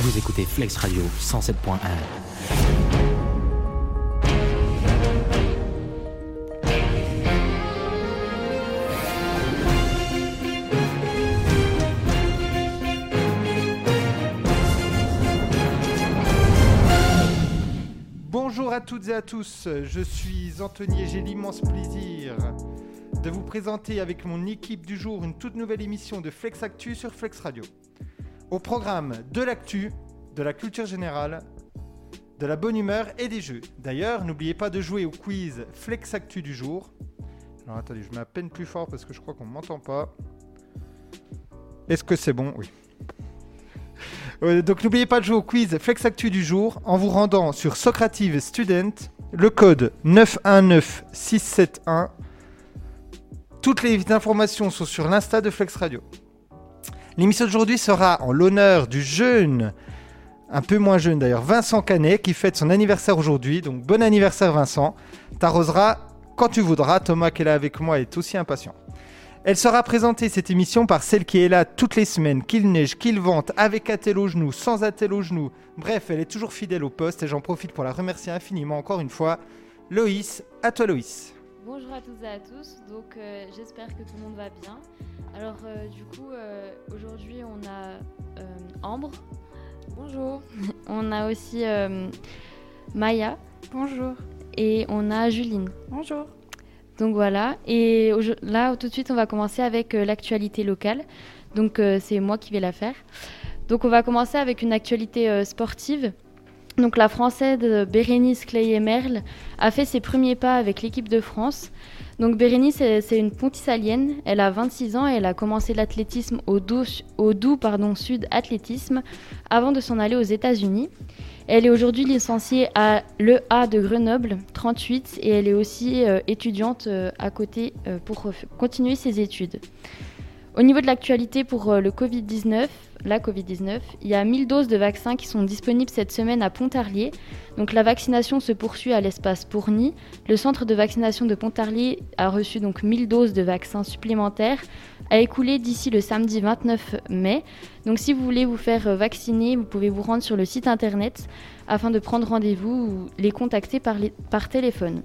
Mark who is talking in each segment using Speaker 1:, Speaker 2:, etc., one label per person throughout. Speaker 1: Vous écoutez Flex Radio 107.1.
Speaker 2: Bonjour à toutes et à tous, je suis Anthony et j'ai l'immense plaisir de vous présenter avec mon équipe du jour une toute nouvelle émission de Flex Actu sur Flex Radio. Au programme de l'actu, de la culture générale, de la bonne humeur et des jeux. D'ailleurs, n'oubliez pas de jouer au quiz Flex Actu du jour. Alors attendez, je mets à peine plus fort parce que je crois qu'on m'entend pas. Est-ce que c'est bon Oui. Euh, Donc n'oubliez pas de jouer au quiz Flex Actu du jour en vous rendant sur Socrative Student, le code 919671. Toutes les informations sont sur l'Insta de Flex Radio. L'émission d'aujourd'hui sera en l'honneur du jeune, un peu moins jeune d'ailleurs, Vincent Canet, qui fête son anniversaire aujourd'hui. Donc bon anniversaire Vincent. T'arroseras quand tu voudras. Thomas qui est là avec moi est aussi impatient. Elle sera présentée cette émission par celle qui est là toutes les semaines, qu'il neige, qu'il vente, avec attel au genou, sans attel au genou. Bref, elle est toujours fidèle au poste et j'en profite pour la remercier infiniment encore une fois. Loïs, à toi Loïs.
Speaker 3: Bonjour à toutes et à tous, donc euh, j'espère que tout le monde va bien. Alors euh, du coup, euh, aujourd'hui on a euh, Ambre, bonjour, on a aussi euh, Maya
Speaker 4: Bonjour.
Speaker 3: et on a Juline.
Speaker 4: Bonjour.
Speaker 3: Donc voilà, et aujo- là tout de suite on va commencer avec euh, l'actualité locale, donc euh, c'est moi qui vais la faire. Donc on va commencer avec une actualité euh, sportive. Donc la Française euh, Bérénice Clayet-Merle a fait ses premiers pas avec l'équipe de France. Donc Bérénice, elle- c'est une pontisalienne, elle a 26 ans et elle a commencé l'athlétisme au Doubs, au Doubs, pardon, Sud Athlétisme avant de s'en aller aux États-Unis. Elle est aujourd'hui licenciée à l'EA de Grenoble 38 et elle est aussi euh, étudiante euh, à côté euh, pour ref- continuer ses études. Au niveau de l'actualité pour euh, le Covid-19, la Covid-19, il y a 1000 doses de vaccins qui sont disponibles cette semaine à Pontarlier. Donc la vaccination se poursuit à l'espace Pourny. Le centre de vaccination de Pontarlier a reçu donc 1000 doses de vaccins supplémentaires à écouler d'ici le samedi 29 mai. Donc si vous voulez vous faire euh, vacciner, vous pouvez vous rendre sur le site internet afin de prendre rendez-vous ou les contacter par, les- par téléphone.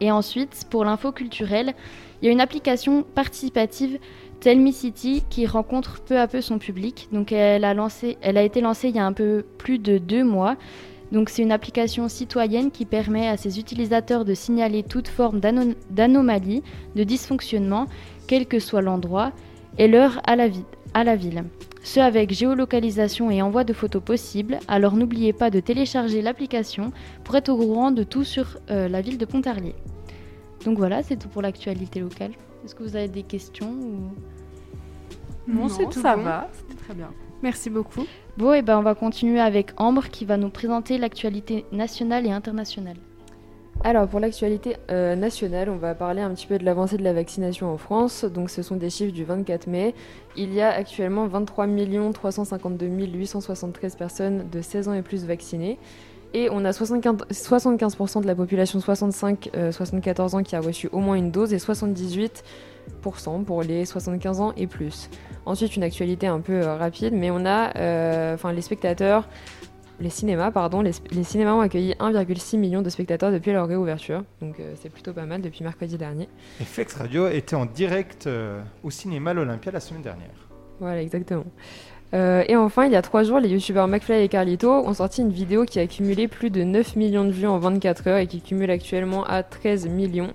Speaker 3: Et ensuite, pour l'info culturelle, il y a une application participative Tell Me City qui rencontre peu à peu son public. Donc elle a, lancé, elle a été lancée il y a un peu plus de deux mois. Donc c'est une application citoyenne qui permet à ses utilisateurs de signaler toute forme d'ano- d'anomalie, de dysfonctionnement, quel que soit l'endroit et l'heure à la, vi- à la ville ce avec géolocalisation et envoi de photos possibles, alors n'oubliez pas de télécharger l'application pour être au courant de tout sur euh, la ville de Pontarlier. Donc voilà, c'est tout pour l'actualité locale. Est-ce que vous avez des questions ou...
Speaker 4: Non,
Speaker 5: c'est tout
Speaker 4: ça
Speaker 5: bon.
Speaker 4: va, c'était très bien. Merci beaucoup.
Speaker 3: Bon, et ben on va continuer avec Ambre qui va nous présenter l'actualité nationale et internationale.
Speaker 5: Alors pour l'actualité euh, nationale, on va parler un petit peu de l'avancée de la vaccination en France. Donc ce sont des chiffres du 24 mai. Il y a actuellement 23 352 873 personnes de 16 ans et plus vaccinées. Et on a 75% 75% de la population 65-74 ans qui a reçu au moins une dose et 78% pour les 75 ans et plus. Ensuite, une actualité un peu euh, rapide, mais on a euh, enfin les spectateurs les cinémas, pardon, les, les cinémas ont accueilli 1,6 million de spectateurs depuis leur réouverture, donc euh, c'est plutôt pas mal depuis mercredi dernier.
Speaker 2: Et Flex Radio était en direct euh, au cinéma l'Olympia la semaine dernière.
Speaker 5: Voilà, exactement. Euh, et enfin, il y a trois jours, les youtubeurs McFly et Carlito ont sorti une vidéo qui a cumulé plus de 9 millions de vues en 24 heures et qui cumule actuellement à 13 millions.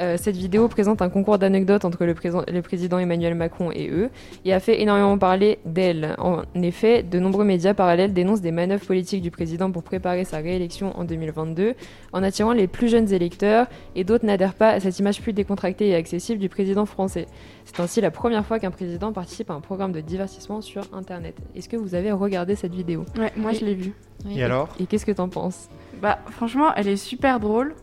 Speaker 5: Euh, cette vidéo présente un concours d'anecdotes entre le, présen- le président Emmanuel Macron et eux et a fait énormément parler d'elle. En effet, de nombreux médias parallèles dénoncent des manœuvres politiques du président pour préparer sa réélection en 2022 en attirant les plus jeunes électeurs et d'autres n'adhèrent pas à cette image plus décontractée et accessible du président français. C'est ainsi la première fois qu'un président participe à un programme de divertissement sur Internet. Est-ce que vous avez regardé cette vidéo
Speaker 4: Ouais, moi je l'ai vue.
Speaker 3: Oui.
Speaker 2: Et alors
Speaker 5: Et qu'est-ce que t'en penses
Speaker 4: Bah franchement, elle est super drôle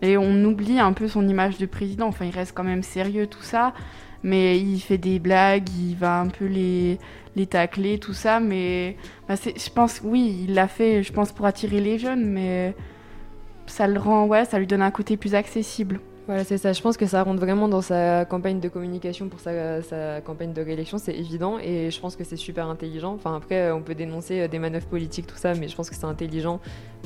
Speaker 4: et on oublie un peu son image de président. Enfin, il reste quand même sérieux tout ça, mais il fait des blagues, il va un peu les les tacler tout ça, mais bah, c'est- je pense oui, il l'a fait, je pense pour attirer les jeunes, mais ça le rend ouais, ça lui donne un côté plus accessible.
Speaker 5: Voilà, c'est ça. Je pense que ça rentre vraiment dans sa campagne de communication pour sa, sa campagne de réélection, c'est évident. Et je pense que c'est super intelligent. Enfin, après, on peut dénoncer euh, des manœuvres politiques, tout ça, mais je pense que c'est intelligent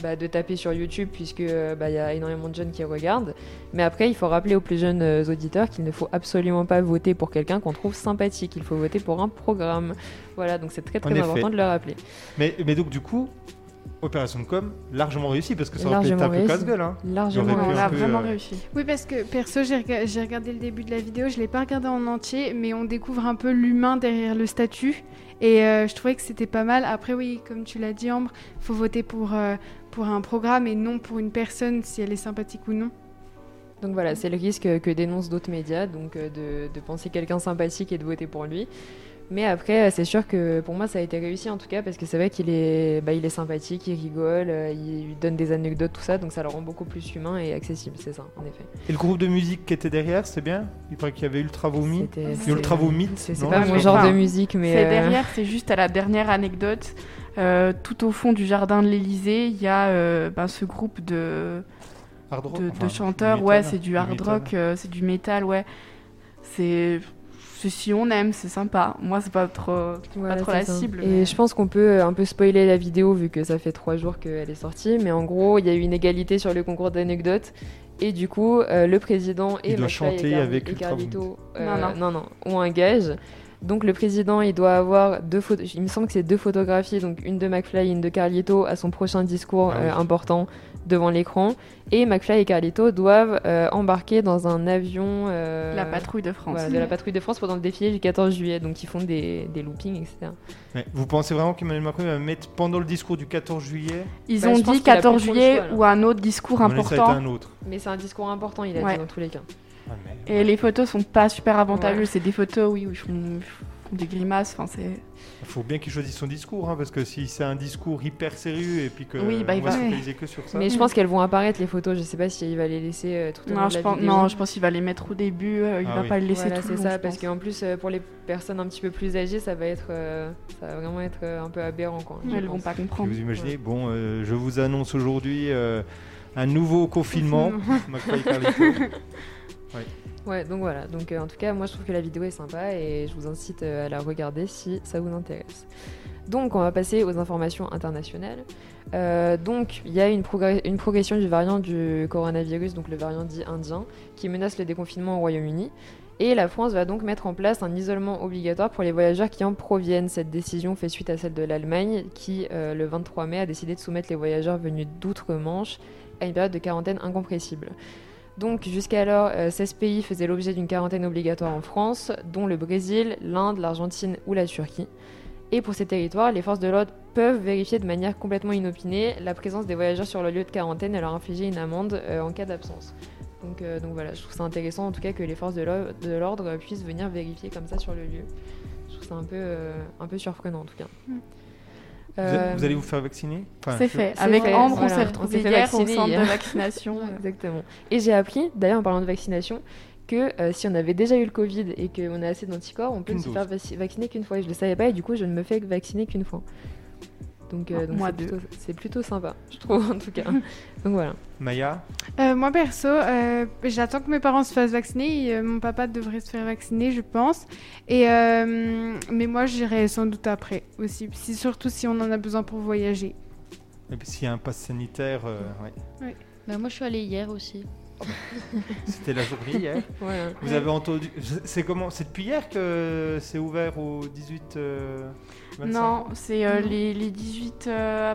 Speaker 5: bah, de taper sur YouTube, puisque euh, bah, il y a énormément de jeunes qui regardent. Mais après, il faut rappeler aux plus jeunes euh, auditeurs qu'il ne faut absolument pas voter pour quelqu'un qu'on trouve sympathique. Il faut voter pour un programme. Voilà, donc c'est très
Speaker 2: En
Speaker 5: très
Speaker 2: effet.
Speaker 5: important de le rappeler.
Speaker 2: Mais, mais donc, du coup, opération de com, largement réussie, parce que ça aurait pu être
Speaker 5: Largement
Speaker 2: un peu
Speaker 5: réussie.
Speaker 2: casse-gueule. hein.
Speaker 5: Largement.
Speaker 2: J'aurais
Speaker 4: Ouais,
Speaker 2: pu
Speaker 4: on
Speaker 2: un
Speaker 4: a
Speaker 2: peu,
Speaker 4: vraiment
Speaker 2: euh,
Speaker 4: réussi.
Speaker 6: Oui, parce que perso, j'ai rega- j'ai regardé le début de la vidéo, je l'ai pas regardé en entier, mais on découvre un peu l'humain derrière le statut. Et euh, je trouvais que c'était pas mal. Après, oui, comme tu l'as dit, Ambre, faut voter pour, euh, pour un programme et non pour une personne, si elle est sympathique ou non.
Speaker 5: Donc voilà, c'est le risque euh, que dénoncent d'autres médias, donc euh, de, de penser quelqu'un sympathique et de voter pour lui. Mais après, euh, c'est sûr que pour moi, ça a été réussi en tout cas, parce que c'est vrai qu'il est, bah, il est sympathique, il rigole, euh, il donne des anecdotes, tout ça, donc ça le rend beaucoup plus humain et accessible, c'est ça, en effet.
Speaker 2: Et le groupe de musique qui était derrière, c'est bien Il paraît qu'il y avait Ultra Vomi.
Speaker 5: C'était-
Speaker 2: Il y a Ultra Vomite.
Speaker 5: C'est c'est
Speaker 2: non
Speaker 5: pas
Speaker 4: Ouais,
Speaker 5: mon
Speaker 4: mais
Speaker 5: genre
Speaker 4: enfin,
Speaker 5: de musique, mais.
Speaker 4: C'est
Speaker 5: euh,
Speaker 4: derrière, c'est juste à la dernière anecdote. Euh, tout au fond du jardin de l'Elysée, il y a euh, ben, ce groupe de,
Speaker 2: Hard rock,
Speaker 4: de, de
Speaker 2: enfin,
Speaker 4: chanteurs.
Speaker 2: du
Speaker 4: Ouais,
Speaker 2: métal,
Speaker 4: c'est du hard
Speaker 2: métal.
Speaker 4: rock, euh, c'est du métal, ouais. C'est c'est si on aime, c'est sympa. Moi, c'est pas trop. euh,
Speaker 5: Voilà,
Speaker 4: trop
Speaker 5: c'est
Speaker 4: la
Speaker 5: ça.
Speaker 4: cible,
Speaker 5: Et
Speaker 4: mais-
Speaker 5: je pense qu'on peut euh, un peu spoiler la vidéo vu que ça fait trois jours qu'elle est sortie. Mais en gros, il y a eu une égalité sur le concours d'anecdotes. Et du coup, euh, le président et
Speaker 2: Il doit
Speaker 5: McFly et
Speaker 2: chanter
Speaker 5: Carli-
Speaker 2: avec
Speaker 5: et
Speaker 2: Ultra
Speaker 5: Carlito, euh,
Speaker 4: Non, non.
Speaker 5: non, non, ont un gage. Donc le président, il doit avoir deux photos. Il me semble que c'est deux photographies, donc une de McFly et une de Carlito, à son prochain discours
Speaker 2: Ah oui.
Speaker 5: euh, important devant l'écran. Et McFly et Carlito doivent euh, embarquer dans un avion. euh,
Speaker 4: La patrouille de France.
Speaker 5: voilà,
Speaker 2: Bah,
Speaker 5: de la patrouille de France pendant le défilé du 14 juillet. Donc ils font des, des loopings, etc.
Speaker 2: Ouais. Vous pensez vraiment qu'Emmanuel Macron va mettre pendant le discours du 14 juillet
Speaker 4: Ils
Speaker 5: Bah,
Speaker 4: ont
Speaker 5: je pense
Speaker 4: dit
Speaker 5: qu'il a pris
Speaker 4: 14
Speaker 5: pour le
Speaker 4: juillet
Speaker 5: choix, là.
Speaker 4: ou un autre discours
Speaker 2: À mon avis, Ça va
Speaker 4: important.
Speaker 2: être un autre.
Speaker 5: Mais c'est un discours important, il a
Speaker 4: Ouais.
Speaker 5: dit dans tous les cas.
Speaker 2: Ah, mais-
Speaker 4: Et les photos sont pas super avantageuses. C'est des photos, oui, où ils font, font des grimaces. Enfin, c'est.
Speaker 2: Il faut bien qu'il choisisse son discours, hein, parce que si c'est un discours hyper sérieux et puis que
Speaker 4: Oui, bah,
Speaker 2: on
Speaker 4: il
Speaker 2: va
Speaker 4: va-
Speaker 2: se focaliser que sur ça.
Speaker 5: Mais je pense qu'elles vont apparaître les photos. Je sais pas si il va les laisser euh, tout au long
Speaker 4: Non,
Speaker 5: de
Speaker 4: je
Speaker 5: la
Speaker 4: pense,
Speaker 5: vidéo.
Speaker 4: non, je pense qu'il va les mettre au début. euh, il
Speaker 2: Ah
Speaker 4: va
Speaker 2: oui.
Speaker 4: pas le laisser
Speaker 5: Voilà,
Speaker 4: tout
Speaker 5: c'est
Speaker 4: le long,
Speaker 5: ça,
Speaker 4: je
Speaker 5: parce
Speaker 4: pense.
Speaker 5: qu'en plus euh, pour les personnes un petit peu plus âgées, ça va être, euh, ça va vraiment être euh, un peu aberrant quoi. je
Speaker 4: Elles vont
Speaker 5: pense.
Speaker 4: pas
Speaker 2: Puis
Speaker 4: comprendre.
Speaker 2: vous imaginez, bon, euh, je vous annonce aujourd'hui euh, un nouveau confinement. Macron et Carlito.
Speaker 5: Ouais, donc voilà. Donc euh, en tout cas, moi je trouve que la vidéo est sympa et je vous incite euh, à la regarder si ça vous intéresse. Donc on va passer aux informations internationales. Euh, donc il y a une, progr- une progression du variant du coronavirus, donc le variant dit indien, qui menace le déconfinement au Royaume-Uni. Et la France va donc mettre en place un isolement obligatoire pour les voyageurs qui en proviennent. Cette décision fait suite à celle de l'Allemagne qui, euh, le 23 mai, a décidé de soumettre les voyageurs venus d'outre-Manche à une période de quarantaine incompressible. Donc jusqu'alors, euh, 16 pays faisaient l'objet d'une quarantaine obligatoire en France, dont le Brésil, l'Inde, l'Argentine ou la Turquie. Et pour ces territoires, les forces de l'ordre peuvent vérifier de manière complètement inopinée la présence des voyageurs sur le lieu de quarantaine et leur infliger une amende euh, en cas d'absence. Donc, euh, donc voilà, je trouve ça intéressant en tout cas que les forces de l'o- de l'ordre puissent venir vérifier comme ça sur le lieu. Je trouve ça un peu, euh, un peu surprenant en tout cas.
Speaker 6: Mm.
Speaker 2: Vous a-
Speaker 5: Euh,
Speaker 2: vous, allez vous faire vacciner Enfin,
Speaker 4: C'est
Speaker 2: je-
Speaker 4: fait.
Speaker 5: c'est
Speaker 4: Avec
Speaker 5: fait,
Speaker 4: Ambre,
Speaker 5: voilà.
Speaker 4: on s'est retrouvés
Speaker 5: On s'est fait
Speaker 4: hier au
Speaker 5: vacciner
Speaker 4: centre de
Speaker 5: hier.
Speaker 4: vaccination.
Speaker 5: Exactement. Et j'ai appris, d'ailleurs en parlant de vaccination, que euh, si on avait déjà eu le Covid et qu'on a assez d'anticorps, on peut
Speaker 2: Qu'une
Speaker 5: ne se faire vac- vacciner qu'une fois. Et je ne le savais pas et du coup je ne me fais vacciner qu'une fois. Donc, euh,
Speaker 4: Ah,
Speaker 5: donc
Speaker 4: moi
Speaker 5: c'est
Speaker 4: deux.
Speaker 5: plutôt, c'est plutôt sympa, je trouve en tout cas. donc voilà.
Speaker 2: Maya
Speaker 6: Euh, moi, perso, euh, j'attends que mes parents se fassent vacciner. Euh, mon papa devrait se faire vacciner, je pense. Et, euh, mais moi, j'irai sans doute après aussi, si, surtout si on en a besoin pour voyager.
Speaker 2: Et puis s'il y a un pass sanitaire, euh, ouais.
Speaker 3: Bah, moi, je suis allée hier aussi.
Speaker 2: c'était la journée hier.
Speaker 5: Voilà.
Speaker 2: Vous avez entendu je- C'est comment C'est depuis hier que c'est ouvert au 18 euh, 25?
Speaker 4: Non, c'est euh,
Speaker 6: Non.
Speaker 4: les, les 18. euh,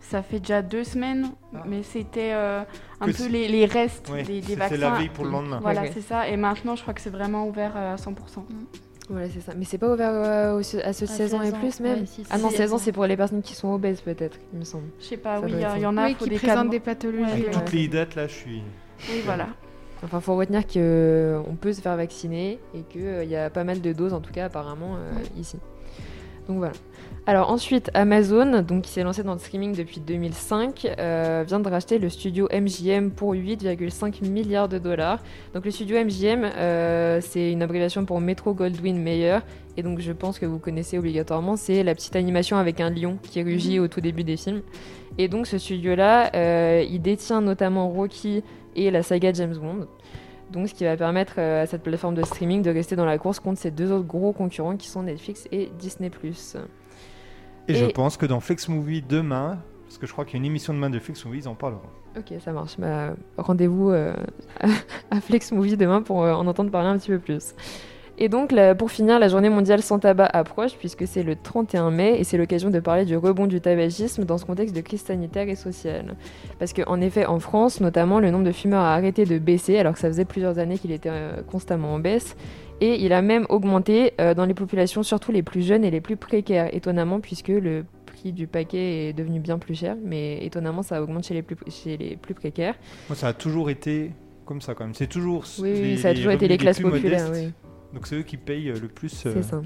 Speaker 4: ça fait déjà deux semaines,
Speaker 2: Ah.
Speaker 4: mais c'était euh, un
Speaker 2: Que
Speaker 4: peu
Speaker 2: c'est-
Speaker 4: les, les restes
Speaker 2: Ouais,
Speaker 4: des, des
Speaker 2: c'était la
Speaker 4: vaccins.
Speaker 2: veille pour le lendemain.
Speaker 4: Voilà,
Speaker 5: Ok.
Speaker 4: c'est ça. Et maintenant, je crois que c'est vraiment ouvert euh, à 100%.
Speaker 5: Voilà, c'est ça. Mais c'est pas ouvert euh, aux- à ceux de
Speaker 3: À
Speaker 5: 16 ans et
Speaker 3: 16 Ah, ans,
Speaker 5: plus même
Speaker 3: ouais, si,
Speaker 5: Ah
Speaker 3: si,
Speaker 5: non,
Speaker 3: si.
Speaker 5: 16 ans c'est pour les personnes qui sont obèses peut-être, il me semble.
Speaker 4: Je sais pas,
Speaker 5: Ça
Speaker 4: oui, il
Speaker 5: doit
Speaker 4: y,
Speaker 5: être
Speaker 4: a- il y
Speaker 5: ça.
Speaker 4: en a
Speaker 6: oui,
Speaker 4: pour
Speaker 6: qui
Speaker 4: des cas.
Speaker 6: présentent
Speaker 4: de-
Speaker 6: des pathologies.
Speaker 4: Ouais,
Speaker 2: Avec
Speaker 4: euh,
Speaker 6: euh,
Speaker 2: toutes les dates là, je suis.
Speaker 4: Oui, voilà.
Speaker 5: Enfin, faut retenir que euh, on peut se faire vacciner et qu'il y a pas mal de doses, en tout cas apparemment euh, ici. Donc voilà. Alors ensuite, Amazon, donc qui s'est lancé dans le streaming depuis 2005, euh, vient de racheter le studio MGM pour 8,5 milliards de dollars. Donc le studio MGM, euh, c'est une abréviation pour Metro Goldwyn Mayer, et donc je pense que vous connaissez obligatoirement, c'est la petite animation avec un lion qui rugit au tout début des films. Et donc ce studio-là, euh, il détient notamment Rocky et la saga James Bond. Donc, ce qui va permettre euh, à cette plateforme de streaming de rester dans la course contre ses deux autres gros concurrents qui sont Netflix et Disney+.
Speaker 2: Et, je
Speaker 5: Et-
Speaker 2: pense que dans Flex Movie demain, parce que je crois qu'il y a une émission demain de Flex Movie, ils en parleront.
Speaker 5: Ok, ça marche. Bah, Rendez-vous euh, à Flex Movie demain pour euh, en entendre parler un petit peu plus. Et donc, la- pour finir, la journée mondiale sans tabac approche puisque c'est le 31 mai et c'est l'occasion de parler du rebond du tabagisme dans ce contexte de crise sanitaire et sociale. Parce qu'en effet, en France, notamment, le nombre de fumeurs a arrêté de baisser alors que ça faisait plusieurs années qu'il était euh, constamment en baisse. Et il a même augmenté euh, dans les populations, surtout les plus jeunes et les plus précaires, étonnamment, puisque le prix du paquet est devenu bien plus cher, mais étonnamment, ça augmente chez les plus, chez les plus précaires.
Speaker 2: Moi, ça a toujours été comme ça quand même. C'est toujours.
Speaker 5: Oui, oui,
Speaker 2: les-
Speaker 5: ça a toujours été
Speaker 2: revenus
Speaker 5: les classes
Speaker 2: plus
Speaker 5: populaires,
Speaker 2: modestes.
Speaker 5: oui.
Speaker 2: Donc c'est eux qui payent euh, le plus. euh,
Speaker 5: C'est ça.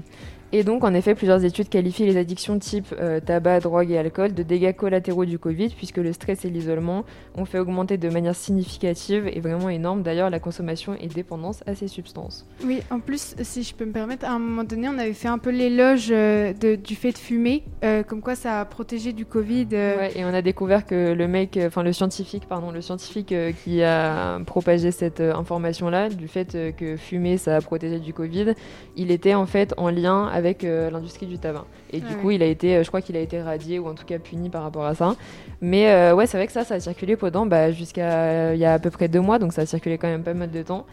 Speaker 5: Et donc, en effet, plusieurs études qualifient les addictions type euh, tabac, drogue et alcool de dégâts collatéraux du Covid, puisque le stress et l'isolement ont fait augmenter de manière significative et vraiment énorme, d'ailleurs, la consommation et dépendance à ces substances.
Speaker 6: Oui, en plus, si je peux me permettre, à un moment donné, on avait fait un peu l'éloge euh, de- du fait de fumer, euh, comme quoi ça a protégé du Covid. euh,
Speaker 5: Ouais, et on a découvert que le mec, euh, enfin le scientifique, pardon, le scientifique euh, qui a propagé cette euh, information-là, du fait euh, que fumer ça a protégé du Covid, il était en fait en lien avec euh, l'industrie du tabac. Et du
Speaker 6: Ah
Speaker 5: coup, il a été, euh, je crois qu'il a été radié ou en tout cas puni par rapport à ça. Mais euh, ouais, c'est vrai que ça, ça a circulé pendant bah, jusqu'à euh, il y a à peu près deux mois, donc ça a circulé quand même pas mal de temps.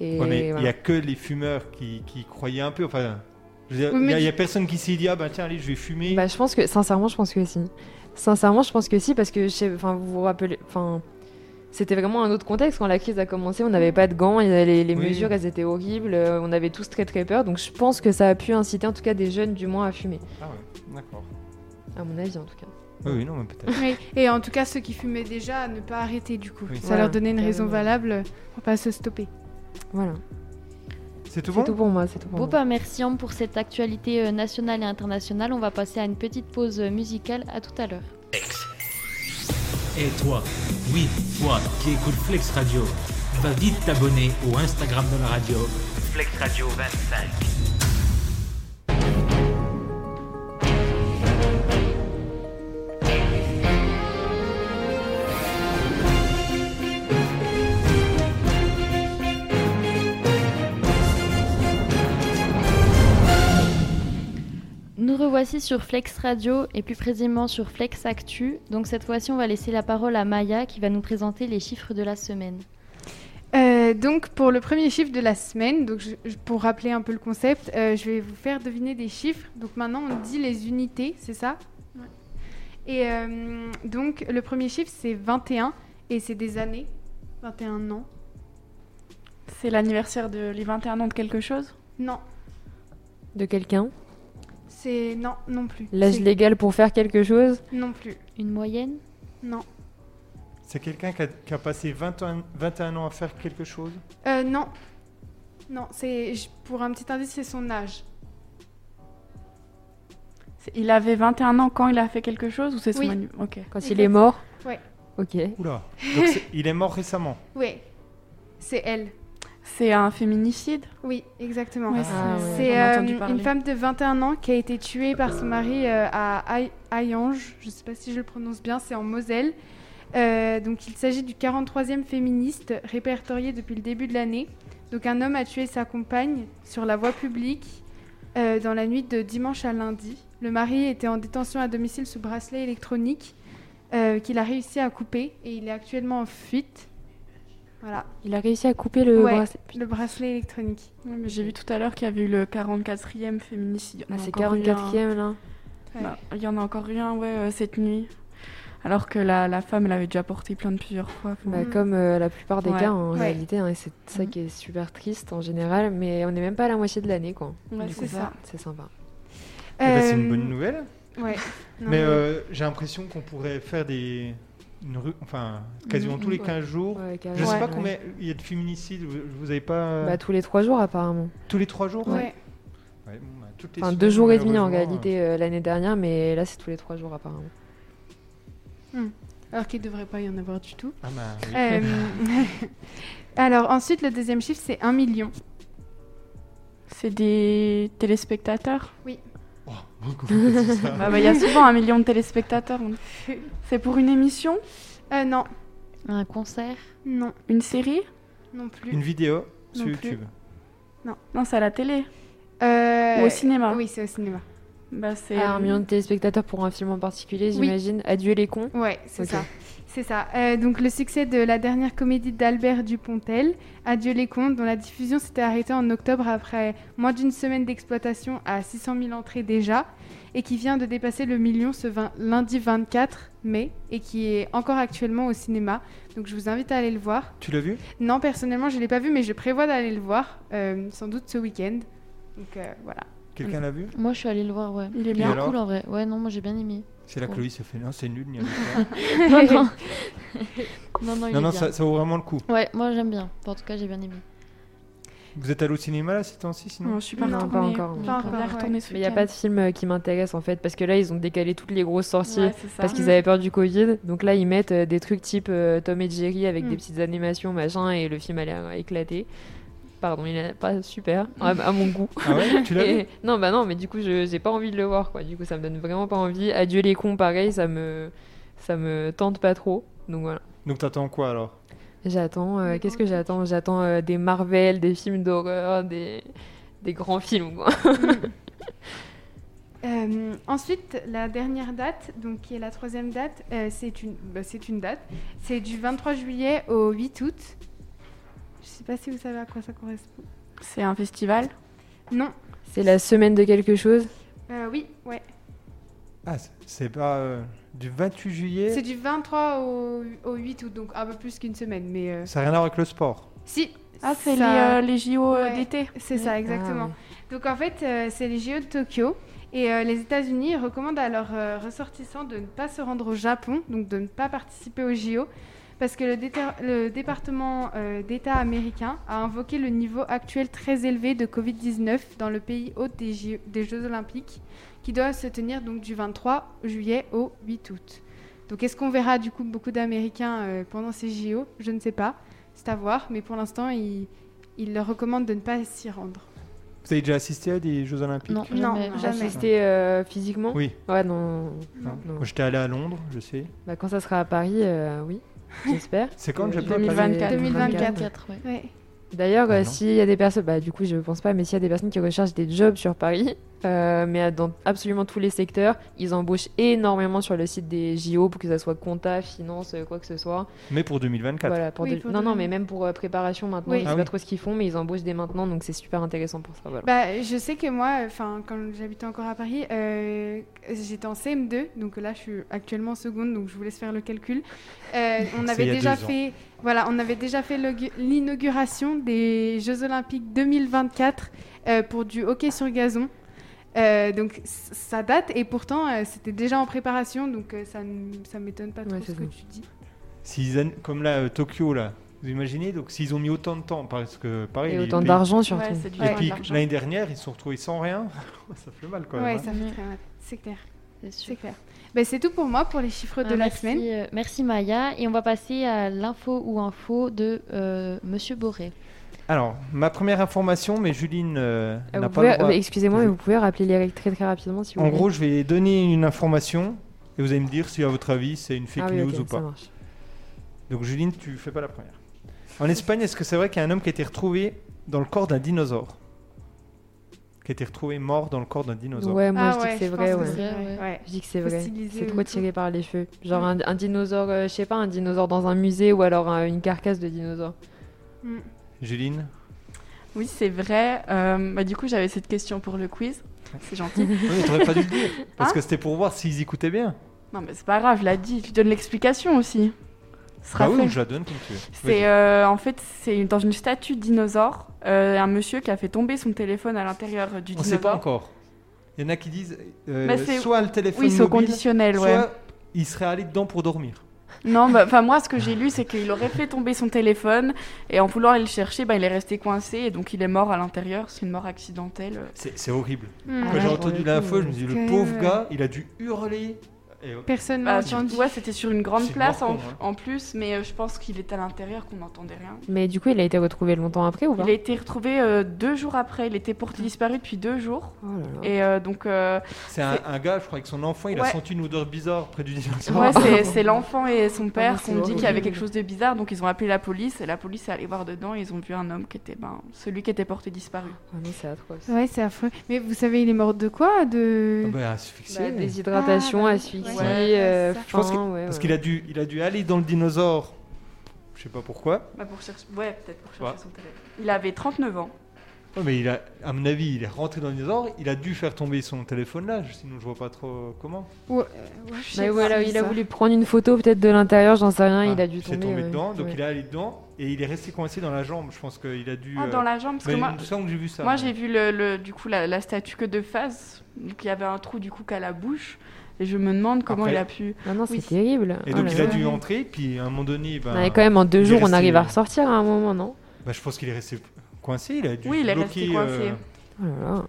Speaker 5: Et
Speaker 2: Ouais, mais il n'y
Speaker 5: voilà.
Speaker 2: a que les fumeurs qui, qui croyaient un peu. Enfin, je veux dire,
Speaker 6: Oui,
Speaker 2: il
Speaker 6: mais
Speaker 2: n'y a,
Speaker 6: tu-
Speaker 2: il y a personne qui s'est dit Ah bah tiens, allez, je vais fumer.
Speaker 5: Bah, je pense que, sincèrement, je pense que si. Sincèrement, je pense que si, parce que, je sais- enfin, vous vous rappelez, enfin, c'était vraiment un autre contexte quand la crise a commencé. On n'avait pas de gants, il y avait les, les
Speaker 2: Oui.
Speaker 5: mesures, elles étaient horribles. euh, On avait tous très très peur. Donc, je pense que ça a pu inciter, en tout cas, des jeunes, du moins, à fumer.
Speaker 2: Ah ouais, d'accord. Ah
Speaker 5: À mon avis, en tout cas.
Speaker 2: Oui, oui, non, mais peut-être.
Speaker 6: oui. Et en tout cas, ceux qui fumaient déjà, ne pas arrêter du coup.
Speaker 2: Oui.
Speaker 6: Ça
Speaker 5: Ouais,
Speaker 6: leur donnait une raison
Speaker 5: carrément.
Speaker 6: valable pour pas se stopper.
Speaker 5: Voilà.
Speaker 2: C'est tout
Speaker 5: C'est
Speaker 2: bon
Speaker 5: tout pour moi. C'est tout pour
Speaker 3: Bon,
Speaker 5: moi.
Speaker 3: bah, merci Ambre pour cette actualité euh, nationale et internationale. On va passer à une petite pause euh, musicale. À tout à l'heure.
Speaker 1: Et toi, oui, toi qui écoutes Flex Radio, va vite t'abonner au Instagram de la radio. Flex Radio 25.
Speaker 3: Nous revoici sur Flex Radio et plus précisément sur Flex Actu. Donc cette fois-ci, on va laisser la parole à Maya qui va nous présenter les chiffres de la semaine.
Speaker 6: Euh, donc pour le premier chiffre de la semaine, donc je- je- pour rappeler un peu le concept, euh, je vais vous faire deviner des chiffres. Donc maintenant on dit les unités, c'est ça Et euh, donc le premier chiffre c'est 21 et c'est des années, 21 ans.
Speaker 4: C'est l'anniversaire de les 21 ans de quelque chose
Speaker 6: Non,
Speaker 5: De quelqu'un.
Speaker 6: c'est non non plus.
Speaker 5: L'âge
Speaker 6: C'est-
Speaker 5: légal pour faire quelque chose.
Speaker 6: Non plus.
Speaker 3: Une moyenne
Speaker 6: Non.
Speaker 2: C'est quelqu'un qui a, qui a passé 21, 21 ans à faire quelque chose
Speaker 6: Euh, non. Non, c'est je- pour un petit indice, c'est son âge.
Speaker 4: C'est- Il avait 21 ans quand il a fait quelque chose ou c'est son
Speaker 6: Oui.
Speaker 4: anniv- Ok.
Speaker 5: Quand il est mort.
Speaker 6: Ouais.
Speaker 5: Ok.
Speaker 2: Oula Donc, c'est- Il est mort récemment.
Speaker 6: Oui. C'est elle.
Speaker 4: C'est un féminicide
Speaker 6: Oui, exactement.
Speaker 4: Ouais,
Speaker 5: Ah
Speaker 4: c'est-
Speaker 5: ouais.
Speaker 6: C'est
Speaker 4: j'en ai
Speaker 6: euh,
Speaker 4: entendu
Speaker 6: une
Speaker 4: parler.
Speaker 6: femme de 21 ans qui a été tuée par son mari euh, à Ay- Hayange. Je ne sais pas si je le prononce bien, c'est en Moselle. Euh, donc il s'agit du 43e féministe répertorié depuis le début de l'année. Donc un homme a tué sa compagne sur la voie publique euh, dans la nuit de dimanche à lundi. Le mari était en détention à domicile sous bracelet électronique euh, qu'il a réussi à couper et il est actuellement en fuite. Voilà,
Speaker 5: Il a réussi à couper le
Speaker 6: Ouais.
Speaker 5: bracelet.
Speaker 6: le bracelet électronique.
Speaker 4: Ouais, mais J'ai vu tout à l'heure qu'il y avait eu le 44e féminicide. Il y en
Speaker 5: Ah,
Speaker 4: a
Speaker 5: c'est
Speaker 4: encore eu un.
Speaker 5: 44e là.
Speaker 6: Ouais.
Speaker 4: Bah, Il y en a encore eu un, ouais, euh, cette nuit. Alors que la, la femme, elle avait déjà porté plainte plusieurs fois. Enfin,
Speaker 5: Bah,
Speaker 6: Mm.
Speaker 5: Comme euh, la plupart des
Speaker 4: Ouais.
Speaker 5: cas en
Speaker 6: Ouais. Mm.
Speaker 5: réalité, hein, et c'est ça
Speaker 4: Mhm.
Speaker 5: qui est super triste en général, mais on n'est même pas à la moitié de l'année quoi.
Speaker 4: ouais,
Speaker 5: Du
Speaker 6: c'est
Speaker 5: coup,
Speaker 6: ça.
Speaker 5: C'est sympa.
Speaker 2: Eh ben, c'est
Speaker 6: Euh,
Speaker 2: une bonne nouvelle.
Speaker 6: Ouais. Non,
Speaker 2: mais euh, j'ai l'impression qu'on pourrait faire des. Une rue, enfin, quasiment
Speaker 5: Mhm,
Speaker 2: tous les
Speaker 5: ouais.
Speaker 2: 15 jours. Je
Speaker 5: carrément,
Speaker 2: sais pas
Speaker 5: ouais.
Speaker 2: combien euh, il y a de féminicides, vous, vous avez pas.
Speaker 5: Bah, tous les trois jours apparemment.
Speaker 2: tous les 3 jours
Speaker 6: ouais.
Speaker 2: Ouais, bon, bah, toutes les
Speaker 5: Enfin,
Speaker 2: semaines,
Speaker 5: deux jours et demi en
Speaker 2: malheureusement,
Speaker 5: réalité euh, l'année dernière, mais là c'est tous les trois jours apparemment.
Speaker 6: Alors qu'il ne devrait pas y en avoir du tout.
Speaker 2: euh, Ah bah, oui.
Speaker 6: Euh, Alors ensuite, le deuxième chiffre, c'est 1 million.
Speaker 4: C'est des téléspectateurs
Speaker 2: Oh, comment on dit ça
Speaker 4: Bah, bah, Il y a souvent un million de téléspectateurs. on- C'est pour une émission
Speaker 6: Euh, non,
Speaker 3: Un concert
Speaker 6: non,
Speaker 4: Une série
Speaker 6: non plus.
Speaker 2: Une vidéo sur
Speaker 6: Non plus.
Speaker 2: YouTube.
Speaker 4: Non, c'est à la télé
Speaker 6: Euh,
Speaker 4: ou au cinéma.
Speaker 6: Oui, c'est au cinéma.
Speaker 4: Bah, c'est
Speaker 5: Ah, un million de téléspectateurs pour un film en particulier,
Speaker 6: euh, Oui.
Speaker 5: j'imagine. Adieu les cons.
Speaker 6: Ouais, c'est
Speaker 5: Ok.
Speaker 6: ça. C'est ça. Euh, donc le succès de la dernière comédie d'Albert Dupontel, Adieu les comptes, dont la diffusion s'était arrêtée en octobre après moins d'une semaine d'exploitation à 600 000 entrées déjà, et qui vient de dépasser le million ce vingt- lundi 24 mai, et qui est encore actuellement au cinéma. Donc je vous invite à aller le voir.
Speaker 2: Tu l'as vu
Speaker 6: Non, personnellement, je ne l'ai pas vu, mais je prévois d'aller le voir, euh, sans doute ce week-end. Donc euh, voilà.
Speaker 2: Quelqu'un l'a vu
Speaker 3: Moi, je suis allée le voir, ouais.
Speaker 4: Il
Speaker 3: Il
Speaker 4: est
Speaker 2: Et
Speaker 4: bien.
Speaker 3: est
Speaker 2: alors
Speaker 3: cool en vrai. Ouais, non, moi j'ai bien aimé.
Speaker 2: C'est là que
Speaker 3: Ouais.
Speaker 2: Loïs se fait non, c'est nul. il y en a pas.
Speaker 3: non, non. non, non, il
Speaker 2: non,
Speaker 3: est
Speaker 2: non,
Speaker 3: bien.
Speaker 2: ça, ça vaut vraiment le coup.
Speaker 3: Ouais, moi j'aime bien. Enfin, en tout cas, j'ai bien aimé.
Speaker 2: Vous êtes allé au cinéma là ces temps-ci sinon
Speaker 4: Non, je suis pas
Speaker 6: Non,
Speaker 5: pas
Speaker 4: retournée.
Speaker 5: encore.
Speaker 4: Je
Speaker 6: Pas
Speaker 4: vais
Speaker 6: encore,
Speaker 4: retourner ce
Speaker 5: Mais il n'y a
Speaker 4: week-end.
Speaker 5: pas de film euh, qui m'intéresse en fait, parce que là ils ont décalé toutes les grosses sorties
Speaker 4: Ouais, c'est ça.
Speaker 5: parce qu'ils
Speaker 6: Mm.
Speaker 5: avaient peur du Covid. Donc là ils mettent euh, des trucs type euh, Tom et Jerry avec
Speaker 6: Mm.
Speaker 5: des petites animations machin et le film a l'air éclaté. Pardon, il n'est pas super à, à mon goût.
Speaker 2: Ah ouais Tu l'as vu
Speaker 5: Et- Non, bah non, mais du coup je j'ai pas envie de le voir quoi. Du coup ça me donne vraiment pas envie. Adieu les cons, pareil, ça me ça me tente pas trop. Donc voilà.
Speaker 2: Donc t'attends quoi alors
Speaker 5: J'attends. euh,
Speaker 6: Des
Speaker 5: Qu'est-ce
Speaker 6: gros
Speaker 5: que j'attends J'attends euh, des Marvel, des films d'horreur, des des grands films. quoi.
Speaker 6: Euh, ensuite, la dernière date, donc qui est la troisième date, euh, c'est une, bah, c'est une date. C'est du 23 juillet au 8 août. Je sais pas si vous savez à quoi ça correspond.
Speaker 4: C'est un festival.
Speaker 6: Non.
Speaker 5: C'est la semaine de quelque chose.
Speaker 6: Euh, oui, ouais.
Speaker 2: Ah, c'est- c'est pas euh, du 28 juillet.
Speaker 6: C'est du 23 au, au 8 août, donc un peu plus qu'une semaine, mais euh,
Speaker 2: Ça n'a rien à voir avec le sport.
Speaker 6: si.
Speaker 4: Ah, c'est
Speaker 6: ça-
Speaker 4: les, euh, les JO
Speaker 6: Ouais.
Speaker 4: d'été.
Speaker 6: C'est ça, exactement. Donc en fait, euh, c'est les JO de Tokyo. Et euh, les États-Unis recommandent à leurs euh, ressortissants de ne pas se rendre au Japon, donc de ne pas participer aux JO, parce que le, déter- le département euh, d'État américain a invoqué le niveau actuel très élevé de Covid-19 dans le pays hôte des, JO des Jeux olympiques, qui doit se tenir donc du 23 juillet au 8 août. Donc est-ce qu'on verra du coup beaucoup d'Américains euh, pendant ces JO Je ne sais pas, c'est à voir, mais pour l'instant, ils ils leur recommandent de ne pas s'y rendre.
Speaker 2: Vous avez déjà assisté à des Jeux Olympiques
Speaker 3: Non,
Speaker 6: Non,
Speaker 3: jamais.
Speaker 6: jamais.
Speaker 5: Assister euh, physiquement
Speaker 2: Oui.
Speaker 5: Ouais, non. non,
Speaker 2: Non.
Speaker 5: non.
Speaker 2: Moi, J'étais allé à Londres, je sais.
Speaker 5: Bah, quand ça sera à Paris, euh, oui, j'espère.
Speaker 2: C'est quand le
Speaker 5: Euh,
Speaker 2: Japon à Paris
Speaker 4: 2024.
Speaker 6: 2024.
Speaker 3: 4, ouais.
Speaker 6: Ouais.
Speaker 5: D'ailleurs,
Speaker 2: Ah
Speaker 5: euh,
Speaker 2: non.
Speaker 5: s'il y a des personnes, bah, du coup, je pense pas, mais s'il y a des personnes qui recherchent des jobs sur Paris, euh, mais à- dans absolument tous les secteurs, ils embauchent énormément sur le site des JO pour que ça soit compta, finance, euh, quoi que ce soit.
Speaker 2: Mais pour 2024.
Speaker 5: Voilà, pour
Speaker 6: Oui,
Speaker 5: de-
Speaker 6: pour
Speaker 5: non,
Speaker 6: de-
Speaker 5: non, mais même pour euh, préparation maintenant,
Speaker 6: Oui.
Speaker 5: je sais
Speaker 2: Ah
Speaker 5: pas
Speaker 2: oui.
Speaker 5: trop ce qu'ils font, mais ils embauchent dès maintenant, donc c'est super intéressant pour ça. Voilà.
Speaker 6: Bah, je sais que moi, enfin, quand j'habitais encore à Paris, euh, j'étais en CM2, donc là, je suis actuellement en seconde, donc je vous laisse faire le calcul. Euh, on
Speaker 2: C'est
Speaker 6: avait
Speaker 2: il y a
Speaker 6: déjà
Speaker 2: deux ans.
Speaker 6: fait, voilà, on avait déjà fait l'augu- l'inauguration des Jeux Olympiques 2024 euh, pour du hockey sur gazon. Euh, donc c- ça date et pourtant euh, c'était déjà en préparation, donc euh, ça ne ça m'étonne pas trop
Speaker 5: Ouais,
Speaker 6: ce
Speaker 5: c'est
Speaker 6: que
Speaker 5: ça.
Speaker 6: tu dis.
Speaker 2: S'ils an- Comme là, euh, Tokyo, là. Vous imaginez Donc, s'ils ont mis autant de temps, parce que pareil,
Speaker 5: Et
Speaker 2: les
Speaker 5: autant
Speaker 2: pays-
Speaker 5: d'argent surtout.
Speaker 4: Ouais, c'est du
Speaker 2: les
Speaker 4: temps et de
Speaker 2: pays-
Speaker 4: l'argent.
Speaker 2: l'année dernière, ils se sont retrouvés sans rien. ça fait mal quand
Speaker 6: ouais,
Speaker 2: même. hein.
Speaker 6: ça fait très mal. C'est clair,
Speaker 3: C'est
Speaker 6: c'est
Speaker 3: sûr.
Speaker 6: clair. Ben, c'est tout pour moi pour les chiffres de
Speaker 3: Euh,
Speaker 6: la
Speaker 3: merci,
Speaker 6: semaine.
Speaker 3: euh, merci Maya. Et on va passer à l'info ou info de euh, Monsieur Boré.
Speaker 2: Alors, ma première information, mais Juline euh,
Speaker 6: Ah,
Speaker 5: Euh,
Speaker 2: n'a
Speaker 5: vous
Speaker 2: pas le
Speaker 5: pouvez-
Speaker 2: droit.
Speaker 5: mais Excusez-moi, mais vous pouvez rappeler les règles très très rapidement si vous
Speaker 2: En
Speaker 5: voulez.
Speaker 2: gros, je vais donner une information et vous allez me dire si, à votre avis, c'est une fake
Speaker 5: Ah oui,
Speaker 2: news
Speaker 5: ok,
Speaker 2: ou
Speaker 5: ça
Speaker 2: pas.
Speaker 5: marche.
Speaker 2: Donc, Juline, tu fais pas la première. En Espagne, est-ce que c'est vrai qu'il y a un homme qui a été retrouvé dans le corps d'un dinosaure Qui a été retrouvé mort dans le corps d'un dinosaure
Speaker 5: Ouais, moi
Speaker 6: Ah
Speaker 5: je dis
Speaker 6: ouais,
Speaker 5: que c'est
Speaker 6: je
Speaker 5: vrai.
Speaker 6: pense
Speaker 5: Ouais.
Speaker 6: que c'est
Speaker 3: Ouais,
Speaker 6: vrai. Ouais.
Speaker 5: Je dis que c'est vrai.
Speaker 6: Fossilisé
Speaker 5: C'est
Speaker 6: ou
Speaker 5: trop
Speaker 6: tout.
Speaker 5: tiré par les cheveux. Genre un, un dinosaure, euh, je sais pas, un dinosaure dans un musée ou alors euh, une carcasse de dinosaure.
Speaker 6: Mm.
Speaker 2: Juline
Speaker 4: Oui, c'est vrai. Euh, bah, du coup, j'avais cette question pour le quiz. C'est gentil.
Speaker 2: Oui, mais t'aurais pas dû le dire. Parce
Speaker 4: Hein
Speaker 2: que c'était pour voir s'ils écoutaient bien.
Speaker 4: non, mais c'est pas grave, je l'ai dit. Tu donnes l'explication aussi. Ce sera
Speaker 2: Bah oui,
Speaker 4: fait.
Speaker 2: ou je la donne comme tu veux.
Speaker 4: C'est euh, en fait c'est une- dans une statue de dinosaure, euh, un monsieur qui a fait tomber son téléphone à l'intérieur euh, du
Speaker 2: On sait
Speaker 4: dinosaure.
Speaker 2: pas encore. Il y en a qui disent euh,
Speaker 4: Bah, c'est-
Speaker 2: soit le téléphone
Speaker 4: Oui, c'est au
Speaker 2: mobile,
Speaker 4: conditionnel, ouais.
Speaker 2: soit il serait allé dedans pour dormir.
Speaker 4: Non, bah, enfin moi ce que j'ai lu c'est qu'il aurait fait tomber son téléphone et en voulant aller le chercher, bah, il est resté coincé et donc il est mort à l'intérieur. C'est une mort accidentelle.
Speaker 2: C'est c'est horrible.
Speaker 6: Mm.
Speaker 5: Ah
Speaker 2: Quand
Speaker 5: ouais,
Speaker 2: j'ai
Speaker 5: pour
Speaker 2: entendu
Speaker 5: le coup,
Speaker 2: l'info,
Speaker 5: ouais.
Speaker 2: je me dis
Speaker 6: Quand
Speaker 2: le
Speaker 6: même,
Speaker 2: pauvre
Speaker 6: ouais.
Speaker 2: gars, il a dû hurler Et- euh,
Speaker 6: Personne
Speaker 2: Ah,
Speaker 6: n'a
Speaker 4: Bah, tu
Speaker 6: entendu.
Speaker 4: vois, c'était sur une grande
Speaker 2: C'est
Speaker 4: place en,
Speaker 2: mort con, hein.
Speaker 4: en plus, mais euh, je pense qu'il était à l'intérieur, qu'on n'entendait rien.
Speaker 5: Mais du coup, il a été retrouvé longtemps après ou pas
Speaker 4: Il a été retrouvé euh, deux jours après. Il était porté disparu depuis deux jours.
Speaker 5: Oh là là.
Speaker 4: Et euh, donc, euh,
Speaker 2: C'est un, un gars, je crois, avec son enfant, il a
Speaker 4: Ouais.
Speaker 2: senti une odeur bizarre près du dinosaure.
Speaker 4: ouais, c'est- Ah, c'est l'enfant et son
Speaker 5: mais
Speaker 4: père
Speaker 5: c'est
Speaker 4: qu'on dit qu'il y
Speaker 5: horrible.
Speaker 4: avait quelque chose de bizarre. Donc, ils ont appelé la police. Et la police est allée voir dedans. Et ils ont vu un homme qui était ben, celui qui était porté disparu.
Speaker 5: Ah non, c'est atroce.
Speaker 6: Ouais, c'est affreux. Mais vous savez, il est mort de quoi De.
Speaker 4: Mm.
Speaker 2: Ah bah, asphyxié,
Speaker 5: Bah,
Speaker 2: mais-
Speaker 5: déshydratation,
Speaker 6: Ah, bah,
Speaker 5: asphyxie,
Speaker 4: ouais.
Speaker 5: euh,
Speaker 6: Ouais,
Speaker 5: faim,
Speaker 2: Je pense que-
Speaker 5: ouais,
Speaker 2: Parce
Speaker 5: ouais.
Speaker 2: qu'il a dû, il a dû aller dans le dinosaure. Je sais pas pourquoi.
Speaker 4: Bah, pour chercher... Ouais, peut-être pour chercher
Speaker 2: Ouais.
Speaker 4: son téléphone. Il avait 39 ans.
Speaker 2: Ouais, mais il a, à mon avis, il est rentré dans le dinosaure. Il a dû faire tomber son téléphone là. Sinon, je vois pas trop comment.
Speaker 6: Ouais, euh, ouais, je sais
Speaker 5: Bah
Speaker 6: pas,
Speaker 5: voilà,
Speaker 6: c'est
Speaker 5: il a
Speaker 6: bizarre.
Speaker 5: voulu prendre une photo peut-être de l'intérieur, j'en sais rien,
Speaker 2: Ah,
Speaker 5: il a dû tomber.
Speaker 2: s'est tombé
Speaker 5: ouais.
Speaker 2: dedans. Donc,
Speaker 5: Ouais.
Speaker 2: il est allé dedans et il est resté coincé dans la jambe. Je pense qu'il a dû.
Speaker 4: Ah,
Speaker 2: euh,
Speaker 4: dans la jambe. Parce
Speaker 2: mais
Speaker 4: que
Speaker 2: il
Speaker 4: moi,
Speaker 2: me semble que j'ai vu ça.
Speaker 4: Moi,
Speaker 2: ouais.
Speaker 4: j'ai vu le, le- du coup la, la statue que de face. Donc il y avait un trou du coup qu'à la bouche. Et je me demande comment
Speaker 2: Après-
Speaker 4: il a pu.
Speaker 5: Ah non, c'est
Speaker 4: Oui.
Speaker 5: terrible.
Speaker 2: Et
Speaker 5: Oh
Speaker 2: donc,
Speaker 5: là
Speaker 2: il a
Speaker 5: là.
Speaker 2: dû entrer. Puis, à un moment donné, bah,
Speaker 5: Non, mais quand même, en deux
Speaker 2: il est
Speaker 5: jours, on
Speaker 2: resté- euh,
Speaker 5: arrive à ressortir à un moment, non
Speaker 2: bah, je pense qu'il est resté coincé. Il a dû
Speaker 4: Oui, il est resté
Speaker 2: bloquer,
Speaker 4: coincé.
Speaker 2: euh,
Speaker 5: Oh là là.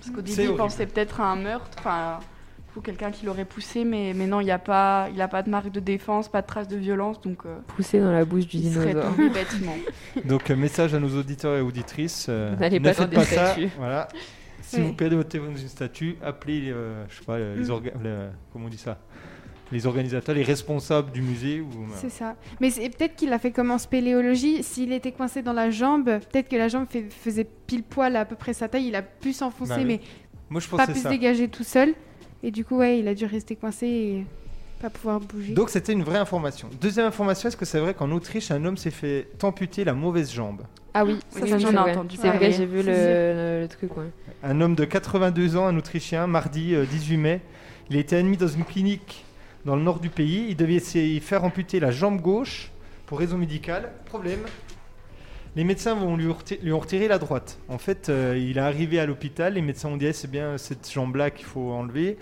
Speaker 4: Parce qu'au
Speaker 2: C'est
Speaker 4: début, il
Speaker 2: horrible.
Speaker 4: pensait peut-être à un meurtre. Enfin, du coup, quelqu'un qui l'aurait poussé. Mais, mais non, il n'y a pas, il a pas de marque de défense, pas de trace de violence. Donc euh,
Speaker 5: Poussé dans la bouche du
Speaker 4: il serait
Speaker 5: dinosaure.
Speaker 4: tombé bêtement.
Speaker 2: Donc, euh, message à nos auditeurs et auditrices. euh,
Speaker 5: N'allez
Speaker 2: ne
Speaker 5: pas
Speaker 2: faites
Speaker 5: dans des
Speaker 2: pas ça,
Speaker 5: statues.
Speaker 2: Voilà. Si
Speaker 6: Oui.
Speaker 2: vous perdez votre téléphone dans une statue, appelez, euh, je sais pas, euh,
Speaker 5: Mm.
Speaker 2: les orga- le- comment on dit ça Les organisateurs, les responsables du musée. Ou, euh,
Speaker 6: C'est ça. Mais c'est peut-être qu'il l'a fait comme en spéléologie. S'il était coincé dans la jambe, peut-être que la jambe fait- faisait pile poil à peu près sa taille. Il a pu s'enfoncer,
Speaker 2: Bah oui.
Speaker 6: mais
Speaker 2: Moi, je pense
Speaker 6: pas
Speaker 2: que
Speaker 6: pu
Speaker 2: c'est
Speaker 6: se
Speaker 2: ça.
Speaker 6: dégager tout seul. Et du coup, ouais, il a dû rester coincé et pas pouvoir bouger.
Speaker 2: Donc, c'était une vraie information. Deuxième information, est-ce que c'est vrai qu'en Autriche, un homme s'est fait amputer la mauvaise jambe
Speaker 5: Ah oui,
Speaker 4: Oui,
Speaker 5: ça,
Speaker 4: j'en
Speaker 5: ça,
Speaker 4: ai
Speaker 5: c'est vrai.
Speaker 4: entendu
Speaker 5: C'est vrai,
Speaker 4: parler.
Speaker 5: j'ai vu
Speaker 6: Si,
Speaker 5: le,
Speaker 6: si.
Speaker 5: le- le truc, ouais.
Speaker 2: Un homme de 82 ans, un Autrichien, mardi euh, 18 mai, il a été admis dans une clinique dans le nord du pays. Il devait s'y faire amputer la jambe gauche pour raison médicale. Problème, les médecins vont lui, reti- lui ont retiré la droite. En fait, euh, il est arrivé à l'hôpital, les médecins ont dit Eh, c'est bien cette jambe-là qu'il faut enlever.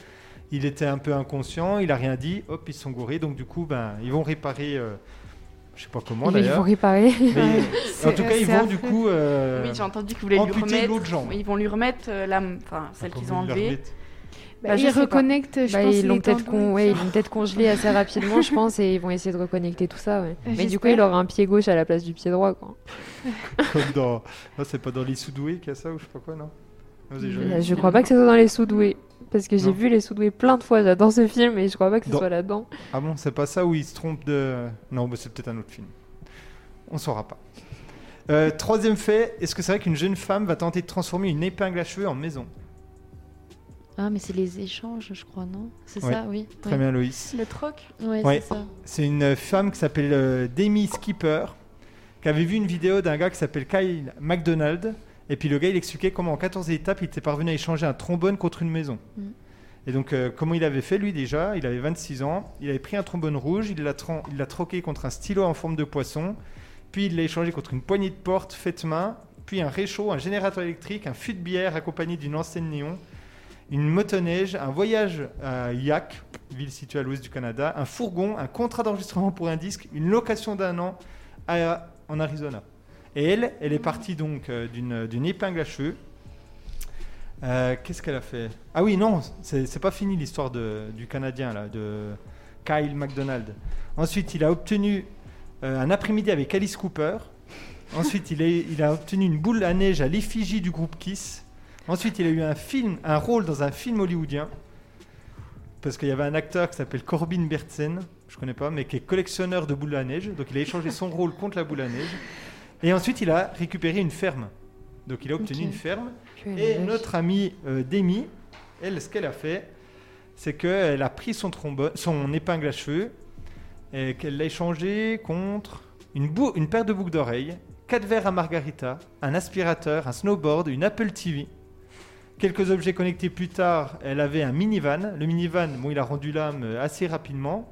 Speaker 2: Il était un peu inconscient, il a rien dit, hop, ils se sont gourés. Donc du coup, ben, ils vont réparer, euh, je sais pas comment
Speaker 5: Ils vont
Speaker 2: d'ailleurs.
Speaker 5: réparer.
Speaker 2: Mais
Speaker 6: C'est-
Speaker 2: en tout cas, ils
Speaker 6: c'est
Speaker 2: vont du
Speaker 6: affreux.
Speaker 2: coup... euh,
Speaker 4: oui, j'ai entendu qu'ils voulaient lui
Speaker 2: amputer
Speaker 4: remettre.
Speaker 2: l'autre jambe.
Speaker 4: Ils vont lui remettre euh, la, enfin, celle
Speaker 2: comment
Speaker 4: qu'ils ont
Speaker 2: ils la
Speaker 4: enlevée.
Speaker 2: remettent
Speaker 6: Bah,
Speaker 4: Bah, je
Speaker 6: ils
Speaker 4: sais pas.
Speaker 6: reconnectent, je
Speaker 5: Bah,
Speaker 6: pense.
Speaker 5: ils
Speaker 6: les
Speaker 5: l'ont
Speaker 6: tendons et
Speaker 5: peut-être con-
Speaker 6: tout
Speaker 5: ouais,
Speaker 6: ça.
Speaker 5: ils l'ont peut-être congelé assez rapidement, je pense, et ils vont essayer de reconnecter tout ça. ouais. Mais du coup, il
Speaker 6: J'espère.
Speaker 5: aura un pied gauche à la place du pied droit. Quoi.
Speaker 2: Comme dans. Non, c'est pas dans les Soudoués qu'il y a ça ou je sais pas quoi, non Non, c'est joli.
Speaker 5: Là, Bah, je crois pas que ce soit dans les sous-doués. Parce que j'ai
Speaker 2: Non.
Speaker 5: vu les sous-doués plein de fois, j'adore ce film, et je crois pas que ce
Speaker 2: Dans-
Speaker 5: soit là-dedans.
Speaker 2: Ah bon, c'est pas ça où il se trompe de. Non, mais c'est peut-être un autre film. On saura pas. Euh, troisième fait, est-ce que c'est vrai qu'une jeune femme va tenter de transformer une épingle à cheveux en maison
Speaker 3: Ah, mais c'est les échanges, je crois, non C'est
Speaker 2: Ouais.
Speaker 3: ça, oui.
Speaker 2: Très
Speaker 3: ouais.
Speaker 2: bien, Loïs.
Speaker 4: Le troc.
Speaker 3: Ouais,
Speaker 2: Ouais.
Speaker 3: c'est ça.
Speaker 2: C'est une femme qui s'appelle euh, Demi Skipper, qui avait vu une vidéo d'un gars qui s'appelle Kyle McDonald. Et puis le gars, il expliquait comment en 14 étapes, il était parvenu à échanger un trombone contre une maison.
Speaker 3: Mm.
Speaker 2: Et donc, euh, comment il avait fait lui déjà Il avait 26 ans, il avait pris un trombone rouge, il l'a tran- il l'a troqué contre un stylo en forme de poisson, puis il l'a échangé contre une poignée de porte faite main, puis un réchaud, un générateur électrique, un fût de bière accompagné d'une enseigne néon, une motoneige, un voyage à Yak, ville située à l'ouest du Canada, un fourgon, un contrat d'enregistrement pour un disque, une location d'un an à- en Arizona. Et elle, elle est partie donc euh, d'une d'une épingle à cheveux. Euh, Qu'est-ce qu'elle a fait Ah oui, non, c'est c'est pas fini l'histoire de- du Canadien, là, de Kyle McDonald. Ensuite, il a obtenu euh, un après-midi avec Alice Cooper. Ensuite, il, est- il a obtenu une boule à neige à l'effigie du groupe Kiss. Ensuite, il a eu un, film, un rôle dans un film hollywoodien. Parce qu'il y avait un acteur qui s'appelle Corbin Bertsen, je connais pas, mais qui est collectionneur de boules à neige. Donc il a échangé son rôle contre la boule à neige. Et ensuite, il a récupéré une ferme. Donc il a obtenu
Speaker 3: Ok.
Speaker 2: une ferme.
Speaker 5: Putain,
Speaker 2: Et
Speaker 5: la vache.
Speaker 2: notre amie euh, Demi, elle, ce qu'elle a fait, c'est qu'elle a pris son, trombone, son épingle à cheveux et qu'elle l'a échangé contre une, bou- une paire de boucles d'oreilles, quatre verres à margarita, un aspirateur, un snowboard, une Apple TV. Quelques objets connectés plus tard, elle avait un minivan. Le minivan, bon, il a rendu l'âme euh, assez rapidement,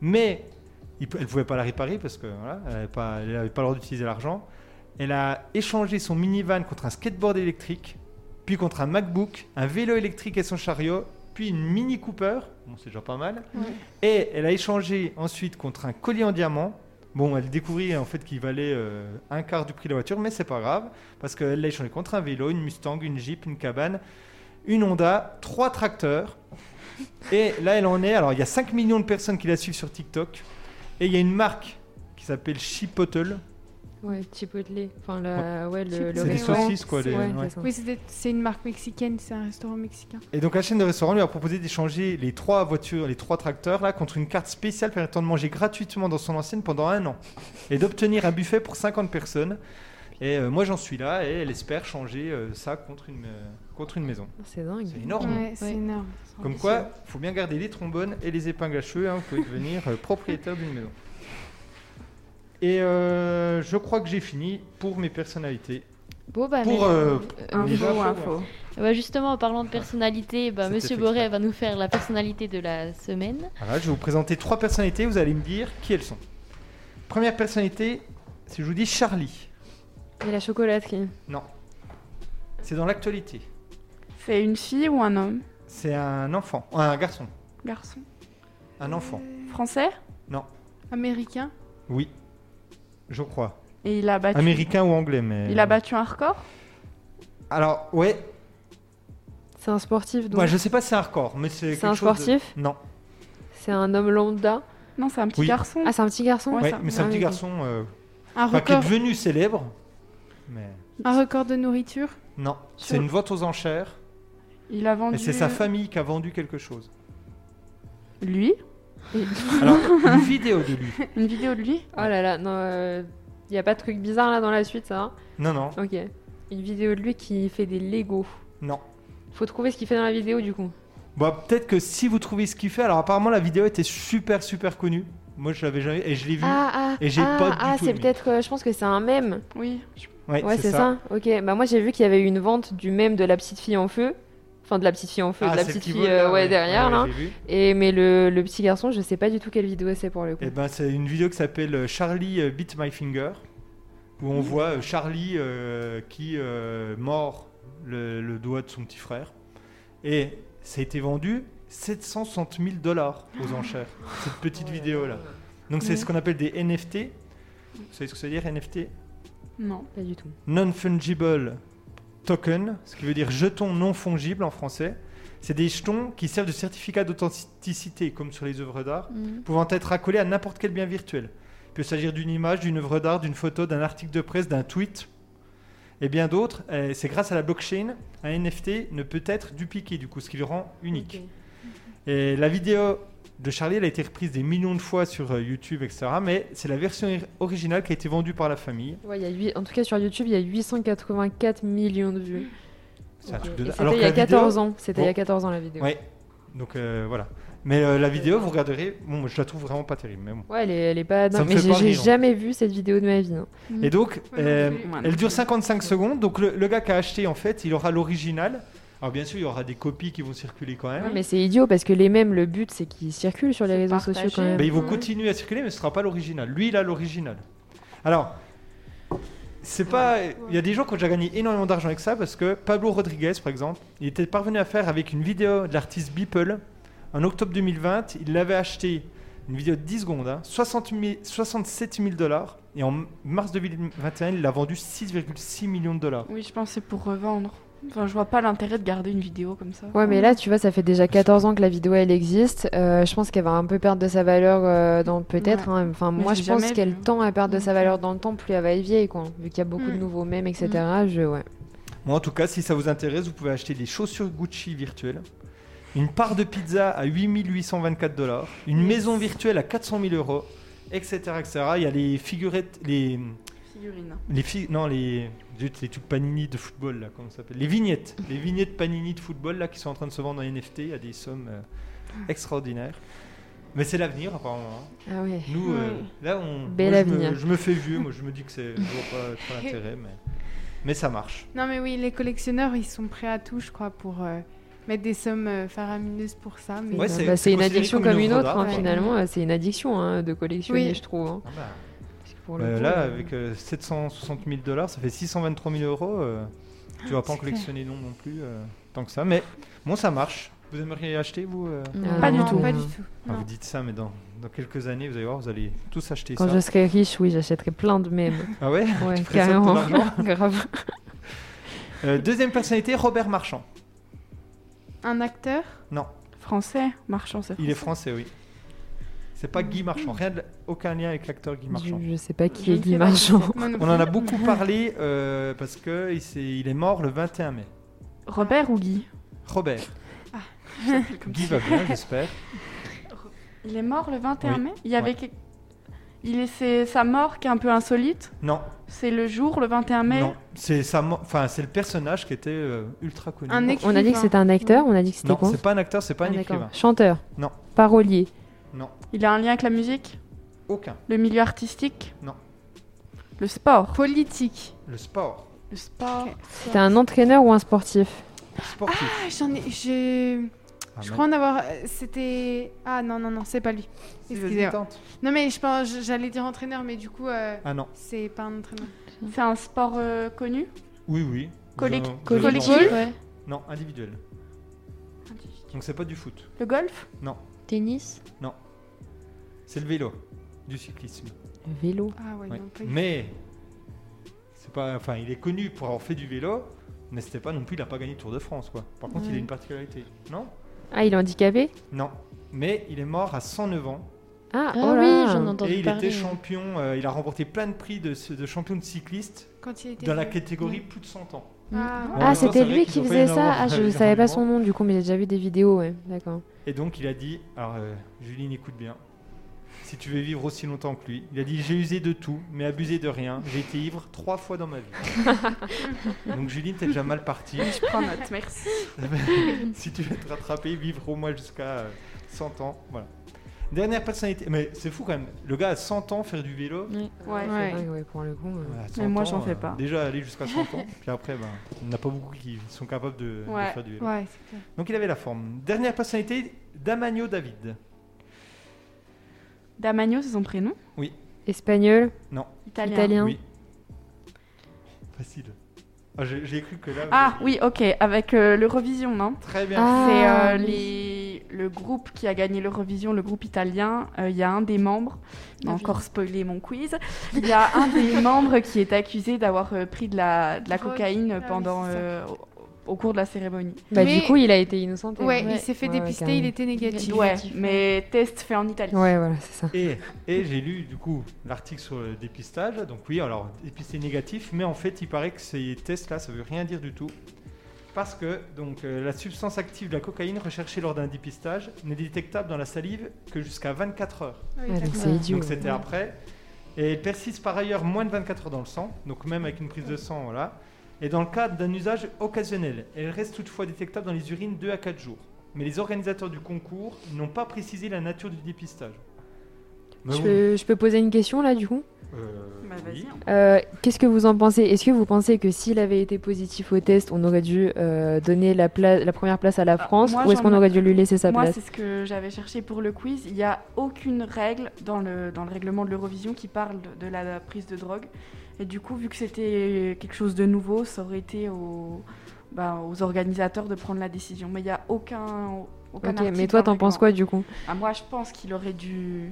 Speaker 2: mais il p- elle ne pouvait pas la réparer parce que voilà, elle n'avait pas, elle avait pas le droit d'utiliser l'argent. Elle a échangé son minivan contre un skateboard électrique, puis contre un MacBook, un vélo électrique et son chariot, puis une Mini Cooper, bon c'est déjà pas mal,
Speaker 6: Ouais.
Speaker 2: et elle a échangé ensuite contre un collier en diamant. Bon, elle découvrit en fait qu'il valait euh, un quart du prix de la voiture, mais c'est pas grave, parce qu'elle l'a échangé contre un vélo, une Mustang, une Jeep, une cabane, une Honda, trois tracteurs, Et là, elle en est. Alors, il y a 5 millions de personnes qui la suivent sur TikTok. Et il y a une marque qui s'appelle Chipotle.
Speaker 5: Ouais, Chipotle. Enfin, la... ouais, le,
Speaker 6: Chipotle,
Speaker 5: le
Speaker 2: C'est des
Speaker 6: ouais.
Speaker 2: saucisses, quoi.
Speaker 6: C'est-
Speaker 2: les-
Speaker 5: Ouais,
Speaker 2: ouais.
Speaker 5: c'est ça.
Speaker 6: Oui, c'est des- c'est une marque mexicaine, c'est un restaurant mexicain.
Speaker 2: Et donc, la chaîne de restaurants lui a proposé d'échanger les trois voitures, les trois tracteurs, là, contre une carte spéciale permettant de manger gratuitement dans son ancienne pendant un an. Et d'obtenir un buffet pour 50 personnes. Et euh, moi, j'en suis là. Et elle espère changer euh, ça contre une, euh, contre une maison.
Speaker 5: C'est dingue.
Speaker 2: C'est énorme.
Speaker 6: Ouais, c'est
Speaker 5: Ouais.
Speaker 6: énorme.
Speaker 2: Comme quoi, faut bien garder les trombones et les épingles à cheveux. hein, vous pouvez devenir euh, propriétaire d'une maison. Et euh, je crois que j'ai fini pour mes personnalités.
Speaker 3: Bon,
Speaker 5: Ah,
Speaker 3: bah,
Speaker 2: Pour
Speaker 3: mais-
Speaker 2: euh,
Speaker 4: Info,
Speaker 2: Déjà, faut
Speaker 4: info.
Speaker 3: Bah, justement, en parlant de personnalité, bah,
Speaker 2: C'était
Speaker 3: Monsieur
Speaker 2: fait
Speaker 3: Boré
Speaker 2: exprès.
Speaker 3: va nous faire la personnalité de la semaine.
Speaker 2: voilà, je vais vous présenter trois personnalités. Vous allez me dire qui elles sont. Première personnalité, si je vous dis Charlie.
Speaker 5: Et la chocolaterie.
Speaker 2: Non, c'est dans l'actualité.
Speaker 4: C'est une fille ou un homme
Speaker 2: C'est un enfant, euh, un garçon,
Speaker 4: Garçon.
Speaker 2: un enfant.
Speaker 4: Français
Speaker 6: Américain
Speaker 2: Oui, je crois.
Speaker 4: Et il a battu.
Speaker 2: Américain ou anglais, mais.
Speaker 4: Il a battu un record
Speaker 2: Alors ouais,
Speaker 5: C'est un sportif, donc.
Speaker 2: moi je sais pas si c'est un record, mais c'est.
Speaker 5: C'est
Speaker 2: quelque
Speaker 5: un
Speaker 2: chose de-
Speaker 5: sportif
Speaker 2: Non.
Speaker 5: C'est un homme lambda.
Speaker 4: Non, c'est un petit
Speaker 2: Oui.
Speaker 4: garçon.
Speaker 5: Ah, c'est un petit garçon
Speaker 4: Ouais,
Speaker 2: Ouais,
Speaker 4: ça-
Speaker 2: mais c'est un
Speaker 5: ah
Speaker 2: petit
Speaker 5: oui,
Speaker 2: garçon euh,
Speaker 6: Un
Speaker 2: enfin, qui est
Speaker 6: record,
Speaker 2: devenu célèbre. Mais
Speaker 6: un record de nourriture
Speaker 2: non,
Speaker 4: Sur-
Speaker 2: c'est une vente aux enchères.
Speaker 4: Il a vendu.
Speaker 2: Et c'est sa famille qui a vendu quelque chose.
Speaker 4: Lui
Speaker 2: Alors, une vidéo de lui.
Speaker 4: Une vidéo de lui
Speaker 5: Oh là là, non. euh, Y a pas de truc bizarre là dans la suite, ça hein
Speaker 2: Non, non,
Speaker 5: Ok. Une vidéo de lui qui fait des Lego.
Speaker 2: non.
Speaker 5: Faut trouver ce qu'il fait dans la vidéo du coup.
Speaker 2: Bon, peut-être que si vous trouvez ce qu'il fait, alors apparemment la vidéo était super, super connue. Moi, je l'avais jamais. Et je l'ai vue.
Speaker 5: Ah ah.
Speaker 2: Et j'ai
Speaker 5: ah,
Speaker 2: pas du
Speaker 5: ah,
Speaker 2: tout
Speaker 5: c'est
Speaker 2: aimé.
Speaker 5: peut-être. euh, je pense que c'est un mème.
Speaker 4: Oui. je-
Speaker 2: ouais,
Speaker 5: Ouais, c'est ça. Ok, bah moi j'ai vu qu'il y avait eu une vente du même de la petite fille en feu. Enfin, de la petite fille en feu,
Speaker 2: Ah,
Speaker 5: de la
Speaker 2: c'est le
Speaker 5: petite
Speaker 2: petit
Speaker 5: fille
Speaker 2: bonhomme,
Speaker 5: euh,
Speaker 2: là,
Speaker 5: ouais, derrière
Speaker 2: Ouais,
Speaker 5: là.
Speaker 2: j'ai vu.
Speaker 5: Et mais le, le petit garçon, je sais pas du tout quelle vidéo c'est pour le coup.
Speaker 2: Eh ben, c'est une vidéo qui s'appelle euh, Charlie euh, Beat My Finger, où on voit euh, Charlie euh, qui euh, mord le, le doigt de son petit frère. Et ça a été vendu 760 000 dollars aux enchères, cette petite vidéo-là. Donc c'est
Speaker 4: Ouais.
Speaker 2: ce qu'on appelle des NFT. Vous savez ce que ça veut dire NFT
Speaker 4: Non.
Speaker 5: Pas du tout.
Speaker 2: Non-fungible token, ce qui veut dire jeton non fongible en français. C'est des jetons qui servent de certificat d'authenticité, comme sur les œuvres d'art
Speaker 5: Mm.
Speaker 2: pouvant être accolé à n'importe quel bien virtuel. Il peut s'agir d'une image, d'une œuvre d'art, d'une photo, d'un article de presse, d'un tweet et bien d'autres. Euh, C'est grâce à la blockchain, un NFT ne peut être dupliqué, du coup, ce qui le rend unique. Et la vidéo de Charlie, elle a été reprise des millions de fois sur euh, YouTube, etc. Mais c'est la version ir- originale qui a été vendue par la famille.
Speaker 5: Ouais, il y a huit- en tout cas sur YouTube, il y a 884 millions de vues.
Speaker 2: Ah, C'est un
Speaker 5: Ok.
Speaker 2: truc
Speaker 5: Et
Speaker 2: de
Speaker 5: C'était il y a 14 ans. C'était il y
Speaker 2: Bon.
Speaker 5: a 14 ans la vidéo.
Speaker 2: Ouais. Donc euh, voilà. Mais euh, la vidéo, vous regarderez. Bon, moi, je la trouve vraiment pas terrible, mais bon.
Speaker 5: Ouais, elle est, elle est pas
Speaker 2: Ça me
Speaker 5: dingue. Mais
Speaker 2: fait
Speaker 5: j'ai
Speaker 2: pas
Speaker 5: j'ai
Speaker 2: rire. hein.
Speaker 5: jamais vu cette vidéo de ma vie. hein.
Speaker 2: Et donc,
Speaker 6: Ouais,
Speaker 2: euh,
Speaker 6: non, j'ai-
Speaker 4: Moi non
Speaker 2: elle dure
Speaker 4: plus.
Speaker 2: 55 secondes. Donc, le, le gars qui a acheté, en fait, il aura l'original. Alors, bien sûr, il y aura des copies qui vont circuler quand même.
Speaker 5: Ouais, mais c'est idiot parce que les mêmes, le but c'est qu'ils circulent sur les
Speaker 4: C'est
Speaker 5: réseaux
Speaker 4: partagé.
Speaker 5: sociaux quand même.
Speaker 2: Mais ils vont
Speaker 4: Ouais.
Speaker 2: continuer à circuler, mais ce sera pas l'original. Lui, il a l'original. Alors, c'est pas. Il y a des gens qui ont déjà gagné énormément d'argent avec ça parce que Pablo Rodriguez, par exemple, il était parvenu à faire avec une vidéo de l'artiste Beeple en octobre 2020. Il l'avait acheté, une vidéo de 10 secondes, hein, 60 000 67 000 dollars. Et en mars 2021, il l'a vendu 6,6 millions de dollars.
Speaker 4: Oui, je pense que c'est pour revendre. Enfin, je vois pas l'intérêt de garder une vidéo comme ça.
Speaker 5: Ouais, mais là, tu vois, ça fait déjà 14 ans que la vidéo elle existe. Euh, je pense qu'elle va un peu perdre de sa valeur euh, dans peut-être. hein. Enfin,
Speaker 4: Mais
Speaker 5: moi,
Speaker 4: j'ai
Speaker 5: je pense
Speaker 4: jamais
Speaker 5: qu'elle
Speaker 4: vu.
Speaker 5: tend à perdre de sa
Speaker 4: Mm.
Speaker 5: valeur dans le temps, plus elle va être vieille, quoi. Vu qu'il y a beaucoup de
Speaker 6: Mm.
Speaker 5: nouveaux mèmes, etc. Je, ouais.
Speaker 2: Moi, en tout cas, si ça vous intéresse, vous pouvez acheter des chaussures Gucci virtuelles, une part de pizza à 8824 dollars, une maison virtuelle à 400 000 euros, etc., etc. Il y a les figurettes, les,
Speaker 4: Figurine.
Speaker 2: les fi- non, les, zut, les trucs panini de football, là, comment ça s'appelle Les vignettes, les vignettes panini de football, là, qui sont en train de se vendre en NFT à des sommes euh, extraordinaires. Mais c'est l'avenir, apparemment. hein.
Speaker 5: Ah ouais.
Speaker 2: Nous, euh, là, on,
Speaker 5: Bel
Speaker 2: moi, je me-
Speaker 5: avenir.
Speaker 2: Je, me, fais vieux, moi, je me dis que c'est je vois pas, pas l'intérêt, mais, mais ça marche.
Speaker 6: Non, mais oui, les collectionneurs, ils sont prêts à tout, je crois, pour euh, mettre des sommes euh, faramineuses pour ça. Mais... euh,
Speaker 2: Ouais,
Speaker 5: Bah,
Speaker 2: c'est-
Speaker 5: bah,
Speaker 2: c'est
Speaker 5: c'est une
Speaker 2: considéré
Speaker 5: addiction
Speaker 2: comme une
Speaker 5: comme une
Speaker 2: œuvre
Speaker 5: autre, hein,
Speaker 2: d'art,
Speaker 6: ouais.
Speaker 5: finalement. Euh, C'est une addiction hein, de collectionner,
Speaker 6: Oui.
Speaker 5: je trouve. hein.
Speaker 2: Ah bah,
Speaker 5: Parce que pour le
Speaker 2: Bah,
Speaker 5: coup,
Speaker 2: là,
Speaker 5: euh,
Speaker 2: avec euh, 760 000 dollars, ça fait 623 000 euros. euh, tu vas
Speaker 5: Ah,
Speaker 2: pas en
Speaker 6: c'est clair.
Speaker 2: collectionner non, non plus euh, tant que ça. Mais bon, ça marche. Vous aimeriez acheter, vous euh
Speaker 5: Ah,
Speaker 6: pas
Speaker 5: non,
Speaker 6: du tout. Pas du
Speaker 5: non.
Speaker 6: tout.
Speaker 2: Ah,
Speaker 6: non.
Speaker 2: Vous dites ça, mais dans, dans quelques années, vous allez voir, vous allez tous acheter
Speaker 5: Quand
Speaker 2: ça.
Speaker 5: je serai riche, oui, j'achèterai plein de mèmes.
Speaker 2: Ah ouais
Speaker 5: Ouais,
Speaker 2: ferais ça de ton
Speaker 5: carrément. Grave.
Speaker 2: Euh, Deuxième personnalité, Robert Marchand.
Speaker 6: Un acteur
Speaker 2: Non,
Speaker 4: Français Marchand, c'est
Speaker 2: Il est français, oui. C'est pas Guy Marchand. Rien de- aucun lien avec l'acteur Guy Marchand.
Speaker 5: Je, je sais pas
Speaker 6: Je
Speaker 5: qui
Speaker 6: ne
Speaker 5: est
Speaker 6: sais
Speaker 5: Guy
Speaker 6: pas.
Speaker 5: Marchand.
Speaker 6: Moi non
Speaker 2: On en a
Speaker 6: plus.
Speaker 2: beaucoup parlé euh, parce que il, s'est- il est mort le 21 mai.
Speaker 4: Robert ou Guy
Speaker 2: Robert.
Speaker 4: Ah.
Speaker 2: Guy va bien, j'espère.
Speaker 4: Il est mort le 21
Speaker 2: Oui,
Speaker 4: mai Il y avait. quel- Il est... C'est sa mort qui est un peu insolite
Speaker 2: Non,
Speaker 4: C'est le jour, le 21 mai
Speaker 2: non. C'est sa mo- enfin, c'est le personnage qui était euh, ultra connu.
Speaker 6: Un
Speaker 5: On a dit que
Speaker 6: écrivain.
Speaker 5: c'était un acteur, on a dit que c'était
Speaker 2: non,
Speaker 5: quoi
Speaker 2: c'est pas un acteur, c'est pas
Speaker 5: Ah,
Speaker 2: un
Speaker 5: d'accord.
Speaker 2: écrivain.
Speaker 5: Chanteur
Speaker 2: Non.
Speaker 5: Parolier
Speaker 2: Non,
Speaker 4: Il a un lien avec la musique
Speaker 2: aucun.
Speaker 4: Le milieu artistique
Speaker 2: Non.
Speaker 4: Le sport
Speaker 6: Politique.
Speaker 2: Le sport,
Speaker 4: Le sport
Speaker 5: C'était un entraîneur ou un sportif
Speaker 2: sportif.
Speaker 6: Ah, j'en ai. j'ai-
Speaker 2: Ah,
Speaker 6: Je
Speaker 2: mais-
Speaker 6: crois en avoir. euh, C'était. Ah non, non, non, c'est pas lui.
Speaker 2: c'est le
Speaker 6: Excusez-moi.
Speaker 2: détente.
Speaker 6: Non, mais je pense. je- J'allais dire entraîneur, mais du coup, euh,
Speaker 2: Ah non.
Speaker 6: c'est pas un entraîneur.
Speaker 4: C'est un sport euh, connu
Speaker 2: Oui, oui.
Speaker 4: Collec-
Speaker 2: Vous avez- vous avez
Speaker 4: collectif
Speaker 2: menti.
Speaker 3: ouais.
Speaker 2: Non, individuel. Donc c'est pas du foot.
Speaker 4: Le golf
Speaker 3: Tennis
Speaker 2: C'est le vélo, du cyclisme.
Speaker 5: Le Vélo
Speaker 6: Ah ouais,
Speaker 2: Ouais.
Speaker 6: non, pas du
Speaker 2: Mais c'est pas, enfin, il est connu pour avoir fait du vélo, mais c'était pas non plus, il a pas gagné le Tour de France, quoi. Par contre, il a une particularité, non
Speaker 5: Ah, il est handicapé
Speaker 2: Non. Mais il est mort à 109 ans
Speaker 5: Ah,
Speaker 3: Ah
Speaker 5: oh là
Speaker 3: oui,
Speaker 5: là.
Speaker 3: j'en ai entendu
Speaker 2: et il
Speaker 3: parler.
Speaker 2: était champion. euh, il a remporté plein de prix de, ce- de champion de cycliste
Speaker 6: Quand il était
Speaker 2: dans la
Speaker 6: vieux.
Speaker 2: catégorie plus de 100 ans.
Speaker 6: Ah,
Speaker 2: Ouais.
Speaker 5: Ah,
Speaker 2: Ouais, c'est
Speaker 5: c'était
Speaker 2: vrai
Speaker 5: lui
Speaker 2: qu'ils
Speaker 5: qui
Speaker 2: ont
Speaker 5: faisait
Speaker 2: fait
Speaker 5: ça
Speaker 2: énormément
Speaker 5: Ah,
Speaker 2: de-
Speaker 5: je savais pas
Speaker 2: énormément.
Speaker 5: son nom du coup, mais j'ai déjà vu des vidéos, ouais, d'accord.
Speaker 2: Et donc, il a dit, alors euh, Juline, écoute bien. Si tu veux vivre aussi longtemps que lui, il a dit j'ai usé de tout, mais abusé de rien. J'ai été ivre trois fois dans ma vie. donc Juline, t'es déjà mal partie.
Speaker 4: Je prends note, merci.
Speaker 2: si tu veux te rattraper, vivre au moins jusqu'à euh, 100 ans. Voilà. Dernière personnalité. Mais c'est fou quand même. Le gars a 100 ans, faire du vélo.
Speaker 4: Ouais.
Speaker 5: C'est
Speaker 6: Ouais.
Speaker 5: dingue, ouais, pour le coup. ouais.
Speaker 2: à 100
Speaker 4: Mais moi,
Speaker 2: ans,
Speaker 4: j'en fais
Speaker 2: euh,
Speaker 4: pas.
Speaker 2: Déjà aller jusqu'à 100 ans. Puis après, ben, on n'a pas beaucoup qui sont capables de, de
Speaker 4: Ouais.
Speaker 2: faire du vélo.
Speaker 6: Ouais, c'est clair.
Speaker 2: Donc il avait la forme. Dernière personnalité, Damagno David.
Speaker 4: Damagno, c'est son prénom
Speaker 5: Espagnol,
Speaker 4: Italien.
Speaker 5: italien.
Speaker 2: Oui. Facile. Ah, j'ai j'ai cru que là.
Speaker 4: Ah
Speaker 2: vous-
Speaker 4: oui, ok, avec euh, l'Eurovision, non
Speaker 2: Très bien.
Speaker 5: Ah,
Speaker 4: C'est euh,
Speaker 5: oui.
Speaker 4: les- le groupe qui a gagné l'Eurovision, le groupe italien. Euh, Il y a un des membres, j'ai
Speaker 3: Ah oui.
Speaker 4: encore spoilé mon quiz, il y a un des membres qui est accusé d'avoir euh, pris de la, de la
Speaker 6: Drogue. Ah
Speaker 4: cocaïne
Speaker 6: oui,
Speaker 4: pendant,
Speaker 6: c'est ça.
Speaker 4: euh, au, au cours de la cérémonie.
Speaker 5: Bah,
Speaker 6: Mais-
Speaker 5: du coup, il a été innocenté.
Speaker 6: Ouais,
Speaker 3: Ouais.
Speaker 6: il s'est fait
Speaker 5: Ouais, ouais,
Speaker 6: dépister,
Speaker 5: carrément.
Speaker 6: il était négatif.
Speaker 4: Ouais,
Speaker 3: Négatif, ouais.
Speaker 4: mais test fait en Italie.
Speaker 5: Ouais, voilà, c'est ça.
Speaker 2: Et, et j'ai lu du coup l'article sur le dépistage. Donc oui, alors dépisté négatif, mais en fait, il paraît que ces tests-là, ça veut rien dire du tout. Parce que donc euh, la substance active de la cocaïne recherchée lors d'un dépistage n'est détectable dans la salive que jusqu'à 24 heures.
Speaker 6: Ouais,
Speaker 5: Ah, donc
Speaker 6: d'accord.
Speaker 5: c'est idiot.
Speaker 2: Donc
Speaker 5: ouais.
Speaker 2: c'était après. Et elle persiste par ailleurs moins de 24 heures dans le sang, donc même avec une prise de sang, voilà. Et dans le cadre d'un usage occasionnel, elle reste toutefois détectable dans les urines 2 à 4 jours. Mais les organisateurs du concours n'ont pas précisé la nature du dépistage. Mais
Speaker 5: Je
Speaker 2: bon,
Speaker 5: peux, je peux poser une question là du coup
Speaker 2: euh,
Speaker 4: Bah,
Speaker 2: oui.
Speaker 4: vas-y.
Speaker 5: Euh, Qu'est-ce que vous en pensez Est-ce que vous pensez que s'il avait été positif au test, on aurait dû euh, donner la, pla- la première place à la France
Speaker 4: Euh, moi,
Speaker 5: ou est-ce
Speaker 4: j'en
Speaker 5: qu'on
Speaker 4: ai-
Speaker 5: aurait dû lui laisser sa
Speaker 4: Moi,
Speaker 5: place
Speaker 4: c'est ce que j'avais cherché pour le quiz. Il n'y a aucune règle dans le, dans le règlement de l'Eurovision qui parle de la prise de drogue. Et du coup, vu que c'était quelque chose de nouveau, ça aurait été aux, bah, aux organisateurs de prendre la décision. Mais il n'y a aucun. aucun
Speaker 5: Ok,
Speaker 4: article
Speaker 5: mais toi
Speaker 4: dans le
Speaker 5: t'en penses
Speaker 4: règlement.
Speaker 5: quoi du coup
Speaker 4: Ah, Moi, je pense qu'il aurait dû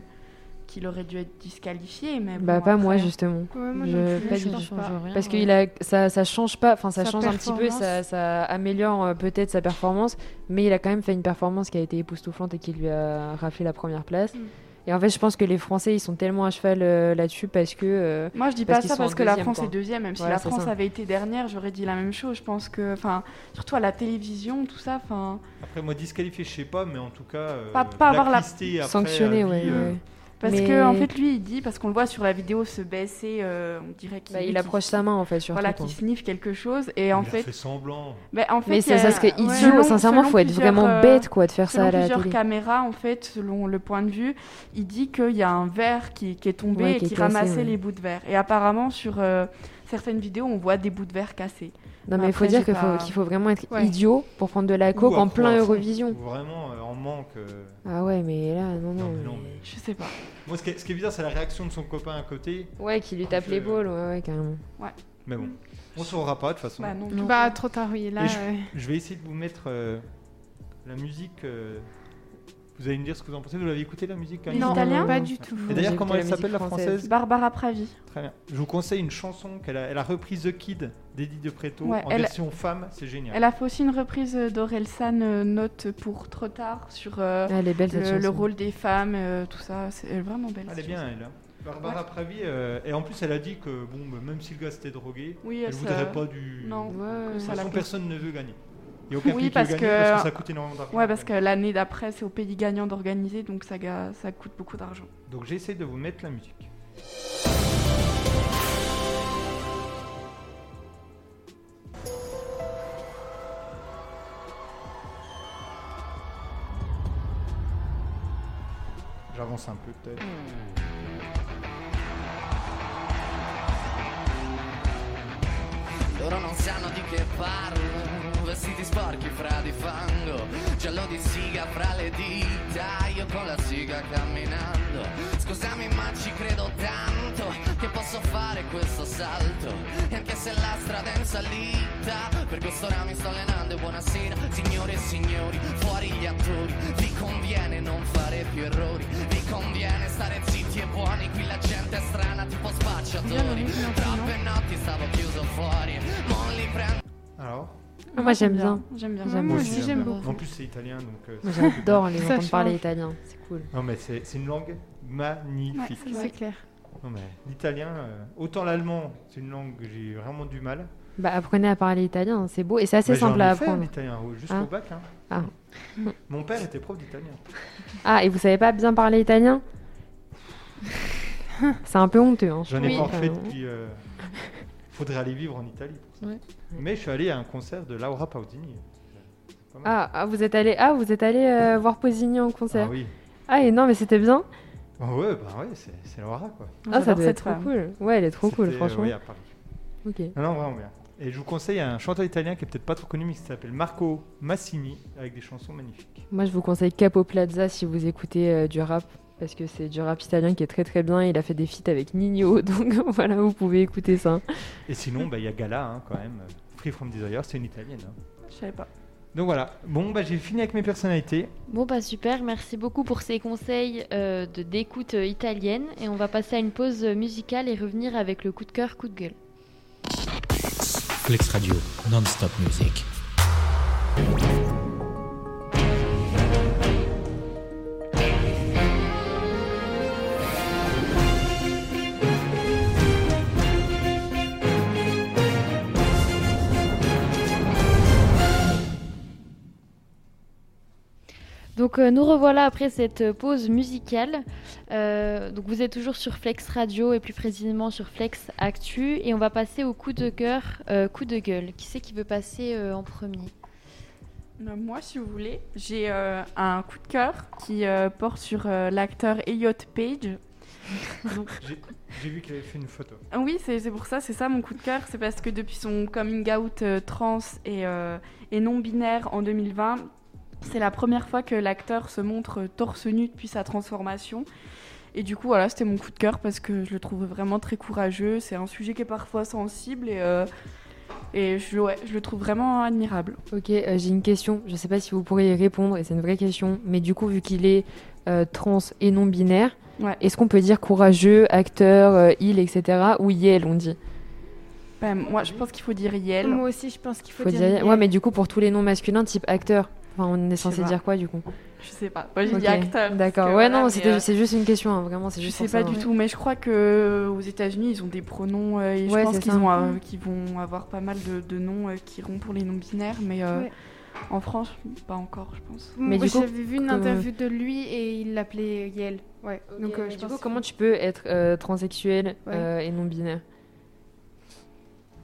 Speaker 4: qu'il aurait dû être disqualifié. Mais
Speaker 5: Bah
Speaker 4: bon,
Speaker 5: pas moi
Speaker 4: après- euh,
Speaker 5: justement.
Speaker 6: Ouais, moi non
Speaker 5: Je-
Speaker 6: plus,
Speaker 5: pas
Speaker 6: je
Speaker 5: du
Speaker 6: pense
Speaker 3: change
Speaker 6: pas.
Speaker 3: rien. hein.
Speaker 5: Parce
Speaker 3: ouais.
Speaker 5: qu'il a, ça, ça change pas, enfin ça
Speaker 6: Sa
Speaker 5: change un petit peu, ça,
Speaker 6: performance.
Speaker 5: ça améliore euh, peut-être sa performance, mais il a quand même fait une performance qui a été époustouflante et qui lui a raflé la première place.
Speaker 6: Mm.
Speaker 5: Et en fait, je pense que les Français ils sont tellement à cheval euh, là-dessus parce que euh,
Speaker 4: Moi, je dis
Speaker 5: Parce
Speaker 4: pas
Speaker 5: qu'ils
Speaker 4: ça
Speaker 5: sont en
Speaker 4: parce que la
Speaker 5: deuxième,
Speaker 4: France
Speaker 5: quoi.
Speaker 4: est deuxième, même si
Speaker 5: Voilà,
Speaker 4: la
Speaker 5: c'est
Speaker 4: France
Speaker 5: ça.
Speaker 4: avait été dernière, j'aurais dit la même chose. Je pense que, enfin, surtout à la télévision, tout ça, enfin,
Speaker 2: Après, moi, disqualifié, je sais pas, mais en tout cas. euh,
Speaker 4: Pas- pas avoir la-
Speaker 2: blacklisté après,
Speaker 5: sanctionné,
Speaker 2: à vie,
Speaker 5: ouais,
Speaker 2: euh,
Speaker 5: ouais.
Speaker 4: Parce
Speaker 5: Mais-
Speaker 4: que en fait, lui, il dit parce qu'on le voit sur la vidéo se baisser, euh, on dirait qu'il
Speaker 5: Bah, il
Speaker 4: qu'il-
Speaker 5: approche sa main en fait surtout.
Speaker 4: Voilà,
Speaker 5: quoi.
Speaker 4: qui sniffe quelque chose et en
Speaker 2: il a
Speaker 4: fait,
Speaker 2: fait semblant.
Speaker 4: mais en fait,
Speaker 5: Mais
Speaker 4: il y
Speaker 5: ça,
Speaker 4: a-
Speaker 5: ça serait
Speaker 6: ouais.
Speaker 5: idiot.
Speaker 4: Selon-
Speaker 5: Sincèrement,
Speaker 4: selon
Speaker 5: faut être
Speaker 4: plusieurs,
Speaker 5: vraiment
Speaker 4: euh,
Speaker 5: bête quoi de faire ça
Speaker 4: Selon
Speaker 5: à la
Speaker 4: plusieurs
Speaker 5: télé.
Speaker 4: caméras, en fait, selon le point de vue, il dit qu'il y a un verre qui, qui est tombé
Speaker 5: Ouais,
Speaker 4: et
Speaker 5: qui
Speaker 4: qui,
Speaker 5: est cassé,
Speaker 4: ramassait
Speaker 5: ouais.
Speaker 4: les bouts de verre. Et apparemment, sur euh, certaines vidéos, on voit des bouts de verre cassés.
Speaker 5: Non mais il faut
Speaker 4: Après,
Speaker 5: dire
Speaker 4: j'ai
Speaker 5: que faut-
Speaker 4: pas-
Speaker 5: qu'il faut vraiment être
Speaker 6: Ouais.
Speaker 5: idiot pour prendre de la coke
Speaker 2: Ou
Speaker 5: en
Speaker 2: après,
Speaker 5: plein
Speaker 2: en-
Speaker 5: Eurovision.
Speaker 2: Vraiment euh, en manque. euh.
Speaker 5: Ah ouais, mais là, non,
Speaker 2: Non,
Speaker 5: non.
Speaker 2: mais non,
Speaker 5: mais-
Speaker 4: Je sais pas.
Speaker 2: Moi, ce qui est, ce qui est bizarre, c'est la réaction de son copain à côté.
Speaker 5: Ouais, qui lui tape
Speaker 2: Je-
Speaker 5: les balles, ouais, ouais, carrément.
Speaker 2: Mais bon, on saura pas de toute façon.
Speaker 4: Mm. Bah non.
Speaker 3: Non.
Speaker 6: Bah, trop tard, oui. Là,
Speaker 2: Et je-
Speaker 6: euh,
Speaker 2: Je vais essayer de vous mettre euh, la musique euh, Vous allez me dire ce que vous en pensez. Vous l'avez écouté la musique quand même
Speaker 4: Les
Speaker 6: non,
Speaker 4: Italiens
Speaker 6: pas du tout.
Speaker 2: Et
Speaker 5: J'ai
Speaker 2: d'ailleurs,
Speaker 5: écouté
Speaker 2: comment
Speaker 5: la
Speaker 2: elle s'appelle la
Speaker 5: musique française.
Speaker 2: française
Speaker 4: Barbara Pravi.
Speaker 2: Très bien. Je vous conseille une chanson qu'elle a, elle a reprise The Kid d'Eddie De Preto
Speaker 4: Ouais,
Speaker 2: en
Speaker 4: elle-
Speaker 2: version femme, c'est génial.
Speaker 4: Elle a fait aussi une reprise euh, d'Orelsan euh, Note pour Trop tard sur euh,
Speaker 5: Ah, elle est belle cette
Speaker 4: le, le
Speaker 5: chanson.
Speaker 4: rôle des femmes, euh, tout ça. C'est elle est vraiment belle.
Speaker 2: Elle est
Speaker 4: cette
Speaker 2: bien,
Speaker 4: chanson.
Speaker 2: elle. hein. Barbara Pravi, euh, et en plus, elle a dit que bon, bah, même si le gars s'était drogué,
Speaker 4: Oui,
Speaker 2: elle
Speaker 4: elle
Speaker 2: voudrait
Speaker 4: se-
Speaker 2: pas du.
Speaker 4: euh, Non, que
Speaker 5: Ouais.
Speaker 2: De
Speaker 4: ça
Speaker 2: toute
Speaker 4: la
Speaker 2: façon,
Speaker 4: plaît.
Speaker 2: personne ne veut gagner. Il n'y a aucun
Speaker 4: Oui,
Speaker 2: pays qui
Speaker 4: parce
Speaker 2: veut gagner
Speaker 4: que-
Speaker 2: parce que ça coûte énormément d'argent.
Speaker 4: Ouais, parce que l'année d'après, c'est au pays gagnant d'organiser, donc ça, ga- ça coûte beaucoup d'argent.
Speaker 2: Donc j'essaie de vous mettre la musique. J'avance un peu peut-être.
Speaker 5: Mm.
Speaker 7: Loro non sanno di che parlo, vestiti sporchi fra di fango, giallo di siga fra le dita, io con la siga camminando. Scusami ma ci credo tanto che posso fare questo salto, e anche se la strada è in salita, per quest'ora mi sto allenando e buonasera, signore e signori, fuori gli attori, vi conviene non fare più errori, vi conviene stare zitti e buoni, qui la gente è strana tipo spacciatori, troppe notti stavo chiuso fuori, non li prendo.
Speaker 2: Alors
Speaker 5: Ah, Moi j'aime bien.
Speaker 4: J'aime bien.
Speaker 5: J'aime
Speaker 6: Moi
Speaker 5: Moi
Speaker 6: aussi,
Speaker 5: aussi,
Speaker 6: j'aime
Speaker 2: bien.
Speaker 6: beaucoup.
Speaker 2: En plus c'est italien donc... euh,
Speaker 5: Moi,
Speaker 2: c'est-
Speaker 5: J'adore les
Speaker 6: Ça
Speaker 5: entendre parler
Speaker 6: change.
Speaker 5: italien, c'est cool.
Speaker 2: Non mais c'est c'est une langue magnifique.
Speaker 4: Ouais,
Speaker 6: C'est clair.
Speaker 2: Non, mais L'italien, euh, autant l'allemand, c'est une langue que j'ai vraiment du mal.
Speaker 5: Bah apprenez à parler italien, c'est beau et c'est assez
Speaker 2: Bah, j'ai
Speaker 5: simple à
Speaker 2: envie de faire
Speaker 5: apprendre.
Speaker 2: l'italien au- jusqu'au
Speaker 5: Ah.
Speaker 2: bac. hein.
Speaker 5: Ah.
Speaker 2: Mon père était prof d'italien.
Speaker 5: Ah et vous savez pas bien parler italien C'est un peu honteux. Hein, je
Speaker 2: J'en ai
Speaker 5: trouve.
Speaker 2: pas refait
Speaker 5: Enfin,
Speaker 2: depuis. euh, Faudrait aller vivre en Italie pour ça.
Speaker 3: Ouais.
Speaker 2: Mais je suis allé à un concert de Laura Pausini.
Speaker 5: Ah, ah, vous êtes allé ah vous êtes allé euh, voir Posigny en concert.
Speaker 2: Ah oui.
Speaker 5: Ah, et non mais c'était bien.
Speaker 2: Ah ouais, bah ouais, c'est c'est Laura quoi.
Speaker 5: Ah ça
Speaker 4: J'adore
Speaker 5: doit
Speaker 4: cette
Speaker 5: être trop
Speaker 4: femme.
Speaker 5: cool. Ouais elle est trop cool
Speaker 2: C'était, euh,
Speaker 5: franchement.
Speaker 2: oui, à Paris.
Speaker 5: Ok.
Speaker 2: Non, non, vraiment bien. Et je vous conseille un chanteur italien qui est peut-être pas trop connu mais qui s'appelle Marco Massini avec des chansons magnifiques.
Speaker 5: Moi je vous conseille Capo Plaza si vous écoutez euh, du rap parce que c'est du rap italien qui est très très bien. Il a fait des feats avec Nino donc voilà vous pouvez écouter ça.
Speaker 2: Et sinon, bah, il y a Gala hein, quand même. Free from Desire, c'est une italienne. hein.
Speaker 4: Je savais pas.
Speaker 2: Donc voilà. Bon, bah j'ai fini avec mes personnalités.
Speaker 3: Bon, bah super, merci beaucoup pour ces conseils euh, de- d'écoute euh, italienne. Et on va passer à une pause euh, musicale et revenir avec le coup de cœur, coup de gueule.
Speaker 1: Flex Radio, non-stop music.
Speaker 3: Donc euh, nous revoilà après cette euh, pause musicale. Euh, donc vous êtes toujours sur Flex Radio et plus précisément sur Flex Actu et on va passer au coup de cœur, euh, coup de gueule. Qui c'est qui veut passer euh, en premier
Speaker 4: Euh, Moi, si vous voulez, j'ai euh, un coup de cœur qui euh, porte sur euh, l'acteur Elliot Page.
Speaker 2: J'ai j'ai vu qu'il avait fait une photo.
Speaker 4: Ah Oui, c'est c'est pour ça, c'est ça mon coup de cœur. C'est parce que depuis son coming out euh, trans et, euh, et non-binaire en 2020, c'est la première fois que l'acteur se montre euh, torse nu depuis sa transformation. Et du coup, voilà, c'était mon coup de cœur parce que je le trouve vraiment très courageux. C'est un sujet qui est parfois sensible et, euh, et je, ouais, je le trouve vraiment admirable.
Speaker 5: Ok, euh, j'ai une question. Je sais pas si vous pourriez y répondre, et c'est une vraie question. Mais du coup, vu qu'il est euh, trans et non binaire,
Speaker 4: Ouais.
Speaker 5: est-ce qu'on peut dire courageux, acteur, euh, il, etc. ou yel, on dit
Speaker 4: Ben, moi, je pense qu'il faut dire Yel.
Speaker 5: Mmh.
Speaker 6: Moi aussi, je pense qu'il faut,
Speaker 5: Faut dire yel. Ouais, mais du coup, pour tous les noms masculins, type acteur. Enfin, on est censé
Speaker 4: pas.
Speaker 5: dire quoi du coup
Speaker 4: Je sais pas. Moi, j'ai
Speaker 5: Ok,
Speaker 4: dit acteur. parce
Speaker 5: D'accord.
Speaker 4: que
Speaker 5: Ouais,
Speaker 4: voilà,
Speaker 5: non,
Speaker 4: mais,
Speaker 5: c'était-
Speaker 4: euh,
Speaker 5: c'est juste une question. hein, vraiment, c'est
Speaker 4: Je
Speaker 5: juste.
Speaker 4: sais
Speaker 5: pour
Speaker 4: pas
Speaker 5: savoir.
Speaker 4: du tout, mais je crois que euh, aux États-Unis, ils ont des pronoms euh, et
Speaker 5: Ouais,
Speaker 4: je pense
Speaker 5: c'est
Speaker 4: qu'ils
Speaker 5: ça.
Speaker 4: ont, euh, qu'ils vont avoir pas mal de, de noms euh, qui iront pour les noms binaires, mais euh,
Speaker 6: Ouais.
Speaker 4: en France, pas encore, je pense.
Speaker 5: Mais du coup,
Speaker 6: J'avais vu une
Speaker 5: comme- euh,
Speaker 6: interview de lui et il l'appelait Yel. Ouais. Donc, euh, je
Speaker 5: Mais du
Speaker 6: pense
Speaker 5: coup,
Speaker 6: que-
Speaker 5: comment tu peux être euh, transsexuel
Speaker 6: Ouais.
Speaker 5: euh, et non binaire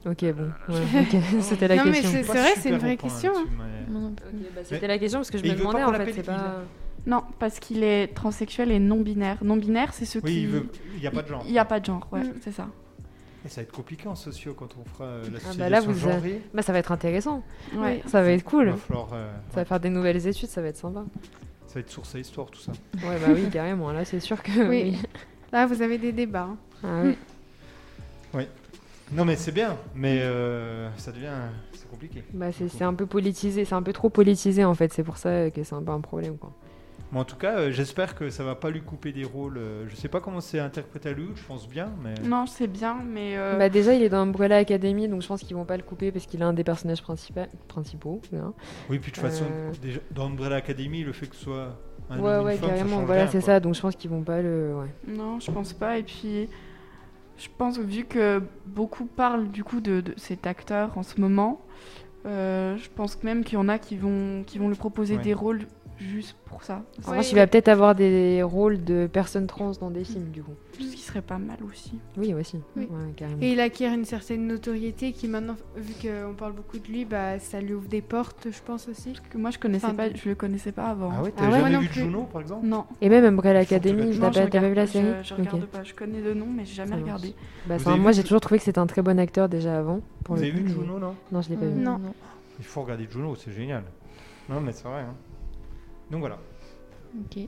Speaker 2: Ah,
Speaker 5: Ok, bon. ouais, ok, C'était la
Speaker 6: Non, mais
Speaker 5: question.
Speaker 6: c'est-
Speaker 2: Pas
Speaker 6: vrai,
Speaker 2: super
Speaker 6: c'est une vraie
Speaker 2: au point
Speaker 6: question,
Speaker 2: là-dessus, mais-
Speaker 5: Ok, bah, C'était la question parce que je me
Speaker 2: il veut pas
Speaker 5: demandais
Speaker 2: qu'on
Speaker 5: en fait.
Speaker 2: l'appelle
Speaker 5: C'est
Speaker 2: il.
Speaker 5: pas.
Speaker 4: Non, parce qu'il est transsexuel et non binaire. Non binaire, c'est ceux
Speaker 2: Oui,
Speaker 4: qui.
Speaker 2: il veut- il n'y a pas de genre.
Speaker 4: Il n'y a pas de genre, ouais,
Speaker 6: Mm.
Speaker 4: c'est ça.
Speaker 2: Et ça va être compliqué en socio quand on fera euh, la
Speaker 5: Ah
Speaker 2: socialisation
Speaker 5: bah là, vous avez-
Speaker 2: genrée.
Speaker 5: Bah, ça va être intéressant.
Speaker 4: Ouais.
Speaker 5: Ça va être
Speaker 2: Il
Speaker 5: cool.
Speaker 2: va falloir, euh,
Speaker 5: Ça va faire des nouvelles études, ça va être sympa.
Speaker 2: ça va être source à histoire tout ça.
Speaker 5: Ouais, bah oui, carrément. Là, c'est sûr que.
Speaker 6: Oui. Là, vous avez des débats. hein.
Speaker 5: Ah oui.
Speaker 2: Non mais c'est bien, mais euh, ça devient c'est compliqué.
Speaker 5: Bah, c'est c'est un peu politisé, c'est un peu trop politisé en fait. C'est pour ça que c'est un peu un problème, quoi.
Speaker 2: Mais en tout cas, euh, j'espère que ça va pas lui couper des rôles. euh, je sais pas comment c'est interprété à Hollywood, je pense bien, mais.
Speaker 4: Non, c'est bien, mais euh,
Speaker 5: Bah déjà, il est dans Umbrella Academy, donc je pense qu'ils vont pas le couper parce qu'il est un des personnages principa- principaux. hein.
Speaker 2: Oui, puis de toute façon,
Speaker 5: Euh.
Speaker 2: déjà, dans Umbrella Academy, le fait que ce soit un homme
Speaker 5: ouais,
Speaker 2: ou Ah, une
Speaker 5: ouais,
Speaker 2: femme, ça
Speaker 5: carrément.
Speaker 2: change
Speaker 5: Voilà,
Speaker 2: rien,
Speaker 5: c'est
Speaker 2: quoi.
Speaker 5: ça. Donc je pense qu'ils vont pas le. ouais.
Speaker 4: non, je pense pas. Et puis, je pense vu que beaucoup parlent du coup de, de cet acteur en ce moment, euh, je pense même qu'il y en a qui vont qui vont lui proposer
Speaker 2: Ouais.
Speaker 4: des rôles juste pour ça.
Speaker 5: En
Speaker 6: Ouais,
Speaker 5: revanche, il
Speaker 6: il-
Speaker 5: va peut-être avoir des rôles de personnes trans dans des films, du coup.
Speaker 4: Ce qui serait pas mal aussi.
Speaker 5: Oui, aussi.
Speaker 6: Oui.
Speaker 5: Ouais, carrément.
Speaker 6: Et il acquiert une certaine notoriété qui maintenant, vu qu'on parle beaucoup de lui, bah, ça lui ouvre des portes, je pense aussi.
Speaker 4: Que moi je connaissais
Speaker 6: Enfin,
Speaker 4: pas, je le connaissais pas avant.
Speaker 2: Ah ouais, t'as
Speaker 5: Ah ouais,
Speaker 2: jamais
Speaker 6: moi non
Speaker 2: vu
Speaker 6: plus.
Speaker 2: Juno, par exemple
Speaker 4: Non,
Speaker 5: Et même Umbrella
Speaker 2: Ils sont
Speaker 5: Academy,
Speaker 2: tout
Speaker 5: t'as
Speaker 4: non,
Speaker 5: pas,
Speaker 4: je
Speaker 5: t'as pas
Speaker 4: regarde
Speaker 5: vu la
Speaker 4: pas,
Speaker 5: série
Speaker 4: Je, je
Speaker 5: Ok.
Speaker 4: regarde pas. Je connais le nom, mais j'ai
Speaker 5: Ça
Speaker 4: jamais
Speaker 5: marche.
Speaker 4: regardé.
Speaker 5: Bah,
Speaker 2: Vous
Speaker 5: enfin,
Speaker 2: avez
Speaker 5: moi,
Speaker 2: vu
Speaker 5: j'ai
Speaker 2: tout-
Speaker 5: toujours trouvé que c'était un très bon acteur déjà avant. pour
Speaker 2: Vous
Speaker 5: le
Speaker 2: avez
Speaker 5: coup,
Speaker 2: vu
Speaker 5: mais-
Speaker 2: Juno, non
Speaker 5: Non, je l'ai pas vu.
Speaker 6: Non.
Speaker 2: Il faut regarder Juno, c'est génial. Non, mais c'est vrai. hein. Donc voilà.
Speaker 3: Ok.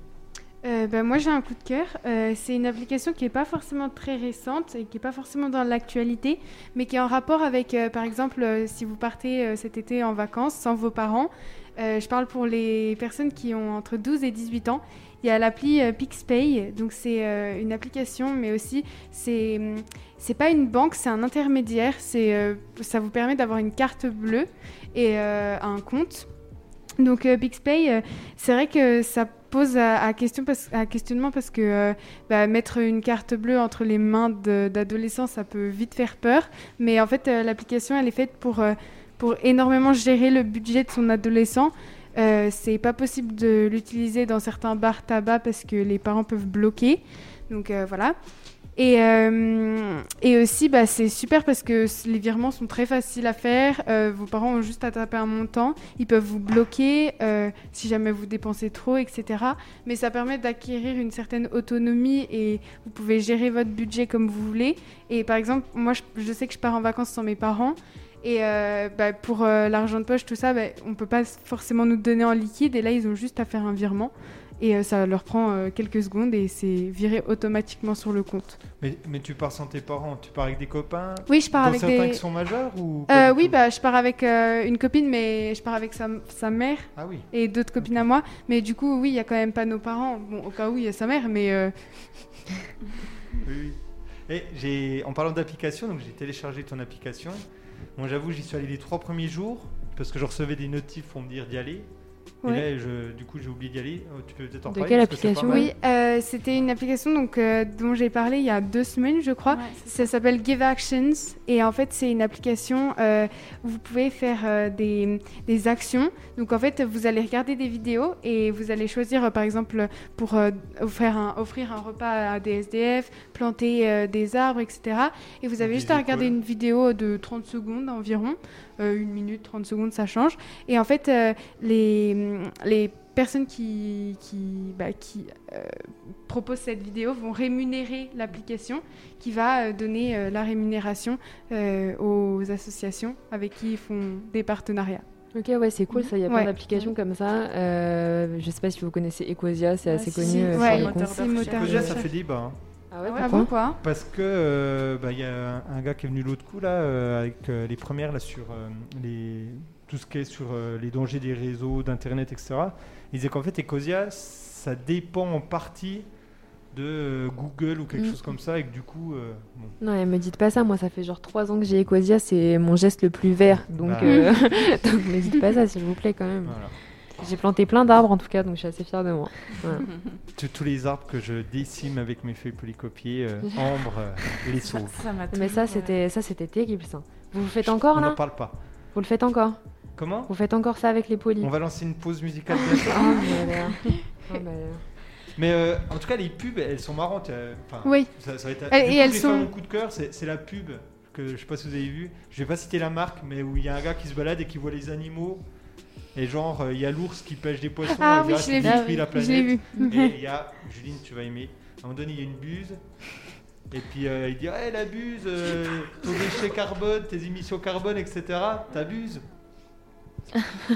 Speaker 6: Euh, bah, moi j'ai un coup de cœur. Euh, c'est une application qui n'est pas forcément très récente et qui n'est pas forcément dans l'actualité, mais qui est en rapport avec, euh, par exemple, euh, si vous partez euh, cet été en vacances sans vos parents. Euh, je parle pour les personnes qui ont entre 12 et 18 ans. Il y a l'appli euh, PixPay, donc c'est euh, une application, mais aussi c'est hum, c'est pas une banque, c'est un intermédiaire. C'est euh, ça vous permet d'avoir une carte bleue et euh, un compte. Donc euh, PixPay, euh, c'est vrai que ça pose à, à question parce, à questionnement parce que euh, bah, mettre une carte bleue entre les mains de- d'adolescents, ça peut vite faire peur. Mais en fait, euh, l'application, elle est faite pour, euh, pour énormément gérer le budget de son adolescent. Euh, c'est pas possible de l'utiliser dans certains bars tabac parce que les parents peuvent bloquer. Donc euh, voilà. Et, euh, et aussi, bah, c'est super parce que s- les virements sont très faciles à faire. Euh, vos parents ont juste à taper un montant. Ils peuvent vous bloquer euh, si jamais vous dépensez trop, etc. Mais ça permet d'acquérir une certaine autonomie et vous pouvez gérer votre budget comme vous voulez. Et par exemple, moi, je, je sais que je pars en vacances sans mes parents. Et euh, bah, pour euh, l'argent de poche, tout ça, bah, on peut pas s- forcément nous donner en liquide. Et là, ils ont juste à faire un virement. Et euh, ça leur prend euh, quelques secondes et c'est viré automatiquement sur le compte.
Speaker 2: Mais, mais tu pars sans tes parents, tu pars avec des copains
Speaker 6: Oui, je pars
Speaker 2: dont
Speaker 6: avec
Speaker 2: certains
Speaker 6: des.
Speaker 2: qui sont majeurs ou pas
Speaker 6: Euh,
Speaker 2: du
Speaker 6: oui,
Speaker 2: tout
Speaker 6: bah, je pars avec euh, une copine, mais je pars avec sa, sa mère
Speaker 2: Ah oui.
Speaker 6: et d'autres copines à moi. Mais du coup, oui, il y a quand même pas nos parents. Bon, au cas où, il y a sa mère, mais euh,
Speaker 2: oui, oui. Et j'ai, en parlant d'application, donc j'ai téléchargé ton application. Bon, j'avoue, j'y suis allé les trois premiers jours parce que je recevais des notifs pour me dire d'y aller.
Speaker 6: Ouais.
Speaker 2: Et là, je- du coup, j'ai oublié d'y aller. Oh, Tu peux peut-être en
Speaker 5: De
Speaker 2: parler
Speaker 5: quelle
Speaker 2: parce que c'est
Speaker 5: application
Speaker 2: pas mal.
Speaker 6: oui, euh, c'était une application donc, euh, dont j'ai parlé il y a deux semaines, je crois.
Speaker 4: Ouais, c'est
Speaker 6: Ça s'appelle Give Actions et en fait c'est une application euh, où vous pouvez faire euh, des, des actions. Donc en fait vous allez regarder des vidéos et vous allez choisir euh, par exemple pour euh, offrir, un, offrir un repas à des SDF, planter euh, des arbres, etc. Et vous avez
Speaker 2: Des
Speaker 6: juste à regarder
Speaker 2: écoles.
Speaker 6: une vidéo de 30 secondes environ, Euh, une minute, 30 secondes ça change. Et en fait euh, les, les personnes qui, qui, bah, qui euh, proposent cette vidéo vont rémunérer l'application qui va euh, donner euh, la rémunération euh, aux associations avec qui ils font des partenariats.
Speaker 5: Ok, ouais, c'est cool
Speaker 4: Mm.
Speaker 5: ça. Il y a plein
Speaker 6: Ouais.
Speaker 5: d'applications comme ça. Euh, je sais pas si vous connaissez Ecosia, c'est
Speaker 4: Ah,
Speaker 5: assez
Speaker 4: si, si,
Speaker 5: connu.
Speaker 6: ouais,
Speaker 5: euh, sur les
Speaker 6: moteur
Speaker 5: comptes.
Speaker 6: de moteur
Speaker 2: Déjà,
Speaker 6: de
Speaker 2: ça fait débat. hein.
Speaker 5: Ah ouais,
Speaker 4: Ah
Speaker 5: pourquoi
Speaker 4: bon, quoi
Speaker 2: Parce que euh, bah, il y a un, un gars qui est venu l'autre coup là euh, avec euh, les premières là sur euh, les tout ce qui est sur euh, les dangers des réseaux d'internet etc. Il disait qu'en fait Ecosia ça dépend en partie de euh, Google ou quelque
Speaker 5: Mm.
Speaker 2: chose comme ça et que du coup euh, bon.
Speaker 5: Non, et me dites pas ça. Moi, ça fait genre trois ans que j'ai Ecosia, c'est mon geste le plus vert. Donc,
Speaker 2: Bah.
Speaker 5: euh, donc me dites pas ça, s'il vous plaît, quand même.
Speaker 2: Voilà.
Speaker 5: J'ai planté plein d'arbres en tout cas, donc je suis assez fière de moi.
Speaker 2: Tous- tous les arbres que je décime avec mes feuilles polycopiées, euh, Ambre euh, les sauve.
Speaker 4: Ça m'a
Speaker 5: Mais
Speaker 4: toujours,
Speaker 5: ça,
Speaker 4: euh,
Speaker 5: c'était ça, c'était terrible ça. Vous le faites encore
Speaker 2: On n'en
Speaker 5: là
Speaker 2: parle pas.
Speaker 5: Vous le faites encore
Speaker 2: Comment
Speaker 5: Vous faites encore ça avec les polis
Speaker 2: On va lancer une pause musicale. bien sûr.
Speaker 5: Oh, malheur. Oh, malheur.
Speaker 2: Mais euh, en tout cas les pubs elles sont marrantes. euh, enfin,
Speaker 6: Oui.
Speaker 2: Ça, ça va être...
Speaker 6: Elles-
Speaker 2: Du
Speaker 6: et
Speaker 2: coup,
Speaker 6: elles
Speaker 2: j'ai fait
Speaker 6: sont-
Speaker 2: Mon coup de cœur, c'est c'est la pub que je sais pas si vous avez vu. Je vais pas citer la marque, mais où il y a un gars qui se balade et qui voit les animaux. Et genre, euh, il y a l'ours qui pêche des poissons. et
Speaker 6: Ah
Speaker 2: il
Speaker 6: oui,
Speaker 2: va,
Speaker 6: je
Speaker 2: tu
Speaker 6: l'ai vu.
Speaker 2: détruis la
Speaker 6: Je
Speaker 2: planète.
Speaker 6: l'ai vu.
Speaker 2: Et il y a, Juline, tu vas aimer. À un moment donné, il y a une buse. Et puis euh, il dit Hey, la buse, euh, ton déchet carbone, tes émissions carbone, etc. T'abuses.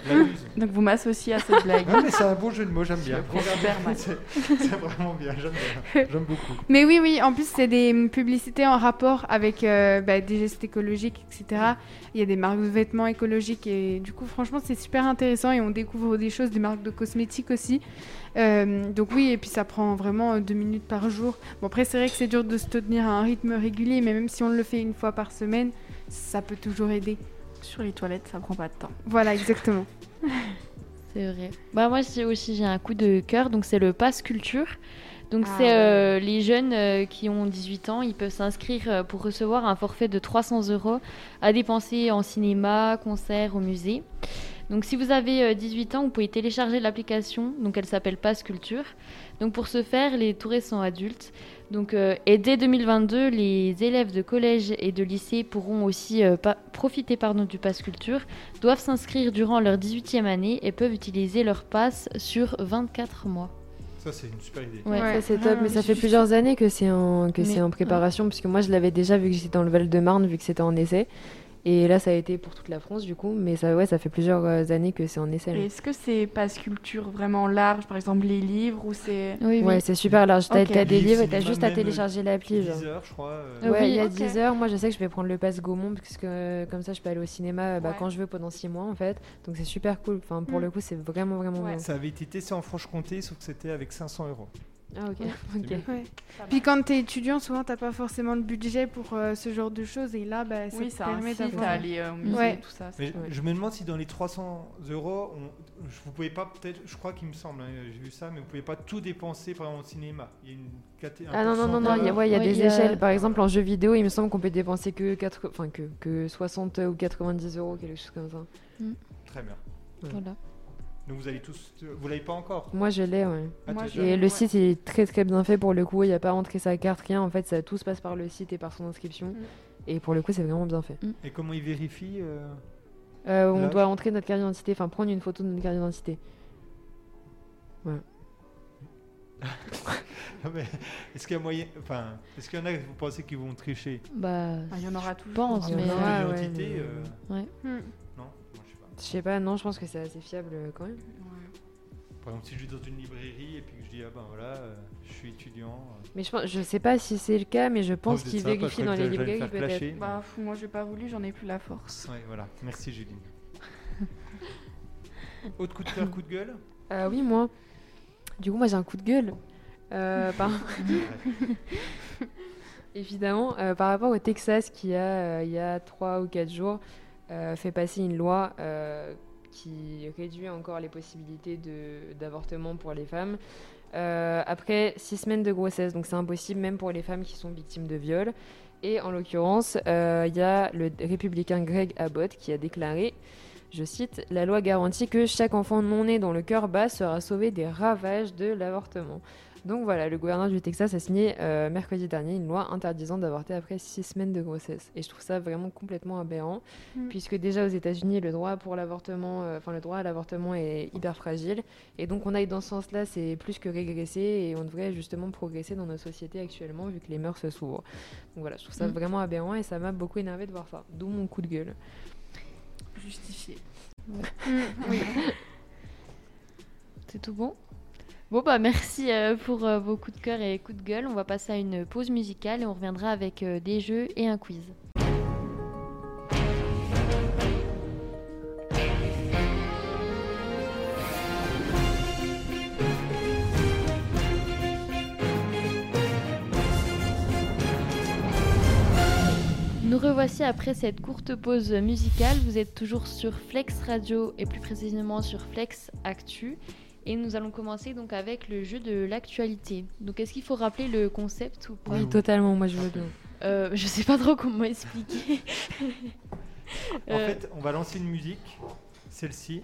Speaker 2: La muse.
Speaker 4: Donc vous m'associez à cette blague.
Speaker 2: Non, mais c'est un bon jeu de mots, j'aime bien.
Speaker 4: prends super mal.
Speaker 2: C'est c'est vraiment bien, j'aime bien. J'aime beaucoup.
Speaker 6: Mais oui, oui, en plus, c'est des mm, publicités en rapport avec euh, bah, des gestes écologiques, etc. Il y a des marques de vêtements écologiques et du coup, franchement, c'est super intéressant et on découvre des choses, des marques de cosmétiques aussi. Euh, donc oui, et puis ça prend vraiment euh, deux minutes par jour. Bon, après, c'est vrai que c'est dur de se tenir à un rythme régulier, mais même si on le fait une fois par semaine, ça peut toujours aider.
Speaker 4: Sur les toilettes, ça prend pas de temps.
Speaker 6: Voilà, exactement.
Speaker 3: C'est vrai. Bah, moi j'ai aussi j'ai un coup de cœur, donc c'est le pass culture. Donc
Speaker 4: Ah
Speaker 3: c'est
Speaker 4: ouais.
Speaker 3: euh, les jeunes euh, qui ont 18 ans, ils peuvent s'inscrire euh, pour recevoir un forfait de 300 euros à dépenser en cinéma, concert, au musée. Donc si vous avez euh, 18 ans, vous pouvez télécharger l'application, donc elle s'appelle Pass Culture. Donc pour ce faire, les touristes sont adultes. Donc, euh, et dès 2022, les élèves de collège et de lycée pourront aussi euh, pa- profiter pardon, du Pass Culture doivent s'inscrire durant leur 18e année et peuvent utiliser leur passe sur 24 mois.
Speaker 2: Ça, c'est une super idée.
Speaker 3: Ouais.
Speaker 5: Ça, c'est
Speaker 6: Ah,
Speaker 5: top, mais ça fait
Speaker 6: juste-
Speaker 5: plusieurs années que c'est en, que
Speaker 3: Mais-
Speaker 5: c'est en préparation, puisque moi je l'avais déjà vu que j'étais dans le Val-de-Marne, vu que c'était en essai. Et là, ça a été pour toute la France, du coup, mais ça, ouais, ça fait plusieurs euh, années que c'est en essai. là.
Speaker 4: Et Est-ce que c'est pas sculpture vraiment large, par exemple les livres ou c'est
Speaker 3: Oui,
Speaker 5: Ouais, c'est super large. T'as
Speaker 4: Ok.
Speaker 5: t'as des
Speaker 2: Livre,
Speaker 5: livres
Speaker 2: c'est
Speaker 5: et t'as
Speaker 2: pas
Speaker 5: juste à
Speaker 2: même, euh,
Speaker 5: télécharger l'appli. genre.
Speaker 2: 10 heures, je crois. euh,
Speaker 3: Ah
Speaker 5: Ouais,
Speaker 3: oui,
Speaker 5: il y a
Speaker 4: ok.
Speaker 5: 10 heures. Moi, je sais que je vais prendre le pass Gaumont parce que euh, comme ça, je peux aller au cinéma euh, bah,
Speaker 4: Ouais.
Speaker 5: quand je veux pendant 6 mois en fait. Donc c'est super cool. Enfin, pour
Speaker 6: Mm.
Speaker 5: le coup, c'est vraiment vraiment
Speaker 4: Ouais.
Speaker 5: bien.
Speaker 2: Ça avait été testé en Franche-Comté, sauf que c'était avec 500 euros.
Speaker 5: Ah ok.
Speaker 2: Ok. mieux.
Speaker 6: Ouais. Puis quand t'es étudiant, souvent t'as pas forcément le budget pour euh, ce genre de choses et là, bah, ça
Speaker 4: Oui,
Speaker 6: te
Speaker 4: ça
Speaker 6: permet
Speaker 4: incite à
Speaker 6: d'avoir.
Speaker 4: aller euh, au musée
Speaker 6: Ouais.
Speaker 4: et tout ça.
Speaker 2: Mais
Speaker 5: Ah Ouais.
Speaker 2: je me demande si dans les 300 euros, on- je- vous pouvez pas peut-être, je crois qu'il me semble, hein, j'ai vu ça, mais vous pouvez pas tout dépenser par exemple au cinéma. Il y a une caté- un
Speaker 5: Ah non non non non. Il y a,
Speaker 2: pourcentage.
Speaker 5: ouais, il y a
Speaker 3: Ouais,
Speaker 5: des
Speaker 3: il y a-
Speaker 5: échelles. Par exemple, en jeu vidéo, il me semble qu'on peut dépenser que 4 enfin que, que 60 ou 90 euros, quelque chose comme ça.
Speaker 2: Très bien.
Speaker 3: Voilà.
Speaker 2: Donc vous allez tous, euh, vous l'avez pas encore.
Speaker 5: Moi, je l'ai. Ouais.
Speaker 2: Ah,
Speaker 4: Moi,
Speaker 2: t'es
Speaker 4: j'ai-
Speaker 5: Et
Speaker 2: déjà-
Speaker 5: le site il est très très bien fait pour le coup. Il n'y a pas à rentrer sa carte, rien. En fait, ça tout se passe par le site et par son inscription. Et pour le coup, c'est vraiment bien fait.
Speaker 2: Et comment ils vérifient euh,
Speaker 5: Euh, on
Speaker 2: Là.
Speaker 5: doit entrer notre carte d'identité, enfin prendre une photo de notre carte d'identité.
Speaker 2: Ah, mais Est-ce qu'il y a moyen, enfin, est-ce qu'il y en a que vous pensez qu'ils vont tricher
Speaker 3: Bah,
Speaker 4: Ah, Il y en aura toujours.
Speaker 3: pense,
Speaker 5: Il y en
Speaker 3: mais-
Speaker 5: aura,
Speaker 2: Carte
Speaker 5: ouais,
Speaker 2: d'identité,
Speaker 5: mais-
Speaker 2: euh,
Speaker 6: Hmm.
Speaker 2: Non, Moi, je sais pas.
Speaker 5: Je sais pas, non, je pense que c'est assez fiable euh, quand même.
Speaker 4: Ouais.
Speaker 2: Par exemple, si je suis dans une librairie et puis que je dis ah ben voilà, euh, je suis étudiant. euh,
Speaker 5: Mais je, pense, je sais pas si c'est le cas, mais je pense
Speaker 2: vous êtes
Speaker 5: qu'ils
Speaker 2: sympa, je
Speaker 5: vérifient dans
Speaker 2: crois que
Speaker 5: les
Speaker 2: j'allais me
Speaker 5: librairies
Speaker 2: faire
Speaker 5: peut-être.
Speaker 2: clasher, mais-
Speaker 4: Bah, fou, moi j'ai pas voulu, j'en ai plus la force.
Speaker 2: Ouais, voilà. Merci Juline. Autre coup de cœur, coup de gueule
Speaker 5: Euh, oui, moi. Du coup, moi j'ai un coup de gueule. Euh, par- Évidemment, euh, par rapport au Texas qui a, euh, il y a 3 ou 4 jours, euh, fait passer une loi euh, qui réduit encore les possibilités de- d'avortement pour les femmes. Euh, après 6 semaines de grossesse, donc c'est impossible même pour les femmes qui sont victimes de viol. Et en l'occurrence, euh, il y a le républicain Greg Abbott qui a déclaré, je cite, La loi garantit que chaque enfant non né dans le cœur bas sera sauvé des ravages de l'avortement. Donc voilà, le gouverneur du Texas a signé euh, mercredi dernier une loi interdisant d'avorter après six semaines de grossesse. Et je trouve ça vraiment complètement aberrant,
Speaker 6: Mm.
Speaker 5: puisque déjà aux États-Unis, le droit pour l'avortement, euh, enfin le droit à l'avortement est hyper fragile. Et donc on aille dans ce sens-là, c'est plus que régresser, et on devrait justement progresser dans nos sociétés actuellement, vu que les mœurs se s'ouvrent. Donc voilà, je trouve ça
Speaker 3: Mm.
Speaker 5: vraiment aberrant, et ça m'a beaucoup énervé de voir ça. D'où mon coup de gueule.
Speaker 4: Justifié.
Speaker 6: Hmm, oui.
Speaker 3: c'est tout bon Bon, bah merci euh, pour euh, vos coups de cœur et coups de gueule. On va passer à une pause musicale et on reviendra avec euh, des jeux et un quiz. Nous revoici après cette courte pause musicale. Vous êtes toujours sur Flex Radio et plus précisément sur Flex Actu. Et nous allons commencer donc avec le jeu de l'actualité. Donc est-ce qu'il faut rappeler le concept ou pas
Speaker 5: Oui, totalement, moi je veux bien.
Speaker 3: Euh, Je sais pas trop comment expliquer.
Speaker 2: En
Speaker 3: Euh,
Speaker 2: fait, on va lancer une musique, celle-ci.
Speaker 8: You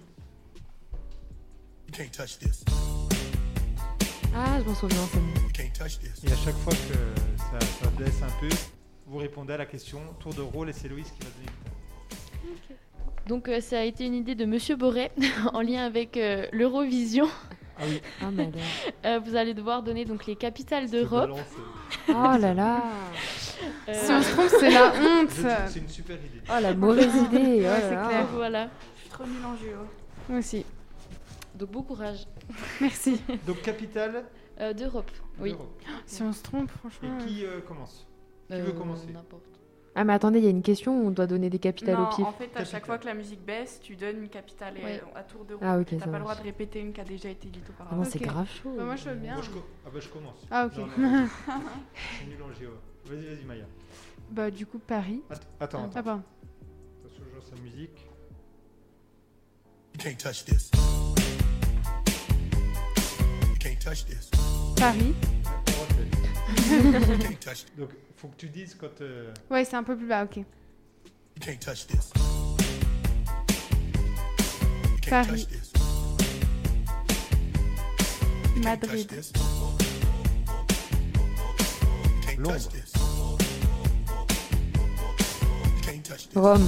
Speaker 8: can't touch this.
Speaker 5: Ah, je m'en souviens, c'est bon.
Speaker 8: You can't touch this.
Speaker 2: Et à chaque fois que ça, ça baisse un peu, vous répondez à la question. Tour de rôle et c'est Loïs qui va donner. le point.
Speaker 3: Donc euh, ça a été une idée de Monsieur Boré en lien avec euh, l'Eurovision.
Speaker 5: Ah, malade.
Speaker 3: Euh, vous allez devoir donner donc les capitales d'Europe.
Speaker 2: Je te balance,
Speaker 5: Oh là là
Speaker 6: Si on se trompe, c'est la
Speaker 2: euh, je trouve que
Speaker 6: honte.
Speaker 2: C'est une super idée.
Speaker 5: Oh la mauvaise idée oh
Speaker 6: Ouais,
Speaker 5: là
Speaker 6: c'est
Speaker 5: là.
Speaker 6: clair.
Speaker 3: Voilà.
Speaker 4: trop nulle en géo.
Speaker 6: Moi aussi.
Speaker 3: Donc bon courage.
Speaker 6: Merci.
Speaker 2: Donc, capitale
Speaker 3: Euh, D'Europe, oui.
Speaker 2: d'Europe.
Speaker 6: si on se trompe,
Speaker 2: Et
Speaker 6: franchement.
Speaker 2: qui euh, commence Qui veut commencer
Speaker 3: N'importe.
Speaker 5: Ah, mais attendez, il y a une question où on doit donner des capitales
Speaker 4: Non,
Speaker 5: au pif.
Speaker 4: en fait, à
Speaker 2: Capitale.
Speaker 4: chaque fois que la musique baisse, tu donnes une capitale et-
Speaker 3: Ouais.
Speaker 4: à tour de roue.
Speaker 5: Ah, ok,
Speaker 4: T'as
Speaker 5: ça
Speaker 4: pas le droit
Speaker 5: marche.
Speaker 4: de répéter une qui a déjà été dite
Speaker 5: Ah non,
Speaker 4: auparavant.
Speaker 5: c'est
Speaker 6: Ok.
Speaker 5: grave chaud.
Speaker 6: Bah, moi, je veux bien.
Speaker 2: Moi, je co- Ah bah je commence.
Speaker 6: Ah, ok.
Speaker 2: Non, non, non. Je suis nul en géo. Vas-y, vas-y, Maya.
Speaker 6: Bah, du coup, Paris.
Speaker 2: Att- Attends, attends.
Speaker 6: Ah, pardon.
Speaker 2: T'as toujours sa musique.
Speaker 8: You can't touch this. You can't touch this.
Speaker 6: Paris.
Speaker 2: On refait.
Speaker 8: You can't touch this.
Speaker 2: Donc, faut que tu dises quand. euh,
Speaker 6: Ouais, c'est un peu plus bas, ok.
Speaker 8: You can't touch this. You can't
Speaker 6: Paris.
Speaker 8: touch this. Can't touch
Speaker 6: Madrid.
Speaker 8: this. Can't touch
Speaker 2: Londres.
Speaker 8: this. Can't touch this.
Speaker 5: Rome.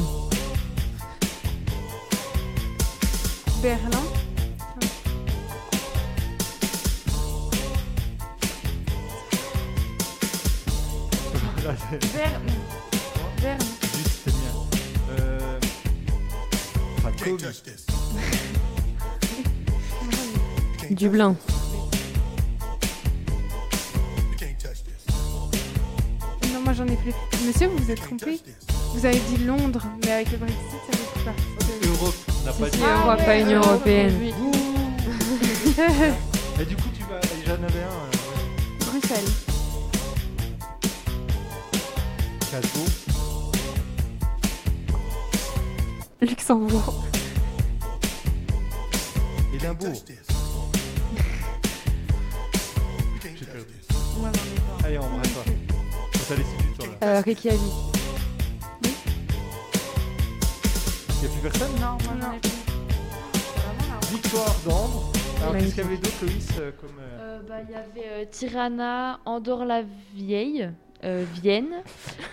Speaker 6: Berlin.
Speaker 2: Là, c'est-
Speaker 4: Verne. Verne.
Speaker 2: Zut, c'est bien. Euh... Pas de
Speaker 8: Can't
Speaker 2: Kobe.
Speaker 8: touch this. Can't touch-
Speaker 5: Dublin.
Speaker 8: You can't touch this.
Speaker 6: Non, moi, j'en ai plus. Monsieur, vous vous êtes
Speaker 8: Can't
Speaker 6: trompé.
Speaker 8: touch this.
Speaker 6: Vous avez dit Londres, mais avec le Brexit, ça fait plus partie
Speaker 2: Europe, on n'a pas dit.
Speaker 5: si,
Speaker 6: Ah
Speaker 5: on voit pas Union
Speaker 4: Europe,
Speaker 5: Européenne.
Speaker 4: oui.
Speaker 2: Et du coup, tu vas. et J'en avais un. euh, ouais.
Speaker 6: de Bruxelles.
Speaker 2: Glasgow.
Speaker 5: Luxembourg.
Speaker 8: Can't
Speaker 2: Édimbourg.
Speaker 8: touch this. You can't
Speaker 2: J'ai
Speaker 8: touch
Speaker 2: perdu.
Speaker 8: this.
Speaker 4: Moi, j'en ai pas.
Speaker 2: Allez, on reste pas. On t'a laissé du temps là.
Speaker 5: Euh, Reykjavik.
Speaker 2: Y'a plus personne
Speaker 4: Non, moi, j'en ai plus. C'est vraiment la honte.
Speaker 2: Victoire d'Andre. Alors, qu'est-ce
Speaker 5: Magnifique.
Speaker 2: qu'il y avait d'autre, Loïs euh, comme, euh,
Speaker 3: Euh, bah, Il y avait euh, Tirana, Andorre-la-Vieille, euh, Vienne,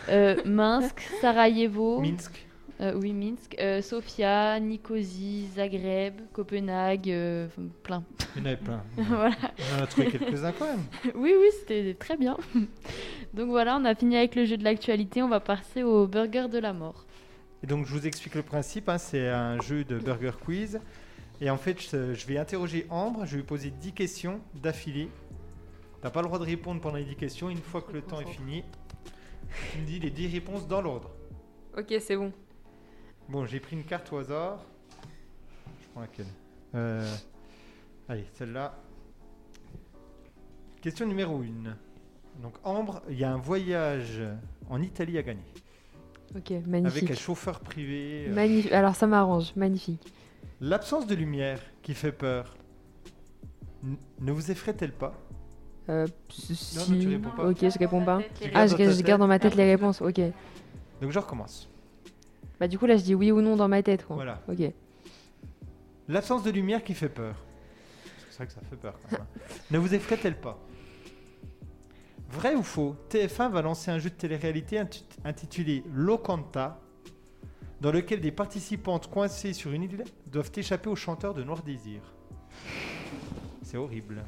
Speaker 3: euh, Minsk, Sarajevo,
Speaker 2: Minsk
Speaker 3: euh, oui, Minsk, euh, Sofia, Nicosie, Zagreb, Copenhague, euh, enfin, plein.
Speaker 2: Il y en avait plein.
Speaker 3: voilà.
Speaker 2: On en a trouvé quelques-uns quand même.
Speaker 3: Oui, oui, c'était très bien. Donc voilà, on a fini avec le jeu de l'actualité. On va passer au burger de la mort.
Speaker 2: Et donc, je vous explique le principe. hein, c'est un jeu de burger quiz. Et en fait, je je vais interroger Ambre. Je vais lui poser 10 questions d'affilée. T'as pas le droit de répondre pendant les 10 questions. Une fois que le temps est fini, tu me dis les 10 réponses dans l'ordre.
Speaker 5: Ok, c'est bon.
Speaker 2: Bon, j'ai pris une carte au hasard. Je prends laquelle Euh, Allez, celle-là. Question numéro 1. Donc, Ambre, il y a un voyage en Italie à gagner.
Speaker 5: Ok,
Speaker 2: Avec un
Speaker 5: magnifique.
Speaker 2: chauffeur privé. euh,
Speaker 5: Magnifique. Alors ça m'arrange, magnifique.
Speaker 2: L'absence de lumière qui fait peur n- ne vous effraie-t-elle pas
Speaker 5: Euh, si-
Speaker 2: Non, non, tu réponds pas.
Speaker 5: Ok, je réponds pas.
Speaker 4: Peut-être les
Speaker 5: Ah,
Speaker 2: Garde
Speaker 5: je,
Speaker 2: dans ta
Speaker 5: je garde dans ma tête
Speaker 4: tête.
Speaker 5: les réponses, ok.
Speaker 2: Donc, je recommence.
Speaker 5: Bah du coup là je dis oui ou non dans ma tête quoi.
Speaker 2: Voilà.
Speaker 5: Ok.
Speaker 2: L'absence de lumière qui fait peur. C'est vrai que ça fait peur quand même. hein. ne vous effraie-t-elle pas Vrai ou faux TF1 va lancer un jeu de télé-réalité intu- intitulé Locanta, dans lequel des participantes coincées sur une île doivent échapper au chanteur de Noir Désir. C'est horrible.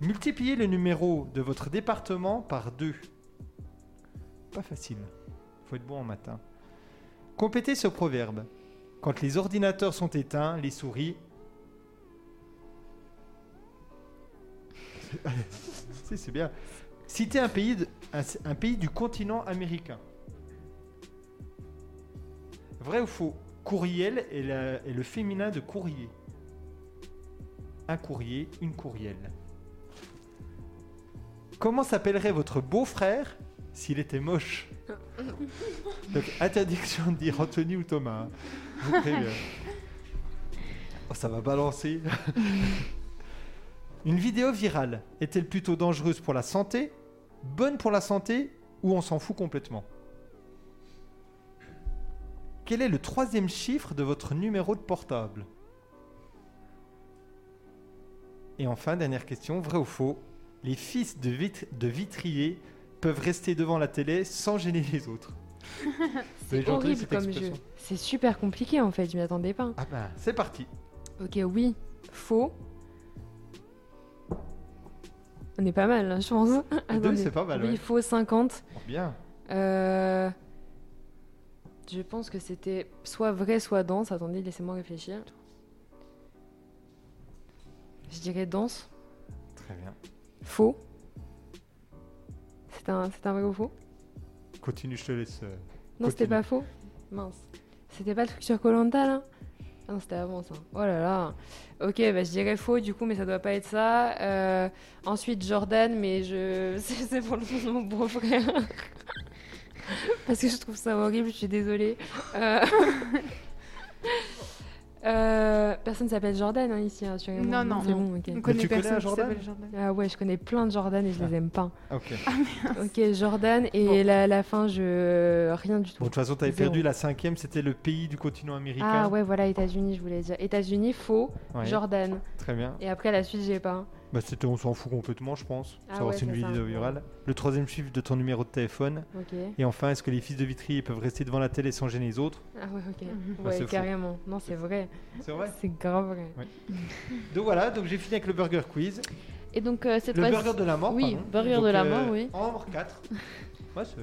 Speaker 2: Multipliez le numéro de votre département par deux. Pas facile. Faut être bon en matin. Complétez ce proverbe. Quand les ordinateurs sont éteints, les souris. si, c'est bien. Citez un pays, de- un, un pays du continent américain. Vrai ou faux Courriel est, la- est le féminin de courrier. Un courrier, une courrielle. Comment s'appellerait votre beau-frère s'il était moche Donc, interdiction de dire Anthony ou Thomas. hein. Je vous préviens. Oh, ça va balancer. Une vidéo virale est-elle plutôt dangereuse pour la santé, bonne pour la santé ou on s'en fout complètement Quel est le troisième chiffre de votre numéro de portable Et enfin, dernière question, vrai ou faux Les fils de, vit- de vitriers peuvent rester devant la télé sans gêner les autres. Vous avez
Speaker 5: C'est
Speaker 2: déjà entendu
Speaker 5: horrible
Speaker 2: cette
Speaker 5: comme jeu.
Speaker 2: expression
Speaker 5: C'est super compliqué en fait, je m'y attendais pas.
Speaker 2: Ah bah, c'est parti.
Speaker 5: Ok, oui, faux. On est pas mal, là, je pense.
Speaker 2: Deux,
Speaker 5: Attendez.
Speaker 2: c'est pas mal,
Speaker 5: Oui,
Speaker 2: ouais.
Speaker 5: faux 50.
Speaker 2: Oh, bien.
Speaker 5: Euh... Je pense que c'était soit vrai, soit danse. Attendez, laissez-moi réfléchir. Je dirais danse.
Speaker 2: Très bien.
Speaker 5: Faux. C'est un, c'est un vrai ou faux
Speaker 2: Continue, je te laisse. euh,
Speaker 5: Non, c'était
Speaker 2: Continue.
Speaker 5: pas faux. Mince. C'était pas le truc sur Colanta là Ah non, c'était avant ça. Oh là là. Ok, bah, je dirais faux du coup, mais ça doit pas être ça. Euh, ensuite, Jordan, mais je. C'est c'est pour le nom de mon beau-frère. Parce que je trouve ça horrible, je suis désolée. Euh... euh, personne s'appelle Jordan hein, ici, assurément.
Speaker 6: Non, non.
Speaker 5: C'est bon, ok.
Speaker 6: On connaît
Speaker 2: tu connais
Speaker 6: personne
Speaker 2: un
Speaker 6: qui
Speaker 2: Jordan
Speaker 6: s'appelle Jordan.
Speaker 5: Ah ouais, je connais plein de Jordan
Speaker 6: Ah.
Speaker 5: et je les aime pas.
Speaker 2: Ok.
Speaker 5: Ok, Jordan, et
Speaker 2: Bon.
Speaker 5: la, la fin, je. Rien du tout.
Speaker 2: Bon, de toute façon, t'avais
Speaker 5: Zéro.
Speaker 2: perdu la cinquième, c'était le pays du continent américain.
Speaker 5: Ah ouais, voilà, États-Unis, je voulais dire. États-Unis, faux,
Speaker 2: Ouais,
Speaker 5: Jordan.
Speaker 2: Très bien.
Speaker 5: Et après, la suite, j'ai pas.
Speaker 2: Bah, c'était, on s'en fout complètement, je pense.
Speaker 5: Ah
Speaker 2: Savoir
Speaker 5: ouais,
Speaker 2: si c'est une
Speaker 5: c'est ça,
Speaker 2: vidéo
Speaker 5: ouais.
Speaker 2: virale. Le troisième chiffre de ton numéro de téléphone.
Speaker 5: Ok.
Speaker 2: Et enfin, est-ce que les fils de Vitry peuvent rester devant la télé sans gêner les autres
Speaker 5: Ah ouais, ok.
Speaker 2: Bah,
Speaker 5: Ouais,
Speaker 2: c'est faux.
Speaker 5: carrément. Non, c'est vrai.
Speaker 2: C'est vrai.
Speaker 5: C'est grave vrai.
Speaker 2: Donc voilà, donc j'ai fini avec le burger quiz.
Speaker 3: Et donc, euh, cette
Speaker 2: Le
Speaker 3: fois-ci-
Speaker 2: burger de la mort,
Speaker 3: Oui,
Speaker 2: pardon.
Speaker 3: burger
Speaker 2: Donc,
Speaker 3: de la
Speaker 2: euh,
Speaker 3: mort, oui.
Speaker 2: Ambre 4. Ouais, c'est-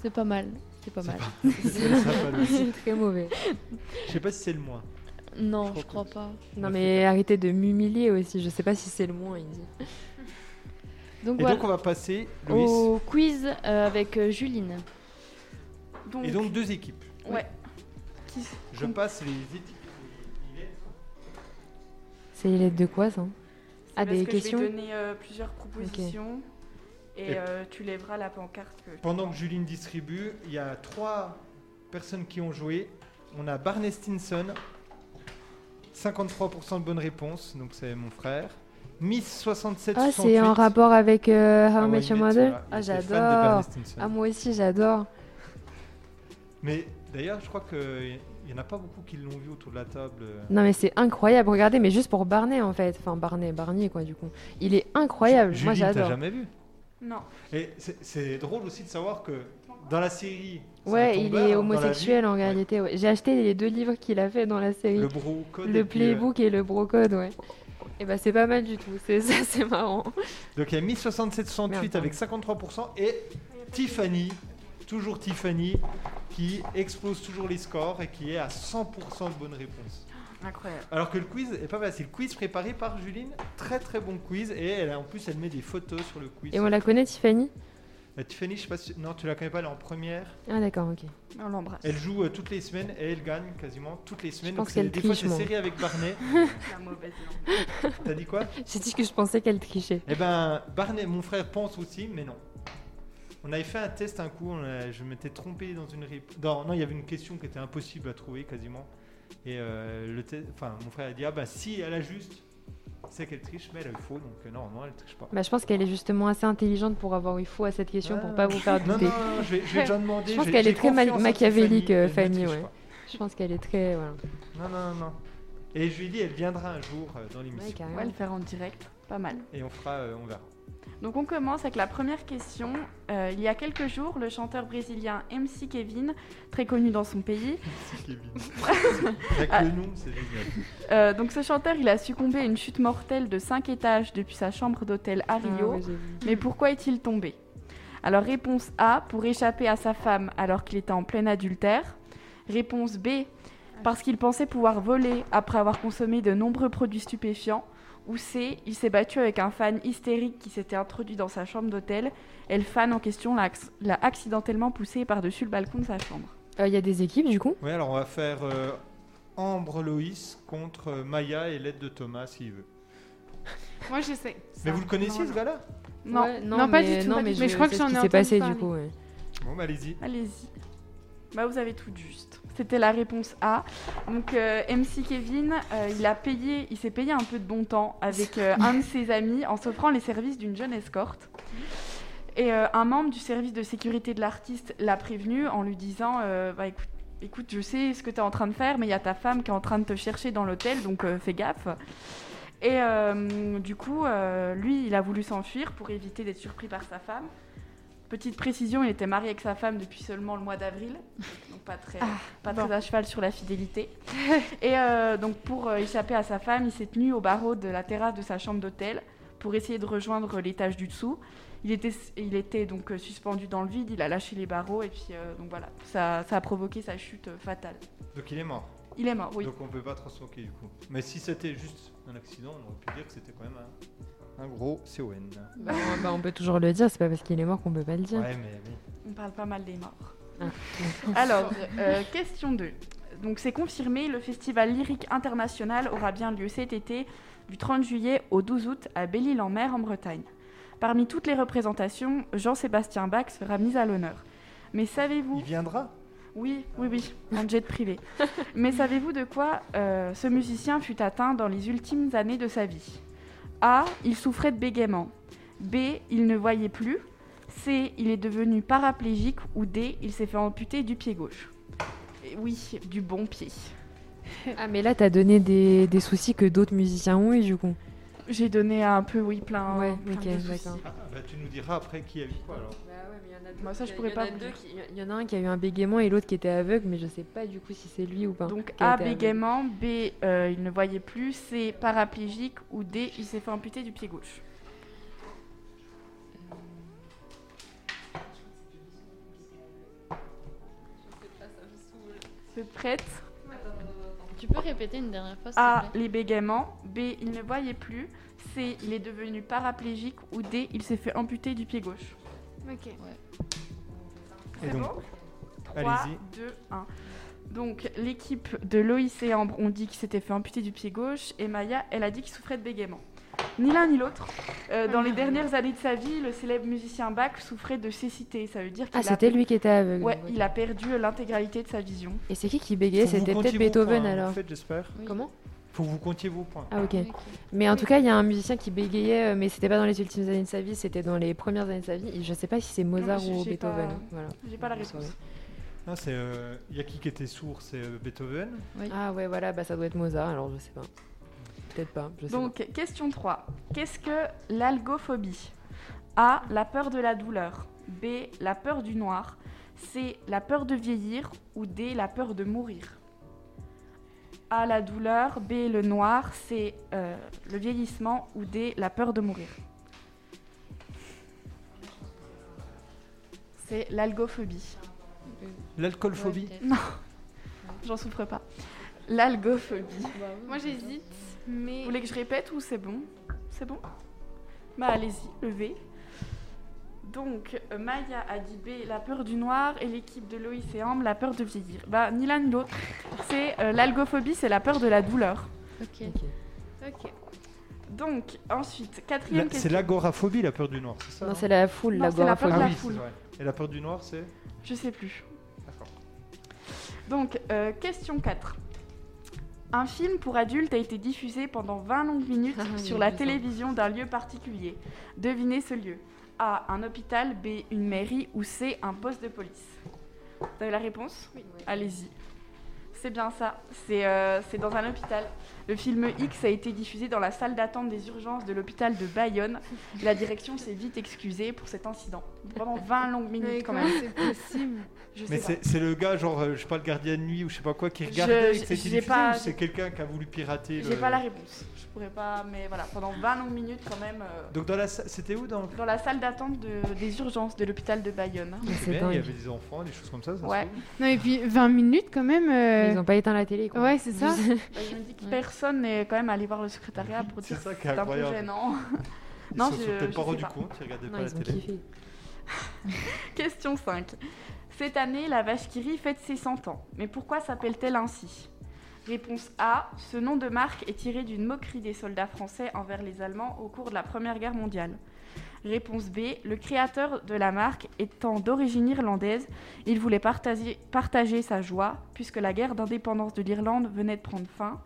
Speaker 3: C'est pas mal. C'est pas mal.
Speaker 2: c'est sympa, le-
Speaker 5: C'est très mauvais.
Speaker 2: Je sais pas si c'est le moins.
Speaker 3: Non,
Speaker 2: Je
Speaker 3: je
Speaker 2: crois
Speaker 3: crois pas.
Speaker 5: Non, mais arrêtez de m'humilier aussi. Je sais pas si c'est le moins, il dit.
Speaker 3: Donc,
Speaker 2: Et
Speaker 3: voilà.
Speaker 2: donc on va passer, Louis.
Speaker 3: Au quiz euh, avec euh, Juline.
Speaker 4: Donc,
Speaker 2: Et donc deux équipes.
Speaker 4: ouais.
Speaker 2: Je passe les équipes.
Speaker 5: C'est les lettres de quoi, ça Ah,
Speaker 4: C'est parce
Speaker 5: des
Speaker 4: que
Speaker 5: questions
Speaker 4: Je vais donner euh, plusieurs propositions et euh, tu lèveras la pancarte que.
Speaker 2: Pendant que Juline distribue, il y a trois personnes qui ont joué. On a Barney Stinson, 53% de bonnes réponses, donc c'est mon frère. Miss 67
Speaker 5: Ah, c'est en rapport avec euh, How I
Speaker 2: Ah,
Speaker 5: Met
Speaker 2: ouais,
Speaker 5: Your
Speaker 2: il met,
Speaker 5: Mother
Speaker 2: voilà, il
Speaker 5: Ah,
Speaker 2: était fan de Barney
Speaker 5: j'adore.
Speaker 2: Stinson.
Speaker 5: Ah, moi aussi, j'adore.
Speaker 2: Mais d'ailleurs, je crois qu'il n'y en a pas beaucoup qui l'ont vu autour de la table.
Speaker 5: Non, mais c'est incroyable. Regardez, mais juste pour Barney, en fait. Enfin, Barney, Barnier, quoi, du coup. Il est incroyable.
Speaker 2: Ju-
Speaker 5: moi,
Speaker 2: Juline, t'as
Speaker 5: j'adore.
Speaker 2: jamais vu
Speaker 4: Non.
Speaker 2: Et c'est- c'est drôle aussi de savoir que dans la série. c'est un
Speaker 5: Ouais, il
Speaker 2: tombeur, hein, dans
Speaker 5: est
Speaker 2: la vie,
Speaker 5: homosexuel en
Speaker 2: ouais,
Speaker 5: réalité. ouais. J'ai acheté les deux livres qu'il a fait dans la série,
Speaker 2: Le
Speaker 5: le,
Speaker 2: bro code. et puis, euh,
Speaker 5: playbook et le brocode, ouais. Et bah c'est pas mal du tout, c'est ça, c'est marrant.
Speaker 2: Donc il y a 1067-68
Speaker 5: Merde. hein.
Speaker 2: avec 53% et Tiffany, toujours Tiffany, qui explose toujours les scores et qui est à 100% de bonnes réponses.
Speaker 4: Incroyable.
Speaker 2: Alors que le quiz est pas mal, c'est le quiz préparé par Juline, très très bon quiz et elle a- en plus elle met des photos sur le quiz.
Speaker 5: Et on la connaît Tiffany
Speaker 2: Euh, Tiffany, je sais pas si... Non, tu la connais pas, elle est en première.
Speaker 5: Ah d'accord, ok.
Speaker 4: On l'embrasse.
Speaker 2: Elle joue euh, toutes les semaines et elle gagne quasiment toutes les semaines.
Speaker 5: Je
Speaker 2: Donc
Speaker 5: pense
Speaker 2: c'est-
Speaker 5: qu'elle
Speaker 2: des fois
Speaker 5: triche,
Speaker 2: c'est
Speaker 5: moi.
Speaker 2: série avec Barney.
Speaker 4: La mauvaise langue.
Speaker 2: T'as dit quoi
Speaker 5: J'ai dit que je pensais qu'elle trichait.
Speaker 2: Eh ben, Barney, mon frère pense aussi, mais non. On avait fait un test un coup, on a- je m'étais trompé dans une réponse. Non, non, il y avait une question qui était impossible à trouver quasiment. Et euh, le te- enfin, mon frère a dit Ah bah si, elle a juste, c'est qu'elle triche, mais elle a eu faux, donc euh, non, non, elle triche pas.
Speaker 5: Bah je pense qu'elle est justement assez intelligente pour avoir eu faux à cette question pour pas vous faire
Speaker 2: Ah. Non, non,
Speaker 5: douter.
Speaker 2: non, je vais, je vais déjà demander.
Speaker 5: Je pense
Speaker 2: j'ai-
Speaker 5: qu'elle
Speaker 2: j'ai
Speaker 5: est très ma-
Speaker 2: confiance en
Speaker 5: machiavélique, euh,
Speaker 2: Tiffany,
Speaker 5: Fanny,
Speaker 2: elle ne triche
Speaker 5: ouais. Je pense qu'elle est très voilà.
Speaker 2: pas. Non, non, non, non. Et je lui ai dit, elle viendra un jour euh, dans l'émission.
Speaker 5: Ouais,
Speaker 4: On
Speaker 5: carrément. Ah,
Speaker 4: va le faire en direct. Pas mal.
Speaker 2: et on fera, euh, on verra.
Speaker 4: Donc on commence avec la première question. Euh, il y a quelques jours, le chanteur brésilien MC Kevin, très connu dans son pays,
Speaker 2: Avec
Speaker 4: Ah.
Speaker 2: le nom, c'est génial.
Speaker 4: euh, donc ce chanteur, il a succombé à une chute mortelle de 5 étages depuis sa chambre d'hôtel à
Speaker 5: Ah,
Speaker 4: Rio.
Speaker 5: ouais, j'ai vu.
Speaker 4: Mais pourquoi est-il tombé Alors réponse A, pour échapper à sa femme alors qu'il était en plein adultère. Réponse B, parce qu'il pensait pouvoir voler après avoir consommé de nombreux produits stupéfiants. Ou C, il s'est battu avec un fan hystérique qui s'était introduit dans sa chambre d'hôtel et le fan en question l'a acc- l'a accidentellement poussé par-dessus le balcon de sa chambre.
Speaker 5: Euh, Il y a des équipes du coup
Speaker 2: Oui, alors on va faire euh, Ambre Loïs contre euh, Maya et l'aide de Thomas s'il veut.
Speaker 6: Moi, je sais.
Speaker 2: Mais vous le connaissiez ce
Speaker 6: Normalement.
Speaker 2: gars-là
Speaker 4: Non,
Speaker 5: Ouais,
Speaker 6: Non, pas du tout, pas
Speaker 5: Non,
Speaker 6: du
Speaker 5: mais
Speaker 6: tout. Mais je crois que
Speaker 5: sais ce
Speaker 6: j'en
Speaker 5: qui
Speaker 6: ai
Speaker 5: s'est passé
Speaker 6: entendu
Speaker 5: du coup. ouais.
Speaker 2: Bon, bah, allez-y.
Speaker 4: Allez-y. Bah, vous avez tout juste. C'était la réponse A. Donc, euh, MC Kevin, euh, il a payé, il s'est payé un peu de bon temps avec euh, un de ses amis en s'offrant les services d'une jeune escorte. Et euh, un membre du service de sécurité de l'artiste l'a prévenu en lui disant euh, bah, écoute, écoute, je sais ce que tu es en train de faire, mais il y a ta femme qui est en train de te chercher dans l'hôtel, donc euh, fais gaffe. Et euh, du coup, euh, lui, il a voulu s'enfuir pour éviter d'être surpris par sa femme. Petite précision, il était marié avec sa femme depuis seulement le mois d'avril, donc pas très, pas très à cheval sur la fidélité. Et euh, donc pour euh, échapper à sa femme, il s'est tenu au barreau de la terrasse de sa chambre d'hôtel pour essayer de rejoindre l'étage du dessous. Il était, il était donc euh, suspendu dans le vide, il a lâché les barreaux et puis euh, donc voilà, ça, ça a provoqué sa chute euh, fatale.
Speaker 2: Donc il est mort.
Speaker 4: Il est mort, oui.
Speaker 2: Donc on peut pas trop se moquer du coup. Mais si c'était juste un accident, on aurait pu dire que c'était quand même un, un gros CON.
Speaker 5: Bah, on- bah, on peut toujours le dire, c'est pas parce qu'il est mort qu'on peut pas le dire.
Speaker 2: Ouais, mais oui.
Speaker 4: On parle pas mal des morts.
Speaker 5: Ah.
Speaker 4: Alors, euh, question 2. Donc c'est confirmé, le festival lyrique international aura bien lieu cet été du 30 juillet au 12 août à Belle-Île-en-Mer en Bretagne. Parmi toutes les représentations, Jean-Sébastien Bach sera mis à l'honneur. Mais savez-vous...
Speaker 2: Il viendra
Speaker 4: Oui, oui, oui, en jet privé. Mais savez-vous de quoi euh, ce musicien fut atteint dans les ultimes années de sa vie A. Il souffrait de bégaiement. B. Il ne voyait plus. C. Il est devenu paraplégique. Ou D. Il s'est fait amputer du pied gauche. Et oui, du bon pied.
Speaker 5: Ah, mais là, t'as donné des, des soucis que d'autres musiciens ont eu, du coup.
Speaker 4: J'ai donné un peu, oui, plein.
Speaker 5: Ouais,
Speaker 4: plein
Speaker 5: ok,
Speaker 4: de soucis.
Speaker 5: d'accord.
Speaker 2: Ah, bah tu nous diras après qui a vu quoi alors.
Speaker 4: Moi, ça, je pourrais pas vous dire.
Speaker 5: Il y en a un qui a eu un bégaiement et l'autre qui était aveugle, mais je sais pas du coup si c'est lui ou pas.
Speaker 4: Donc
Speaker 5: Qui a
Speaker 4: A.
Speaker 5: été aveugle.
Speaker 4: Bégaiement. B. euh, il ne voyait plus. C. Paraplégique. Ou D. Il s'est fait amputer du pied gauche. Vous êtes prête
Speaker 3: Tu peux répéter une dernière fois, s'il
Speaker 4: A.
Speaker 3: te plaît
Speaker 4: Les bégaiements. B. Il ne voyait plus. C. Il est devenu paraplégique. Ou D. Il s'est fait amputer du pied gauche.
Speaker 6: Ok.
Speaker 2: Et
Speaker 4: C'est
Speaker 2: donc,
Speaker 4: bon 3,
Speaker 2: allez-y.
Speaker 4: 2, 1. Donc, l'équipe de l'OIC Ambre ont dit qu'il s'était fait amputer du pied gauche et Maya, elle a dit qu'il souffrait de bégaiement. Ni l'un ni l'autre. Euh, dans les
Speaker 3: Ah.
Speaker 4: dernières années de sa vie, le célèbre musicien Bach souffrait de cécité. Ça veut dire qu'il
Speaker 5: Ah,
Speaker 4: a-
Speaker 5: c'était lui qui était aveugle.
Speaker 4: Ouais,
Speaker 5: donc,
Speaker 4: il a perdu l'intégralité de sa vision.
Speaker 5: Et c'est qui qui bégayait
Speaker 2: Faut que vous
Speaker 5: C'était peut-être
Speaker 2: comptiez vos
Speaker 5: Beethoven
Speaker 2: points, hein,
Speaker 5: alors.
Speaker 2: En fait, j'espère.
Speaker 5: Comment
Speaker 2: Faut que vous comptiez vos points.
Speaker 5: Ah, ok.
Speaker 3: Ok.
Speaker 5: Mais en tout cas, il y a un musicien qui bégayait, euh, mais c'était pas dans les ultimes années de sa vie, c'était dans les premières années de sa vie. Et je sais pas si c'est Mozart
Speaker 4: je
Speaker 5: ou
Speaker 4: sais
Speaker 5: Beethoven.
Speaker 4: pas.
Speaker 5: Voilà.
Speaker 4: J'ai pas la
Speaker 5: Vous saurez.
Speaker 4: réponse.
Speaker 2: Non, c'est. euh, y a qui qui était sourd C'est euh, Beethoven.
Speaker 5: Ah, ouais, voilà, bah ça doit être Mozart, alors je sais pas. Peut-être pas, je sais
Speaker 4: Donc, question 3. Qu'est-ce que l'algophobie A. La peur de la douleur. B. La peur du noir. C. La peur de vieillir. Ou D. La peur de mourir. A. La douleur. B. Le noir. C. euh, le vieillissement. Ou D. La peur de mourir. C'est l'algophobie.
Speaker 2: L'alcoolphobie.
Speaker 3: Ouais, peut-être.
Speaker 4: J'en souffre pas. L'algophobie.
Speaker 3: Bah
Speaker 6: Moi j'hésite, mais
Speaker 4: Vous voulez que je répète ou c'est bon C'est bon Bah allez-y, levez. Donc, euh, Maya a dit B, la peur du noir, et l'équipe de Loïs et Ambre, la peur de vieillir. Bah, ni l'un ni l'autre. C'est euh, l'algophobie, c'est la peur de la douleur.
Speaker 3: Ok.
Speaker 5: Ok.
Speaker 6: ok.
Speaker 4: Donc, ensuite,
Speaker 2: La-
Speaker 4: quatrième
Speaker 2: C'est
Speaker 4: question.
Speaker 2: l'agoraphobie, la peur du noir, c'est ça
Speaker 5: Non,
Speaker 2: non
Speaker 5: c'est la foule,
Speaker 4: Non, c'est la peur de
Speaker 5: l'agoraphobie.
Speaker 2: Ah
Speaker 4: la
Speaker 2: oui, c'est
Speaker 4: foule.
Speaker 2: vrai. Et la peur du noir, c'est
Speaker 4: Je sais plus.
Speaker 2: D'accord.
Speaker 4: Donc, euh, question 4. Un film pour adultes a été diffusé pendant 20 longues minutes
Speaker 5: Ah oui,
Speaker 4: sur la
Speaker 5: je sens.
Speaker 4: télévision d'un lieu particulier. Devinez ce lieu. A. Un hôpital. B. Une mairie. Ou C. Un poste de police. Vous avez la réponse Oui. Allez-y. C'est bien ça. C'est euh, c'est dans un hôpital. Le film X a été diffusé dans la salle d'attente des urgences de l'hôpital de Bayonne. La direction s'est vite excusée pour cet incident. Pendant 20 longues
Speaker 6: Mais
Speaker 4: minutes quand
Speaker 6: comment
Speaker 4: même.
Speaker 6: c'est possible
Speaker 4: Je
Speaker 2: Mais
Speaker 4: sais pas.
Speaker 2: c'est c'est le gars, genre, euh, je sais pas, le gardien de nuit ou je sais pas quoi, qui
Speaker 4: Je-
Speaker 2: regardait, et
Speaker 4: je-
Speaker 2: que c'était
Speaker 4: j'ai
Speaker 2: diffusé,
Speaker 4: pas-
Speaker 2: ou c'est quelqu'un qui a voulu pirater
Speaker 4: J'ai
Speaker 2: le-
Speaker 4: pas la réponse. Je pourrais pas, mais voilà, pendant 20 longues minutes quand même, euh,
Speaker 2: Donc, dans la sa- c'était où dans le
Speaker 4: dans la salle d'attente de- des urgences de l'hôpital de Bayonne. hein.
Speaker 5: Mais
Speaker 2: Eh
Speaker 5: c'est
Speaker 2: ben, Il y
Speaker 5: dingue.
Speaker 2: avait des enfants, des choses comme ça, ça se
Speaker 4: Ouais.
Speaker 2: trouve.
Speaker 6: Non, et puis 20 minutes quand même. euh,
Speaker 5: Ils ont pas éteint la télé, quoi.
Speaker 6: Ouais, c'est ça.
Speaker 4: Bah, Je me dis que personne n'est quand même allé voir le secrétariat pour
Speaker 2: C'est
Speaker 4: dire que
Speaker 2: ça qui est
Speaker 4: c'est un peu
Speaker 2: incroyable.
Speaker 4: gênant.
Speaker 2: Ils
Speaker 4: Non,
Speaker 2: se sont
Speaker 4: je-
Speaker 2: peut-être
Speaker 4: je
Speaker 2: pas
Speaker 4: sais
Speaker 2: rendus
Speaker 4: pas.
Speaker 2: compte, ils regardaient
Speaker 5: Non,
Speaker 2: pas la
Speaker 5: ils ont
Speaker 2: télé.
Speaker 5: kiffé.
Speaker 4: Question 5. Cette année, la Vache-qui-rit fête ses 100 ans. Mais pourquoi s'appelle-t-elle ainsi Réponse A. Ce nom de marque est tiré d'une moquerie des soldats français envers les Allemands au cours de la Première Guerre mondiale. Réponse B. Le créateur de la marque étant d'origine irlandaise, il voulait partager, partager sa joie puisque la guerre d'indépendance de l'Irlande venait de prendre fin.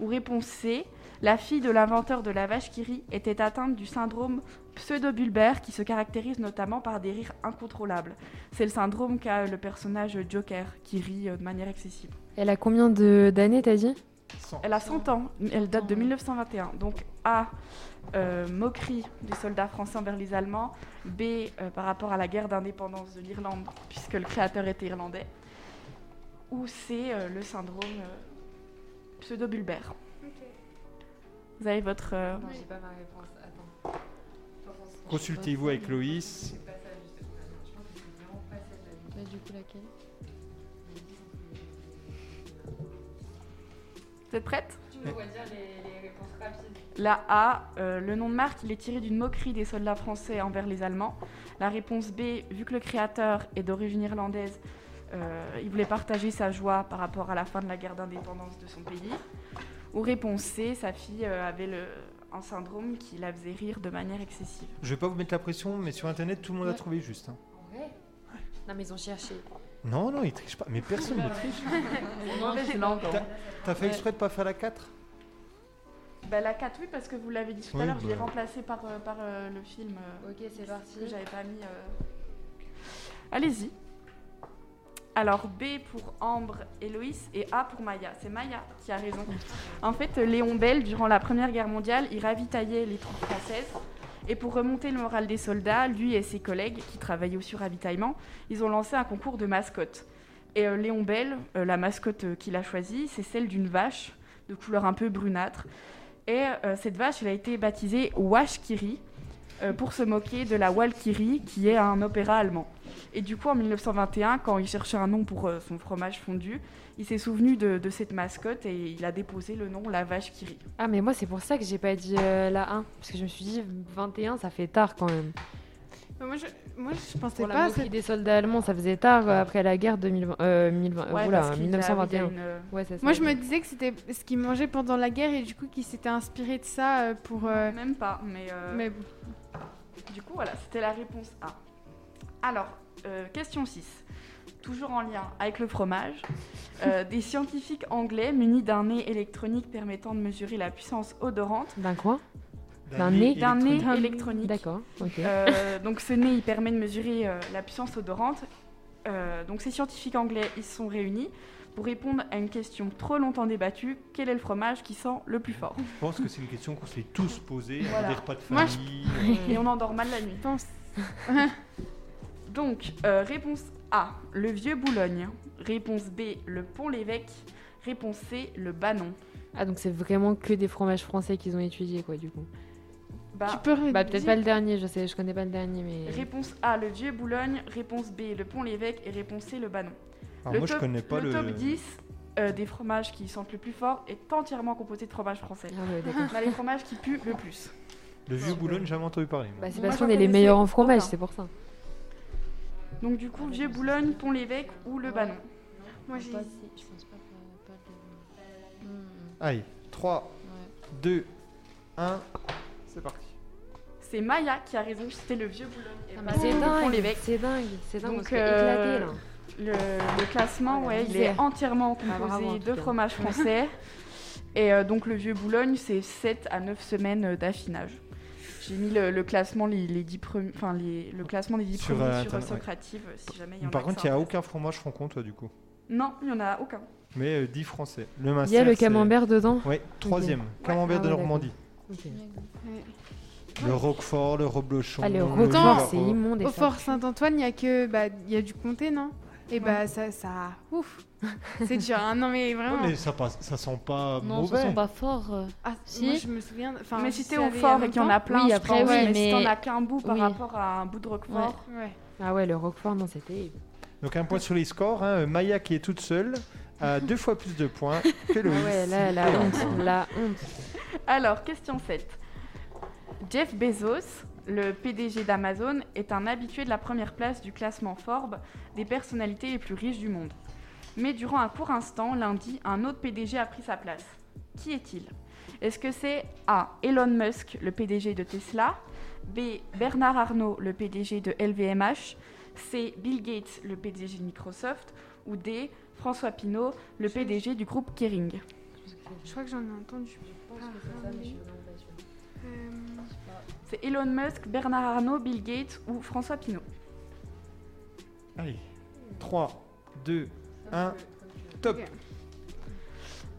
Speaker 4: Ou réponse C. La fille de l'inventeur de la vache qui rit était atteinte du syndrome pseudo-bulbaire qui se caractérise notamment par des rires incontrôlables. C'est le syndrome qu'a le personnage Joker qui rit euh, de manière excessive.
Speaker 5: Elle a combien de- d'années, t'as dit
Speaker 2: Sans.
Speaker 4: Elle a 100 ans, elle date de 1921. Donc A, euh, moquerie des soldats français envers les Allemands. B, euh, par rapport à la guerre d'indépendance de l'Irlande, puisque le créateur était irlandais. Ou C, euh, le syndrome euh, pseudo-bulbaire. Vous avez votre... euh,
Speaker 5: j'ai pas ma réponse. Attends.
Speaker 2: Consultez-vous avec Loïs.
Speaker 3: du coup, laquelle
Speaker 4: Vous êtes prête La A, euh, le nom de marque, il est tiré d'une moquerie des soldats français envers les Allemands. La réponse B, vu que le créateur est d'origine irlandaise, euh, il voulait partager sa joie par rapport à la fin de la guerre d'indépendance de son pays. Ou réponse C, sa fille euh, avait le- un syndrome qui la faisait rire de manière excessive.
Speaker 2: Je vais pas vous mettre la pression, mais sur Internet, tout le monde a trouvé juste. hein.
Speaker 5: Non, mais ils ont cherché.
Speaker 2: Non, non, il triche pas. Mais personne ne triche. T'as fait
Speaker 4: Ouais.
Speaker 2: exprès de pas faire la 4
Speaker 4: Bah, la 4, oui, parce que vous l'avez dit tout
Speaker 2: Oui,
Speaker 4: à l'heure, je l'ai
Speaker 2: bah.
Speaker 4: remplacée par, euh, par euh, le film. euh,
Speaker 5: Ok, c'est parti.
Speaker 4: que j'avais pas mis. euh. Allez-y. Alors B pour Ambre et Loïs et A pour Maya. C'est Maya qui a raison. En fait, euh, Léon Bell, durant la Première Guerre mondiale, il ravitaillait les troupes françaises. Et pour remonter le moral des soldats, lui et ses collègues qui travaillaient au surravitaillement, ils ont lancé un concours de mascottes. Et euh, Léon Bell, euh, la mascotte euh, qu'il a choisie, c'est celle d'une vache de couleur un peu brunâtre. Et euh, cette vache, elle a été baptisée Wash Kiri euh, pour se moquer de la Walkyrie, qui est un opéra allemand. Et du coup, en 1921, quand il cherchait un nom pour euh, son fromage fondu, il s'est souvenu de, de cette mascotte et il a déposé le nom La Vache qui rit.
Speaker 5: Ah, mais moi, c'est pour ça que j'ai pas dit euh, la 1. Parce que je me suis dit, 21, ça fait tard quand même.
Speaker 6: Moi, je, moi, je pensais
Speaker 5: Pour
Speaker 6: pas.
Speaker 5: la
Speaker 6: à
Speaker 5: moquerie
Speaker 6: cette-
Speaker 5: des soldats allemands, ça faisait tard euh, après la guerre 2020, euh, 1020, euh,
Speaker 4: parce
Speaker 5: oula,
Speaker 4: qu'il a- il y a
Speaker 5: 1921.
Speaker 4: une, euh,
Speaker 5: Ouais, c'est ça.
Speaker 6: Moi, je me disais que c'était ce qu'ils mangeaient pendant la guerre et du coup, qu'ils s'étaient inspirés de ça euh, pour. euh,
Speaker 4: Même pas, mais, euh,
Speaker 6: Mais bon.
Speaker 4: du coup, voilà, c'était la réponse A. Alors, euh, question 6. Toujours en lien avec le fromage, Euh, des scientifiques anglais munis d'un nez électronique permettant de mesurer la puissance odorante
Speaker 5: D'un coin D'un nez.
Speaker 4: d'un nez
Speaker 5: Électronique.
Speaker 4: électronique
Speaker 5: D'accord, ok.
Speaker 4: Euh, donc ce nez, il permet de mesurer euh, la puissance odorante. Euh, donc ces scientifiques anglais, ils se sont réunis pour répondre à une question trop longtemps débattue. Quel est le fromage qui sent le plus fort
Speaker 2: Je pense que c'est une question qu'on s'est tous posée
Speaker 4: Voilà.
Speaker 2: à des repas de
Speaker 6: Moi,
Speaker 2: famille.
Speaker 4: Et on endort mal la nuit.
Speaker 6: pense.
Speaker 4: Donc, euh, réponse A, le vieux Boulogne. Réponse B, le pont l'évêque. Réponse C, le Banon.
Speaker 5: Ah, donc c'est vraiment que des fromages français qu'ils ont étudiés, quoi, du coup.
Speaker 6: tu
Speaker 4: Bah,
Speaker 6: peux
Speaker 5: Bah, peut-être
Speaker 6: redire
Speaker 5: pas le dernier, je sais, je connais pas le dernier, mais.
Speaker 4: réponse A, le vieux Boulogne. Réponse B, le pont l'évêque. Et réponse C, le Banon.
Speaker 2: Alors
Speaker 4: le
Speaker 2: moi, je
Speaker 4: top-
Speaker 2: connais pas le.
Speaker 4: top 10 euh, des fromages qui sentent le plus fort est entièrement composé de fromages français.
Speaker 5: Ah ouais, d'accord.
Speaker 4: On a les fromages qui puent le plus.
Speaker 2: Le vieux Boulogne, jamais entendu parler. moi.
Speaker 5: Bah, c'est
Speaker 4: Moi,
Speaker 5: parce
Speaker 4: j'en
Speaker 5: qu'on est les
Speaker 4: connaissais
Speaker 5: meilleurs en fromage,
Speaker 4: aucun.
Speaker 5: c'est pour ça.
Speaker 4: Donc du coup, vieux Boulogne, Pont l'Évêque ou le Banon.
Speaker 6: Moi, j'ai.
Speaker 3: Je pense pas pas, le.
Speaker 2: Allez, 3, 2, 1, c'est parti.
Speaker 4: C'est Maya qui a raison, c'était le vieux Boulogne. et pas
Speaker 5: Ah bah, c'est
Speaker 4: le Pont
Speaker 5: dingue,
Speaker 4: l'Évêque.
Speaker 5: c'est dingue, c'est dingue,
Speaker 4: Donc,
Speaker 5: on se fait
Speaker 4: euh,
Speaker 5: éclater là.
Speaker 2: Ah,
Speaker 4: Le, le classement,
Speaker 5: Ah, la
Speaker 4: ouais, il
Speaker 5: misère.
Speaker 4: est entièrement
Speaker 5: Ah, bravo, en
Speaker 4: composé
Speaker 5: tout
Speaker 4: de
Speaker 5: cas.
Speaker 4: fromages français. Et euh, donc le vieux Boulogne, c'est 7 à 9 semaines euh, d'affinage. J'ai mis le, le classement les, les dix premi- enfin les- le classement des 10
Speaker 2: Sur,
Speaker 4: premiers
Speaker 2: euh,
Speaker 4: sur
Speaker 2: Internet, ouais.
Speaker 4: Socrative, euh, si jamais il y en a.
Speaker 2: Par
Speaker 4: que
Speaker 2: contre, il
Speaker 4: ça
Speaker 2: n'y a
Speaker 4: intéresse.
Speaker 2: aucun fromage francon, toi, du coup.
Speaker 4: Non, il y en a aucun.
Speaker 2: Mais euh, 10 français. Le
Speaker 5: Il y a
Speaker 2: Mincer,
Speaker 5: le
Speaker 2: c'est-
Speaker 5: camembert dedans.
Speaker 2: Ouais, troisième. Camembert
Speaker 5: Ah
Speaker 2: de
Speaker 5: ouais,
Speaker 2: Normandie. Le Roquefort, le Reblochon.
Speaker 5: Allez, au
Speaker 2: le
Speaker 5: record,
Speaker 2: Villarot.
Speaker 5: c'est immonde. et
Speaker 6: Au
Speaker 5: ça.
Speaker 6: Fort Saint-Antoine, il y a que. Bah, il y a du comté, non Et bah, ça. ça... Ouf C'est dur, hein, non mais
Speaker 2: Ouais,
Speaker 6: vraiment.
Speaker 2: mais ça, passe, ça sent pas
Speaker 3: Non, ça
Speaker 2: mauvais.
Speaker 3: sent pas fort. euh.
Speaker 6: Ah,
Speaker 3: Si.
Speaker 6: moi, je me souviens. Enfin,
Speaker 4: mais
Speaker 6: j'y
Speaker 4: si t'es
Speaker 6: suis
Speaker 4: au
Speaker 6: allée il y a
Speaker 4: fort et qu'il y en a
Speaker 6: longtemps.
Speaker 4: plein,
Speaker 3: Oui,
Speaker 4: je
Speaker 3: après,
Speaker 4: pense,
Speaker 3: oui,
Speaker 4: mais, si
Speaker 3: mais-
Speaker 4: t'en as qu'un bout par
Speaker 3: Oui.
Speaker 4: rapport à un bout de Roquefort,
Speaker 3: Ouais.
Speaker 6: Ouais.
Speaker 5: Ah ouais, le roquefort, non, c'était.
Speaker 2: Donc un point sur les scores. hein. Maya qui est toute seule a deux fois plus de points que
Speaker 5: Ah
Speaker 2: Loïs.
Speaker 5: ouais, là, la
Speaker 2: Et
Speaker 5: honte,
Speaker 2: Antoine.
Speaker 5: la honte.
Speaker 4: Alors, question 7. Jeff Bezos, le PDG d'Amazon, est un habitué de la première place du classement Forbes des personnalités les plus riches du monde. Mais durant un court instant, lundi, un autre PDG a pris sa place. Qui est-il Est-ce que c'est A. Elon Musk, le PDG de Tesla B. Bernard Arnault, le PDG de LVMH C. Bill Gates, le PDG de Microsoft Ou D. François Pinault, le PDG du groupe Kering
Speaker 6: Je crois que j'en ai entendu. parler. Euh,
Speaker 4: C'est Elon Musk, Bernard Arnault, Bill Gates ou François Pinault.
Speaker 2: Allez, 3, 2, 1. Top.
Speaker 6: Ok.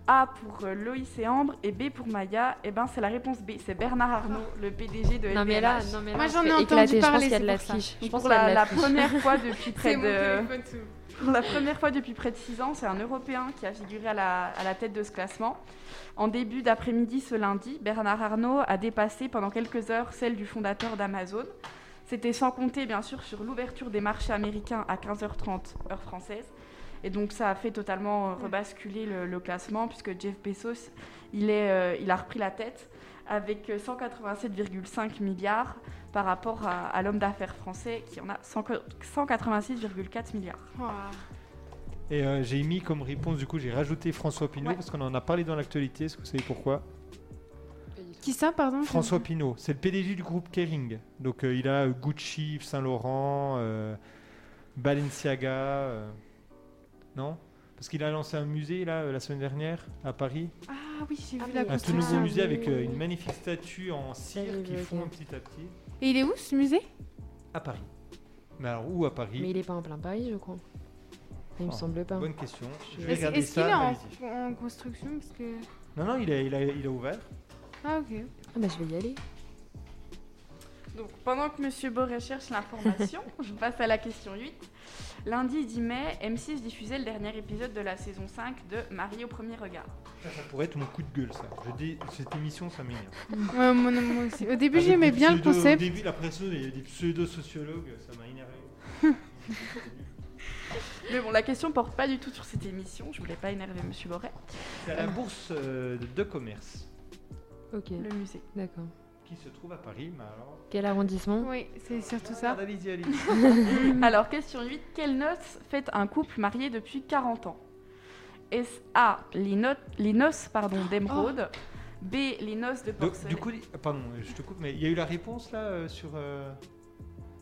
Speaker 4: A pour euh, Loïs et Ambre et B pour Maya. Et ben c'est la réponse B, c'est Bernard Arnault, le PDG de LVMH.
Speaker 5: Non, mais là, non, mais là,
Speaker 6: Moi,
Speaker 5: on
Speaker 6: j'en
Speaker 5: se
Speaker 6: ai
Speaker 5: fait
Speaker 6: entendu
Speaker 5: éclater, Je pense
Speaker 6: parler,
Speaker 5: qu'il y a
Speaker 6: c'est
Speaker 5: de la
Speaker 6: pour ça.
Speaker 5: triche. Je
Speaker 4: Donc,
Speaker 5: pense
Speaker 4: pour
Speaker 5: qu'il y
Speaker 4: la,
Speaker 5: a de la
Speaker 4: la
Speaker 5: triche.
Speaker 4: première fois depuis près
Speaker 6: C'est mon
Speaker 4: de
Speaker 6: téléphone sous.
Speaker 4: Pour la première fois depuis près de 6 ans, c'est un Européen qui a figuré à la, à la tête de ce classement. En début d'après-midi ce lundi, Bernard Arnault a dépassé pendant quelques heures celle du fondateur d'Amazon. C'était sans compter bien sûr sur l'ouverture des marchés américains à 15h30 heure française. Et donc ça a fait totalement euh, rebasculer le, le classement puisque Jeff Bezos, il, est, euh, il a repris la tête avec euh, 187,5 milliards par rapport à, à l'homme d'affaires français qui en a 100 186,4 milliards.
Speaker 6: Ouah.
Speaker 2: Et euh, j'ai mis comme réponse, du coup, j'ai rajouté François Pinault
Speaker 4: Ouais.
Speaker 2: parce qu'on en a parlé dans l'actualité. Est-ce que vous savez pourquoi
Speaker 6: Qui ça, pardon je-
Speaker 2: François Pinault, c'est le PDG du groupe Kering. Donc euh, il a euh, Gucci, Saint Laurent, euh, Balenciaga. euh, non Parce qu'il a lancé un musée là euh, la semaine dernière à Paris.
Speaker 6: Ah oui, j'ai
Speaker 5: Ah,
Speaker 6: vu la
Speaker 5: mais-
Speaker 2: Un tout nouveau
Speaker 5: Construction.
Speaker 6: construction.
Speaker 5: Ah,
Speaker 2: musée avec
Speaker 5: oui.
Speaker 2: euh, une magnifique statue en cire
Speaker 5: oui,
Speaker 2: qu'ils
Speaker 5: oui,
Speaker 2: font
Speaker 5: oui.
Speaker 2: petit à petit
Speaker 6: Et il est où ce musée
Speaker 2: à Paris. Mais alors où à
Speaker 5: Mais
Speaker 2: Paris
Speaker 5: il est pas en plein Paris, je crois. Il me
Speaker 2: Oh.
Speaker 5: semble pas.
Speaker 2: Bonne question. Je vais
Speaker 6: Est-ce
Speaker 2: regarder
Speaker 6: est-ce qu'il
Speaker 2: ça.
Speaker 6: est en,
Speaker 2: allez-y.
Speaker 6: en construction parce que...
Speaker 2: Non, non, il a, il a- il a ouvert.
Speaker 6: Ah ok.
Speaker 5: Ah bah je vais y aller.
Speaker 4: Donc, pendant que Monsieur Boré cherche l'information, je passe à la question 8. Lundi 10 mai, M6 diffusait le dernier épisode de la saison 5 de Marie au premier regard.
Speaker 2: Ça, ça pourrait être mon coup de gueule, ça. Je dis, cette émission, ça m'énerve.
Speaker 6: Ouais, moi, non, moi aussi. Au début,
Speaker 2: Avec
Speaker 6: j'aimais
Speaker 2: des
Speaker 6: bien le
Speaker 2: pseudo-
Speaker 6: concept.
Speaker 2: Au début, la pression des, des pseudo-sociologues, ça m'a énervé.
Speaker 4: Mais bon, la question porte pas du tout sur cette émission, je voulais pas énerver Monsieur Boré.
Speaker 2: C'est à la bourse euh, de, de commerce
Speaker 5: Ok,
Speaker 4: Le musée.
Speaker 5: d'accord.
Speaker 2: qui se trouve à Paris, mais alors...
Speaker 5: Quel arrondissement
Speaker 6: Oui, c'est surtout
Speaker 2: Regarde,
Speaker 6: ça.
Speaker 2: Allez-y, allez-y.
Speaker 4: Alors, question 8. Quelles noces fête un couple marié depuis 40 ans Est-ce A, les, no- les noces pardon, d'émeraude B, les noces de
Speaker 2: Donc,
Speaker 4: porcelaine
Speaker 2: du coup, euh, pardon, je te coupe, mais il y a eu la réponse, là, euh, sur... euh,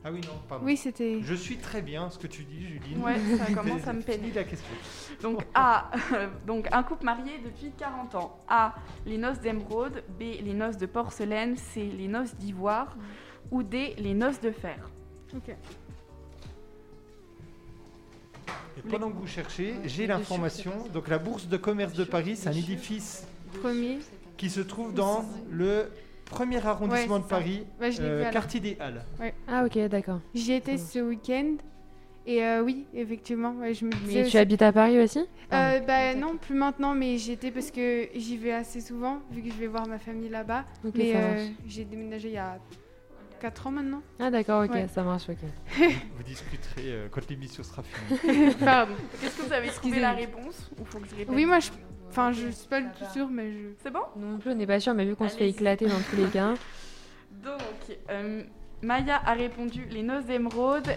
Speaker 2: Ah oui, non, pardon.
Speaker 6: Oui, c'était...
Speaker 2: Je suis très bien ce que tu dis, Julie.
Speaker 4: Ouais, ça commence à me peiner.
Speaker 2: Finis la question.
Speaker 4: Donc ah, A, donc un couple marié depuis 40 ans. A, les noces d'émeraude. B, les noces de porcelaine. C, les noces d'ivoire. Ou D, les noces de fer.
Speaker 6: Ok.
Speaker 2: Et pendant que vous cherchez, j'ai
Speaker 5: Ouais,
Speaker 2: l'information. Donc, la bourse de commerce de
Speaker 5: Bien sûr,
Speaker 2: Paris, c'est un
Speaker 5: bien sûr.
Speaker 2: édifice
Speaker 6: Premier.
Speaker 2: qui se trouve dans le premier arrondissement
Speaker 6: Ouais,
Speaker 2: de
Speaker 6: c'est ça.
Speaker 2: Paris,
Speaker 6: Bah, je l'ai vu
Speaker 2: euh,
Speaker 6: à la-
Speaker 2: quartier des Halles.
Speaker 5: Ah ok, d'accord.
Speaker 6: J'y étais
Speaker 5: Ça va.
Speaker 6: ce week-end. Et euh, oui, effectivement, ouais, je me disais...
Speaker 5: Mais
Speaker 6: aussi-
Speaker 5: tu habites à Paris aussi Ah,
Speaker 6: Euh, bah non, plus maintenant, mais j'étais parce que j'y vais assez souvent, vu que je vais voir ma famille là-bas.
Speaker 5: Ok,
Speaker 6: mais
Speaker 5: ça
Speaker 6: euh,
Speaker 5: marche.
Speaker 6: j'ai déménagé il y a 4 ans maintenant.
Speaker 5: Ah d'accord, ok,
Speaker 6: ouais.
Speaker 5: ça marche, ok.
Speaker 2: Vous discuterez euh, quand l'émission sera finie.
Speaker 6: Pardon.
Speaker 4: Est-ce que vous avez trouvé la réponse ou faut que je répète
Speaker 6: Oui, moi, je... Enfin, je suis pas du tout sûre, mais je...
Speaker 4: C'est bon
Speaker 5: Nous non plus, on n'est pas sûr, mais vu qu'on se fait
Speaker 4: Allez-y.
Speaker 5: éclater dans tous les cas.
Speaker 4: Donc, euh, Maya a répondu les noces d'émeraude.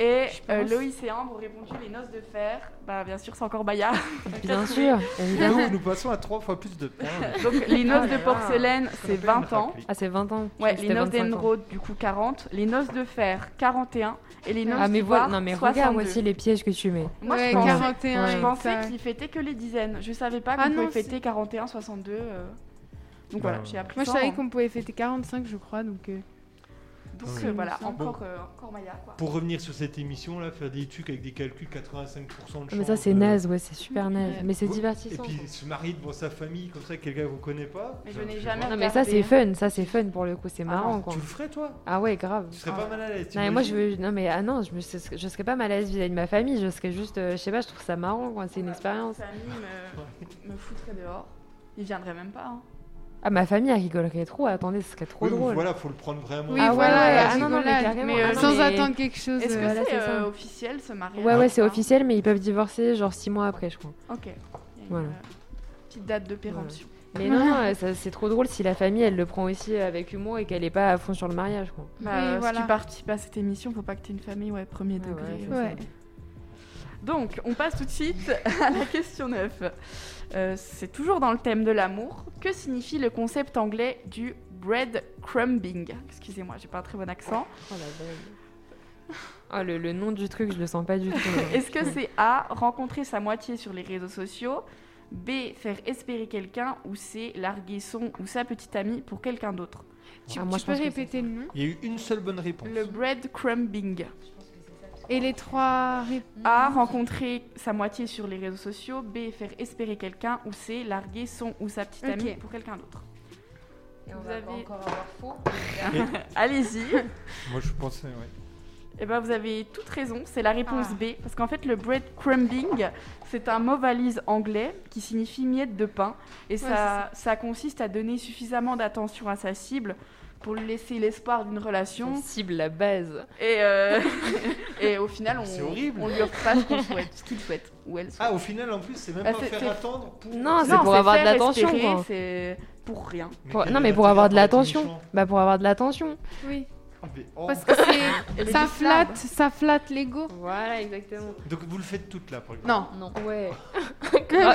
Speaker 4: Et euh, Loïs et Ambre ont répondu les noces de fer. Bah bien sûr, c'est encore Maya.
Speaker 5: Bien sûr, évidemment.
Speaker 2: Donc, nous passons à trois fois plus de points.
Speaker 4: Donc les
Speaker 5: Oh
Speaker 4: noces
Speaker 5: là
Speaker 4: de
Speaker 5: là.
Speaker 4: porcelaine, c'est 20 ans.
Speaker 5: Ah, c'est 20 ans.
Speaker 4: Ouais,
Speaker 5: C'était
Speaker 4: les noces
Speaker 5: 25 ans.
Speaker 4: d'émeraude, du coup 40, les noces de fer 41 et les noces
Speaker 5: Ah mais
Speaker 4: d'ivoire
Speaker 5: voilà, non mais
Speaker 4: 62.
Speaker 5: regarde aussi les pièges que tu mets.
Speaker 4: Moi
Speaker 6: ouais,
Speaker 4: je pensais,
Speaker 6: 41.
Speaker 5: ouais.
Speaker 4: je
Speaker 6: et
Speaker 4: pensais
Speaker 6: ça.
Speaker 4: qu'ils fêtaient que les dizaines. Je savais pas qu'on
Speaker 6: Ah non,
Speaker 4: pouvait fêter 41, 62. euh. Donc
Speaker 2: Bah,
Speaker 4: voilà, j'ai appris
Speaker 6: Moi, je
Speaker 4: ça.
Speaker 6: savais
Speaker 4: hein.
Speaker 6: qu'on pouvait fêter 45, je crois, donc... euh,
Speaker 4: Donc
Speaker 2: Ah
Speaker 4: euh,
Speaker 6: oui.
Speaker 4: voilà,
Speaker 6: Bon.
Speaker 4: encore, euh, encore Maya quoi.
Speaker 2: Pour revenir sur cette émission, là, faire des trucs avec des calculs 85% de
Speaker 5: Ah,
Speaker 2: chance.
Speaker 5: mais ça c'est
Speaker 2: euh,
Speaker 5: naze, ouais, c'est super naze.
Speaker 4: Ouais.
Speaker 5: Mais c'est
Speaker 2: Ouais. Et
Speaker 5: divertissant.
Speaker 2: puis se marier devant sa famille, comme ça, quelqu'un qu'on connaît pas.
Speaker 4: Mais je
Speaker 2: Genre,
Speaker 4: n'ai
Speaker 2: tu
Speaker 4: jamais-
Speaker 5: Non mais ça c'est fun, ça c'est fun pour le coup, c'est
Speaker 4: hein. Ah,
Speaker 5: marrant
Speaker 2: vois.
Speaker 5: quoi.
Speaker 2: Tu le ferais, toi
Speaker 5: Ah ouais, grave.
Speaker 2: Tu serais
Speaker 4: Ah
Speaker 2: pas
Speaker 4: ouais.
Speaker 2: mal à l'aise.
Speaker 5: Non mais moi je
Speaker 2: t'imagines
Speaker 5: veux non mais ah non je me ce serait- je serais pas mal à l'aise vis-à-vis de ma famille je serais juste euh, je sais pas je trouve ça marrant quoi c'est une
Speaker 4: Ma
Speaker 5: expérience
Speaker 4: famille me, me foutrait dehors. Ils viendraient même pas. hein.
Speaker 5: ah ma famille elle rigolerait trop attendez ce serait trop
Speaker 2: Oui, mais
Speaker 5: drôle
Speaker 2: Voilà, faut le prendre vraiment.
Speaker 6: Oui,
Speaker 5: ah ouais,
Speaker 6: voilà, euh,
Speaker 5: ouais,
Speaker 6: la
Speaker 5: ah non non mais
Speaker 6: rigolade.
Speaker 5: carrément
Speaker 4: Mais,
Speaker 5: ah
Speaker 4: euh,
Speaker 5: non,
Speaker 6: Sans
Speaker 5: mais-
Speaker 6: attendre quelque chose.
Speaker 4: Est-ce que
Speaker 5: voilà,
Speaker 4: c'est
Speaker 5: c'est ça.
Speaker 4: euh, officiel ce mariage
Speaker 5: ouais ouais c'est
Speaker 4: Ah.
Speaker 5: officiel mais ils peuvent divorcer genre 6 mois après je crois
Speaker 4: Ok. Il y a une,
Speaker 5: Voilà.
Speaker 4: euh, Petite date de péremption.
Speaker 5: mais non non, euh, ça- c'est trop drôle si la famille elle le prend aussi avec humour et qu'elle est pas à fond sur le mariage quoi
Speaker 4: Bah,
Speaker 6: Oui,
Speaker 4: euh, Si
Speaker 6: voilà.
Speaker 4: tu participes à cette émission, faut pas que tu aies une famille, ouais, premier
Speaker 5: Ah
Speaker 4: degré. euh,
Speaker 5: ouais, c'est
Speaker 6: Ouais.
Speaker 4: Donc, on passe tout de suite à la question 9. Euh, c'est toujours dans le thème de l'amour. Que signifie le concept anglais du bread crumbing Excusez-moi, j'ai pas un très bon accent.
Speaker 5: oh la blague ah le, le nom du truc je le sens pas du tout hein.
Speaker 4: Est-ce que c'est A, rencontrer sa moitié sur les réseaux sociaux B, faire espérer quelqu'un Ou C, larguer son ou sa petite amie pour quelqu'un d'autre
Speaker 6: Tu,
Speaker 5: Ah, moi,
Speaker 6: tu
Speaker 5: je
Speaker 6: peux
Speaker 5: pense que
Speaker 6: répéter le nom
Speaker 2: Il y a eu une seule bonne réponse.
Speaker 4: Le bread crumbing.
Speaker 5: Mm-hmm.
Speaker 6: Et les trois ré-
Speaker 4: A, rencontrer sa moitié sur les réseaux sociaux B, faire espérer quelqu'un Ou C, larguer son ou sa petite
Speaker 6: Ok.
Speaker 4: amie pour quelqu'un d'autre
Speaker 5: Et on
Speaker 4: Vous
Speaker 5: va
Speaker 4: avez-
Speaker 5: encore avoir faux
Speaker 4: Allez-y
Speaker 2: Moi, je pensais, ouais.
Speaker 4: Eh ben, vous avez toute raison, c'est la réponse B. Parce qu'en fait, le bread crumbing, c'est un mot valise anglais qui signifie miette de pain. Et
Speaker 6: c'est
Speaker 4: ça,
Speaker 6: ça.
Speaker 4: ça consiste à donner suffisamment d'attention à sa cible pour lui laisser l'espoir d'une relation.
Speaker 5: On cible la base.
Speaker 4: Et, euh, et au final, on,
Speaker 2: C'est horrible.
Speaker 4: on lui offre pas ce qu'on souhaite, ce qu'il souhaite ou elle souhaite.
Speaker 2: Ah, au final, en plus, c'est même
Speaker 4: Ah,
Speaker 2: pas
Speaker 4: c'est-
Speaker 2: faire
Speaker 4: c'est-
Speaker 2: attendre pour.
Speaker 5: Non, c'est
Speaker 4: Non,
Speaker 5: pour avoir de
Speaker 4: faire
Speaker 5: l'attention.
Speaker 4: espérer,
Speaker 5: quoi.
Speaker 4: C'est pour rien.
Speaker 5: Pour-
Speaker 2: quel
Speaker 5: Non, mais
Speaker 2: est
Speaker 5: pour avoir de
Speaker 2: l'intérêt d'être
Speaker 5: l'attention.
Speaker 2: méchant
Speaker 5: Bah, pour avoir de l'attention.
Speaker 6: Oui,
Speaker 2: Ah, mais- oh.
Speaker 6: parce que c'est-
Speaker 4: Elle est
Speaker 6: ça
Speaker 4: juste là,
Speaker 6: flatte, ça flatte l'ego.
Speaker 5: Voilà, exactement.
Speaker 2: Donc vous le faites toutes là, par exemple.
Speaker 6: Non,
Speaker 5: Non. Ouais. Bah,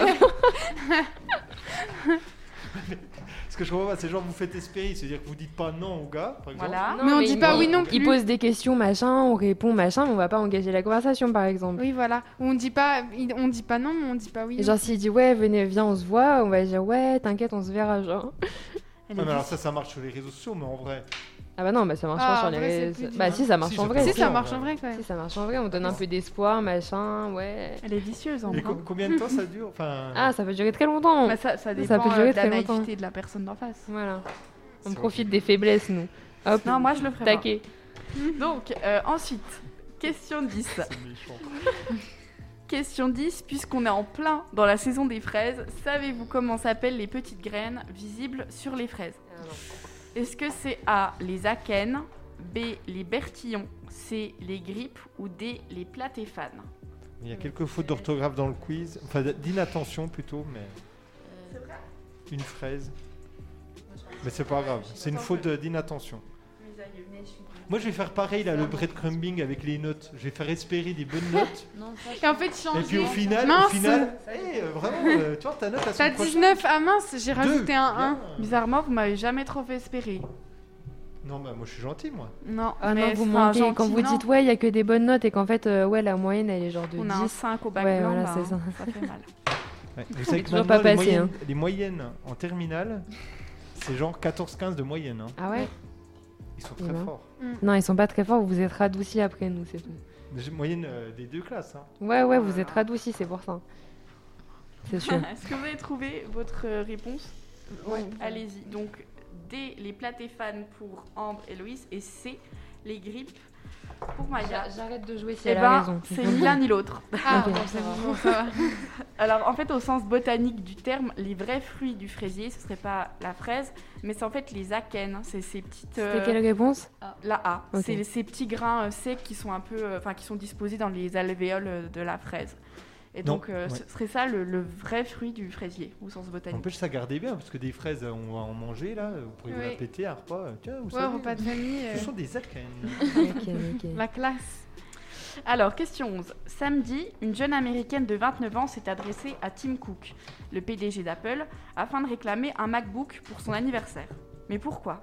Speaker 2: Ce que je comprends pas, c'est genre vous faites espérer, c'est-à-dire que vous dites pas non au gars, par exemple.
Speaker 4: Voilà.
Speaker 6: mais on dit pas
Speaker 5: Ah, il-
Speaker 6: oui non plus.
Speaker 5: Il pose des questions, machin, on répond, machin, mais on va pas engager la conversation, par exemple.
Speaker 6: Oui, voilà. On dit pas, il- on dit pas non, mais on dit pas oui.
Speaker 5: Et genre, s'il dit, ouais, venez, viens, on se voit, on va dire, ouais, t'inquiète, on se verra, genre.
Speaker 4: Elle
Speaker 2: Non,
Speaker 4: est
Speaker 2: Ah, mais alors
Speaker 4: juste-
Speaker 2: ça, ça marche sur les réseaux sociaux, mais en vrai.
Speaker 5: Ah bah non, bah ça marche
Speaker 6: Ah,
Speaker 5: pas sur
Speaker 6: en
Speaker 5: les
Speaker 6: vrai, c'est
Speaker 5: réseaux.
Speaker 6: plus dur.
Speaker 5: Bah si, ça marche
Speaker 2: Si,
Speaker 5: en
Speaker 2: ça
Speaker 5: vrai.
Speaker 2: peut-
Speaker 6: si
Speaker 2: c'est
Speaker 6: ça
Speaker 2: bien,
Speaker 6: marche
Speaker 2: ouais.
Speaker 6: en vrai quand même.
Speaker 5: Si, ça marche en vrai, on donne un peu d'espoir, machin, ouais.
Speaker 4: Elle est vicieuse en
Speaker 2: Et
Speaker 4: vrai.
Speaker 2: co- combien de temps ça dure Enfin.
Speaker 5: Ah, ça peut durer très longtemps.
Speaker 4: Bah, ça, ça dépend
Speaker 5: peut durer
Speaker 4: euh, de la
Speaker 5: très longtemps.
Speaker 4: naïveté de la personne d'en face.
Speaker 5: Voilà. On
Speaker 2: C'est
Speaker 5: profite des faiblesses, nous. Hop,
Speaker 4: Non, moi je le ferai pas.
Speaker 5: taquet.
Speaker 4: Donc, euh, ensuite, question 10.
Speaker 2: c'est méchant.
Speaker 4: Question 10, puisqu'on est en plein dans la saison des fraises, savez-vous comment s'appellent les petites graines visibles sur les fraises Est-ce que c'est A, les akènes, B, les bertillons, C, les grippes ou D, les platéphanes
Speaker 2: Il y a quelques fautes d'orthographe dans le quiz, enfin d'inattention plutôt, mais. Euh, Une fraise. Mais c'est pas grave, c'est une faute d'inattention. Moi je vais faire pareil là, le breadcrumbing avec les notes. Je vais faire espérer des bonnes notes.
Speaker 6: Et en fait, changer.
Speaker 2: Et puis au final, au
Speaker 6: Mince.
Speaker 2: final, eh, euh, vraiment, euh, tu vois, ta note à
Speaker 6: T'as 19 à mince, j'ai rajouté un
Speaker 4: Bizarrement, vous m'avez jamais trop fait espérer.
Speaker 2: Non, bah moi je suis gentil, moi.
Speaker 4: Non,
Speaker 5: Ah non,
Speaker 4: mais
Speaker 5: vous
Speaker 4: enfin,
Speaker 5: mentez.
Speaker 4: gentil,
Speaker 5: Quand vous
Speaker 4: non.
Speaker 5: dites, ouais, il y a que des bonnes notes et qu'en fait, euh, ouais, la moyenne, elle est genre de
Speaker 4: On a un
Speaker 5: 10.
Speaker 4: 5 au bac
Speaker 5: Ouais,
Speaker 4: blanc,
Speaker 5: voilà,
Speaker 6: bah,
Speaker 4: là,
Speaker 5: c'est
Speaker 4: hein, ça fait mal.
Speaker 2: Vous savez que
Speaker 5: toujours
Speaker 2: maintenant,
Speaker 5: pas
Speaker 2: les,
Speaker 5: passé,
Speaker 2: moyennes,
Speaker 5: hein.
Speaker 2: les moyennes en terminale, c'est genre 14-15 de moyenne. hein.
Speaker 5: Ah ouais
Speaker 2: Ils sont très
Speaker 5: Eh ben.
Speaker 2: forts.
Speaker 5: Non, ils sont pas très forts, vous vous êtes radoucis après nous, c'est tout.
Speaker 2: Des- Moyenne euh, des deux classes. hein.
Speaker 5: Ouais, ouais, vous êtes radoucis, c'est pour ça. C'est sûr.
Speaker 4: Est-ce que vous avez trouvé votre euh, réponse Allez-y. Donc, D, les platéfanes pour Ambre et Loïs, et C, les grippes pour Maya.
Speaker 5: J'arrête de jouer si
Speaker 4: Eh
Speaker 5: elle a
Speaker 4: ben,
Speaker 5: raison.
Speaker 4: c'est ni l'un ni l'autre.
Speaker 6: un. Ah,
Speaker 5: Ok.
Speaker 6: bon, c'est bon, ça va.
Speaker 4: Alors, en fait, au sens botanique du terme, les vrais fruits du fraisier, ce serait pas la fraise, mais c'est en fait les akènes. C'est ces petites. euh,
Speaker 5: C'était quelle réponse
Speaker 4: La A.
Speaker 5: Ok.
Speaker 4: C'est ces petits grains euh, secs qui sont un peu, euh, enfin, qui sont disposés dans les alvéoles euh, de la fraise. Et
Speaker 2: Non,
Speaker 4: donc, euh,
Speaker 2: ouais.
Speaker 4: ce serait ça le, le vrai fruit du fraisier, au sens
Speaker 2: En
Speaker 4: botanique.
Speaker 2: plus, ça gardait bien, parce que des fraises, euh, on va en manger, là. Vous pourrez vous la
Speaker 6: Oui.
Speaker 2: péter à un repas. euh, Tiens, vous
Speaker 6: Ouais,
Speaker 2: savez,
Speaker 6: repas de famille. euh,
Speaker 2: ce sont des akènes.
Speaker 5: Ok, ok.
Speaker 6: La classe.
Speaker 4: Alors, question 11. Samedi, une jeune américaine de 29 ans s'est adressée à Tim Cook, le PDG d'Apple, afin de réclamer un MacBook pour son anniversaire. Mais pourquoi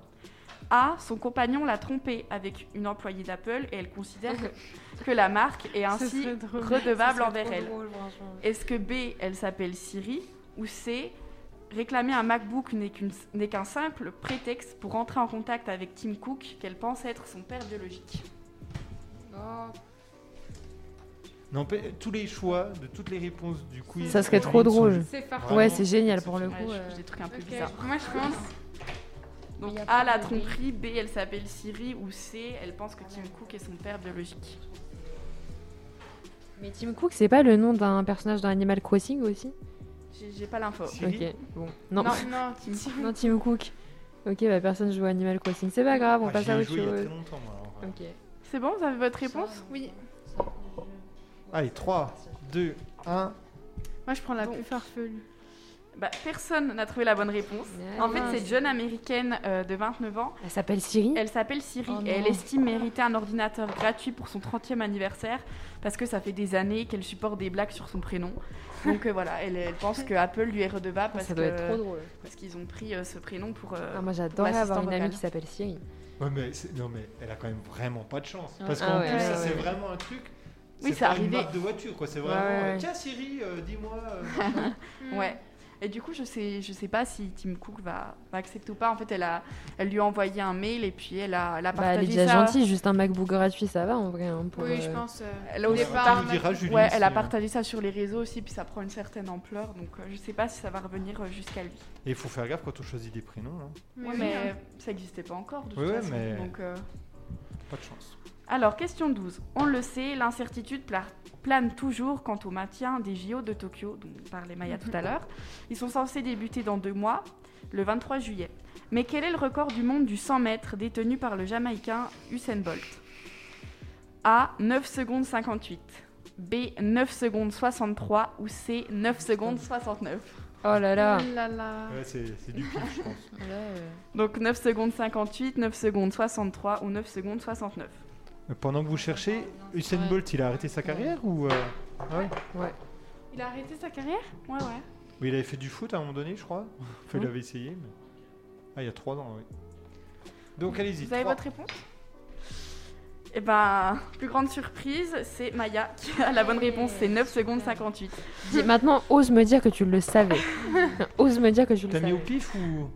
Speaker 4: A. Son compagnon l'a trompée avec une employée d'Apple et elle considère que- que la marque est ainsi
Speaker 6: serait drôle.
Speaker 4: redevable envers elle. Est-ce que B. Elle s'appelle Siri Ou C. Réclamer un MacBook n'est qu'une- n'est qu'un simple prétexte pour entrer en contact avec Tim Cook, qu'elle pense être son père biologique.
Speaker 6: Oh,
Speaker 2: Non, pa- tous les choix de toutes les réponses du quiz.
Speaker 5: Ça serait
Speaker 2: sont-
Speaker 5: trop
Speaker 2: sont-
Speaker 5: drôle.
Speaker 6: C'est farfelu.
Speaker 2: Vraiment,
Speaker 5: Ouais, c'est génial pour le
Speaker 2: c'est-
Speaker 4: Ouais,
Speaker 5: coup.
Speaker 4: je
Speaker 5: euh.
Speaker 4: cherche des trucs un peu
Speaker 6: Ok,
Speaker 4: bizarres.
Speaker 6: Moi, je pense.
Speaker 4: Donc A, la tromperie, B, elle s'appelle Siri, ou C, elle pense que Tim Cook est son père biologique.
Speaker 5: Mais Tim Cook, c'est pas le nom d'un personnage dans Animal Crossing aussi
Speaker 4: J'ai j'ai pas l'info.
Speaker 2: Siri
Speaker 5: Ok, bon. Non.
Speaker 6: Non,
Speaker 5: Non.
Speaker 6: non.
Speaker 5: Tim Cook. Ok, bah personne joue à Animal Crossing. C'est pas grave, on
Speaker 2: Ah,
Speaker 5: passe
Speaker 2: j'y
Speaker 5: à
Speaker 2: ai
Speaker 5: autre
Speaker 2: joué il y a très
Speaker 5: chose.
Speaker 2: longtemps, moi, alors, ouais.
Speaker 5: Ok.
Speaker 4: C'est bon, vous avez votre réponse
Speaker 6: Oui.
Speaker 2: Allez, 3, 2, 1.
Speaker 6: Moi, je prends la
Speaker 4: Donc.
Speaker 6: plus farfelue.
Speaker 4: bah, Personne n'a trouvé la bonne réponse. En fait, cette jeune américaine euh, de 29 ans,
Speaker 5: Elle s'appelle Siri
Speaker 4: elle s'appelle Siri
Speaker 5: Oh
Speaker 4: et elle
Speaker 5: non.
Speaker 4: estime mériter un ordinateur gratuit pour son 30e anniversaire parce que ça fait des années qu'elle supporte des blagues sur son prénom. Donc euh, voilà, elle, elle pense que Apple lui est redevable parce
Speaker 5: Ça doit être trop
Speaker 4: que-
Speaker 5: drôle.
Speaker 4: parce qu'ils ont pris euh, ce prénom pour... euh,
Speaker 5: Ah, moi j'adorerais
Speaker 4: pour
Speaker 5: avoir
Speaker 4: l'assistant
Speaker 5: une amie
Speaker 4: vocal.
Speaker 5: qui s'appelle Siri. Bah,
Speaker 2: Ouais, mais c'est- non, mais elle a quand même vraiment pas de chance. Parce
Speaker 5: Ah
Speaker 2: qu'en
Speaker 5: ouais,
Speaker 2: plus, ça,
Speaker 5: ouais,
Speaker 2: c'est
Speaker 5: ouais.
Speaker 2: vraiment un truc.
Speaker 4: Oui,
Speaker 2: c'est
Speaker 4: c'est
Speaker 2: pas une
Speaker 4: arrivé.
Speaker 2: marque de voiture, quoi. C'est vraiment.
Speaker 5: Ouais, ouais.
Speaker 2: euh, Tiens, Siri, euh, dis-moi. euh,
Speaker 6: Hmm.
Speaker 4: Ouais. Et du coup, je sais, je sais pas si Tim Cook va, va accepter ou pas. En fait, elle, a, elle lui a envoyé un mail et puis elle a, elle a
Speaker 5: Bah, elle est
Speaker 4: partagé
Speaker 5: déjà
Speaker 4: ça.
Speaker 5: gentille, juste un MacBook gratuit, ça va en vrai. hein, pour,
Speaker 6: Oui, je
Speaker 5: euh,
Speaker 6: pense. euh,
Speaker 4: Elle a, aussi
Speaker 6: Ouais,
Speaker 4: par-
Speaker 6: par-
Speaker 2: tu me diras, Julie,
Speaker 4: ouais, elle a
Speaker 2: si, euh,
Speaker 4: partagé ça sur les réseaux aussi, puis ça prend une certaine ampleur. Donc, euh, je sais pas si ça va revenir euh, jusqu'à lui.
Speaker 2: Et il faut faire gaffe quand on choisit des prénoms, hein.
Speaker 6: Mais
Speaker 4: Ouais,
Speaker 6: oui,
Speaker 4: mais
Speaker 6: hein.
Speaker 4: ça n'existait pas encore. De
Speaker 2: Ouais,
Speaker 4: toute
Speaker 2: ouais,
Speaker 4: façon.
Speaker 2: mais-
Speaker 4: Donc, euh,
Speaker 2: pas de chance.
Speaker 4: Alors, question 12. On le sait, l'incertitude pla- plane toujours quant au maintien des JO de Tokyo, dont parlait Maya tout à l'heure. Ils sont censés débuter dans deux mois, le 23 juillet. Mais quel est le record du monde du 100 mètres détenu par le Jamaïcain Usain Bolt A. 9 secondes 58. B. 9 secondes 63. Ou C. 9 secondes 69.
Speaker 5: Oh là là.
Speaker 6: Oh là
Speaker 5: Ah.
Speaker 6: là.
Speaker 2: Ouais, c'est c'est du pif, je pense.
Speaker 3: euh,
Speaker 4: Donc 9 secondes 58, 9 secondes 63 ou 9 secondes 69.
Speaker 2: Mais Euh, Pendant que vous cherchez, Usain
Speaker 9: Ouais.
Speaker 2: Bolt, il a arrêté sa carrière ou. euh, ah ouais
Speaker 6: Il a arrêté sa carrière
Speaker 4: Ouais, ouais.
Speaker 2: Oui, il avait fait du foot à un moment donné, je crois. Enfin, il
Speaker 5: Oui.
Speaker 2: avait essayé. Mais... Ah, il y a 3 ans, oui. Donc, allez-y.
Speaker 4: Vous avez
Speaker 2: trois.
Speaker 4: votre réponse Eh ben, plus grande surprise, c'est Maya qui a la bonne réponse, c'est 9 secondes 58.
Speaker 5: Dis, maintenant, ose me dire que tu le savais. ose me dire que tu le
Speaker 2: T'as
Speaker 5: savais.
Speaker 2: mis au pif ou.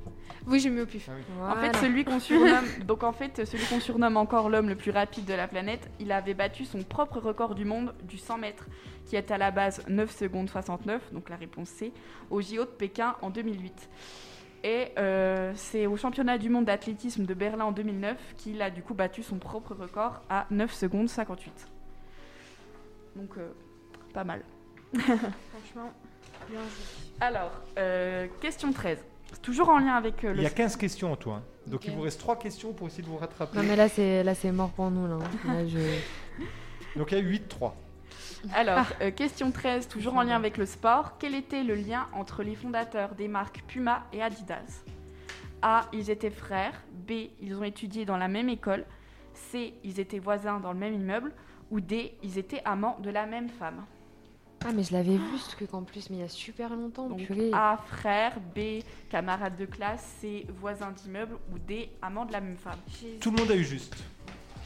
Speaker 6: Oui, j'ai mis au pif.
Speaker 4: En
Speaker 5: Voilà.
Speaker 4: fait, celui qu'on surnomme, donc en fait, celui qu'on surnomme encore l'homme le plus rapide de la planète, il avait battu son propre record du monde du 100 mètres, qui est à la base 9 secondes 69, donc la réponse C, au JO de Pékin en 2008. Et euh, c'est au championnat du monde d'athlétisme de Berlin en 2009 qu'il a du coup battu son propre record à 9 secondes 58. Donc, euh, pas mal.
Speaker 6: Franchement, bien joué.
Speaker 4: Alors, euh, question 13. Toujours en lien avec euh,
Speaker 2: Il
Speaker 4: le
Speaker 2: y a 15 questions en tout. hein. Donc,
Speaker 9: Ok.
Speaker 2: il vous reste 3 questions pour essayer de vous rattraper.
Speaker 5: Non mais là c'est là c'est mort pour nous là. hein. Là, je-
Speaker 2: Donc, il y a 8-3.
Speaker 4: Alors,
Speaker 5: Ah.
Speaker 4: euh, question 13, toujours en lien avec le sport. Quel était le lien entre les fondateurs des marques Puma et Adidas A. Ils étaient frères. B. Ils ont étudié dans la même école. C. Ils étaient voisins dans le même immeuble. Ou D. Ils étaient amants de la même femme.
Speaker 5: Ah mais je l'avais vu ce truc en plus mais il y a super longtemps.
Speaker 4: Donc,
Speaker 5: Oh,
Speaker 4: ah,
Speaker 5: purée.
Speaker 4: A. Frères. B. Camarades de classe. C. Voisins d'immeuble. Ou D. Amants de la même femme.
Speaker 2: Tout le monde a eu juste.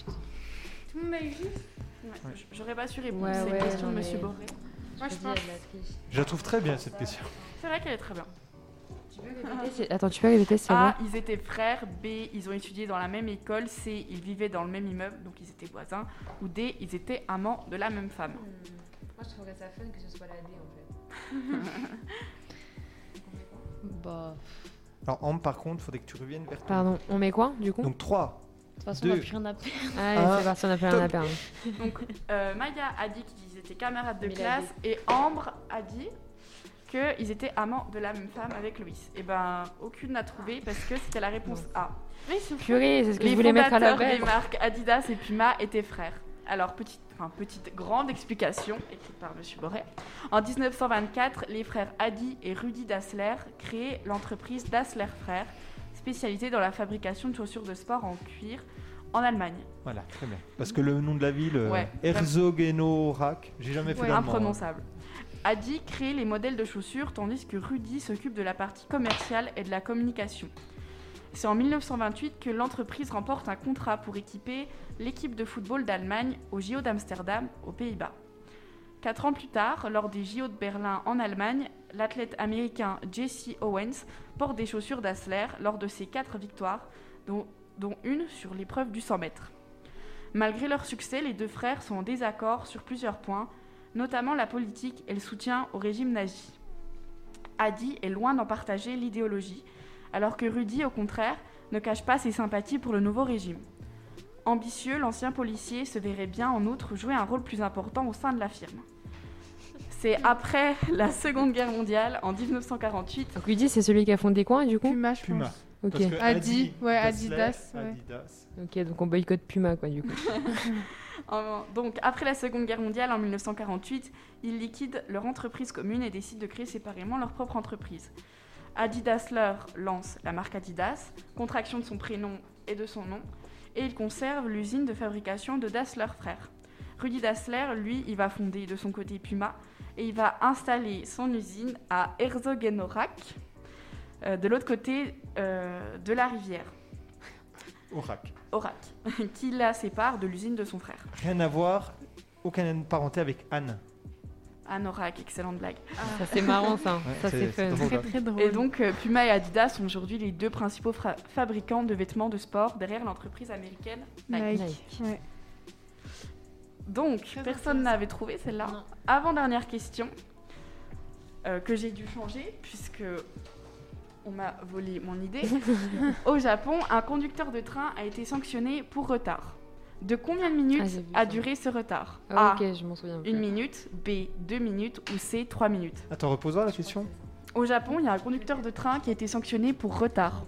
Speaker 6: Tout le monde a eu juste
Speaker 2: Ouais.
Speaker 4: J- J'aurais pas su répondre
Speaker 5: Ouais,
Speaker 4: à cette
Speaker 5: ouais,
Speaker 4: question de
Speaker 5: non,
Speaker 4: Monsieur
Speaker 5: mais-
Speaker 4: Boré.
Speaker 6: Moi, je
Speaker 5: Vas-y, elle
Speaker 6: pense.
Speaker 5: l'a pris.
Speaker 2: Je la trouve très bien, cette question.
Speaker 4: C'est vrai qu'elle est très bien.
Speaker 5: Et c'est- Attends tu peux répéter c'est
Speaker 4: A,
Speaker 5: bon
Speaker 4: ils étaient frères. B, ils ont étudié dans la même école. C, ils vivaient dans le même immeuble, donc ils étaient voisins. Ou D, ils étaient amants de la même femme.
Speaker 5: Moi je trouverais ça fun que ce soit la D en
Speaker 9: Bah,
Speaker 2: Alors, Ambre, par contre, faudrait que tu reviennes vers toi.
Speaker 5: Pardon on met quoi du coup
Speaker 2: Donc, 3.
Speaker 9: de toute façon,
Speaker 2: Deux.
Speaker 9: on n'a plus rien à perdre.
Speaker 5: Allez c'est parti on a plus rien à perdre.
Speaker 4: Donc euh, Maya a dit qu'ils étaient camarades de
Speaker 9: Mais la
Speaker 4: classe et Ambre a dit qu'ils étaient amants de la même femme avec Louis. Et ben aucune n'a trouvé parce que c'était la réponse A.
Speaker 6: Oui, c'est fou.
Speaker 5: Purée c'est ce que je
Speaker 4: Les
Speaker 5: voulais mettre à la
Speaker 4: fondateurs
Speaker 5: base.
Speaker 4: des marques Adidas et Puma étaient frères. Alors, petite, enfin, petite grande explication, écrite par M. Boré. En 1924, les frères Adi et Rudy Dassler créaient l'entreprise Dassler Frères, spécialisée dans la fabrication de chaussures de sport en cuir en Allemagne.
Speaker 2: Voilà, très bien. Parce que le nom de la ville,
Speaker 4: Ouais.
Speaker 2: Herzogenorak, j'ai jamais fait
Speaker 6: Ouais.
Speaker 2: d'allemand, hein.
Speaker 4: Imprononçable. Adi crée les modèles de chaussures, tandis que Rudy s'occupe de la partie commerciale et de la communication. C'est en 1928 que l'entreprise remporte un contrat pour équiper l'équipe de football d'Allemagne aux JO d'Amsterdam, aux Pays-Bas. Quatre ans plus tard, lors des JO de Berlin en Allemagne, l'athlète américain Jesse Owens porte des chaussures Dassler lors de ses quatre victoires, dont, dont une sur l'épreuve du 100 mètres. Malgré leur succès, les deux frères sont en désaccord sur plusieurs points, notamment la politique et le soutien au régime nazi. Adi est loin d'en partager l'idéologie, alors que Rudy, au contraire, ne cache pas ses sympathies pour le nouveau régime. Ambitieux, l'ancien policier se verrait bien en outre jouer un rôle plus important au sein de la firme. C'est après la Seconde Guerre mondiale, en 1948,
Speaker 5: Donc Rudy c'est celui qui a fondé quoi du coup
Speaker 6: Puma, je
Speaker 2: Puma.
Speaker 6: pense.
Speaker 5: Ok
Speaker 2: Parce que
Speaker 6: Adi, ouais,
Speaker 2: Dassler,
Speaker 6: Adidas, ouais.
Speaker 2: Adidas.
Speaker 5: ok donc on boycotte Puma quoi du coup.
Speaker 4: En- donc, après la Seconde Guerre mondiale, en 1948, ils liquident leur entreprise commune et décident de créer séparément leur propre entreprise. Adidas leur lance la marque Adidas, contraction de son prénom et de son nom, et il conserve l'usine de fabrication de Dassler Frères. Rudy Dassler, lui, il va fonder de son côté Puma et il va installer son usine à Herzogenaurach, euh, de l'autre côté euh, de la rivière,
Speaker 2: Orac.
Speaker 4: Aurach, qui la sépare de l'usine de son frère.
Speaker 2: Rien à voir, aucun parenté avec Anne.
Speaker 4: Anne Aurach, excellente blague.
Speaker 5: Ça c'est marrant ça
Speaker 2: Ouais,
Speaker 5: ça c'est
Speaker 2: c'est
Speaker 5: fun.
Speaker 2: drôle,
Speaker 6: Très
Speaker 2: hein.
Speaker 6: très drôle.
Speaker 4: Et donc, euh, Puma et Adidas sont aujourd'hui les deux principaux fra- fabricants de vêtements de sport derrière l'entreprise américaine Nike.
Speaker 6: Nike.
Speaker 5: Nike.
Speaker 6: Ouais.
Speaker 4: Donc, personne
Speaker 6: Très intéressant.
Speaker 4: n'avait trouvé celle-là.
Speaker 9: Non.
Speaker 4: Avant-dernière question euh, que j'ai dû changer puisque on m'a volé mon idée. Au Japon, un conducteur de train a été sanctionné pour retard. De combien de minutes
Speaker 5: Ah, j'ai vu
Speaker 4: a
Speaker 5: ça.
Speaker 4: duré ce retard
Speaker 5: Ah,
Speaker 4: A.
Speaker 5: ok, je m'en souviens. plus.
Speaker 4: Une minute, B. Deux minutes ou C. Trois minutes.
Speaker 2: Attends, reposons la question.
Speaker 4: Au Japon, il y a un conducteur de train qui a été sanctionné pour retard.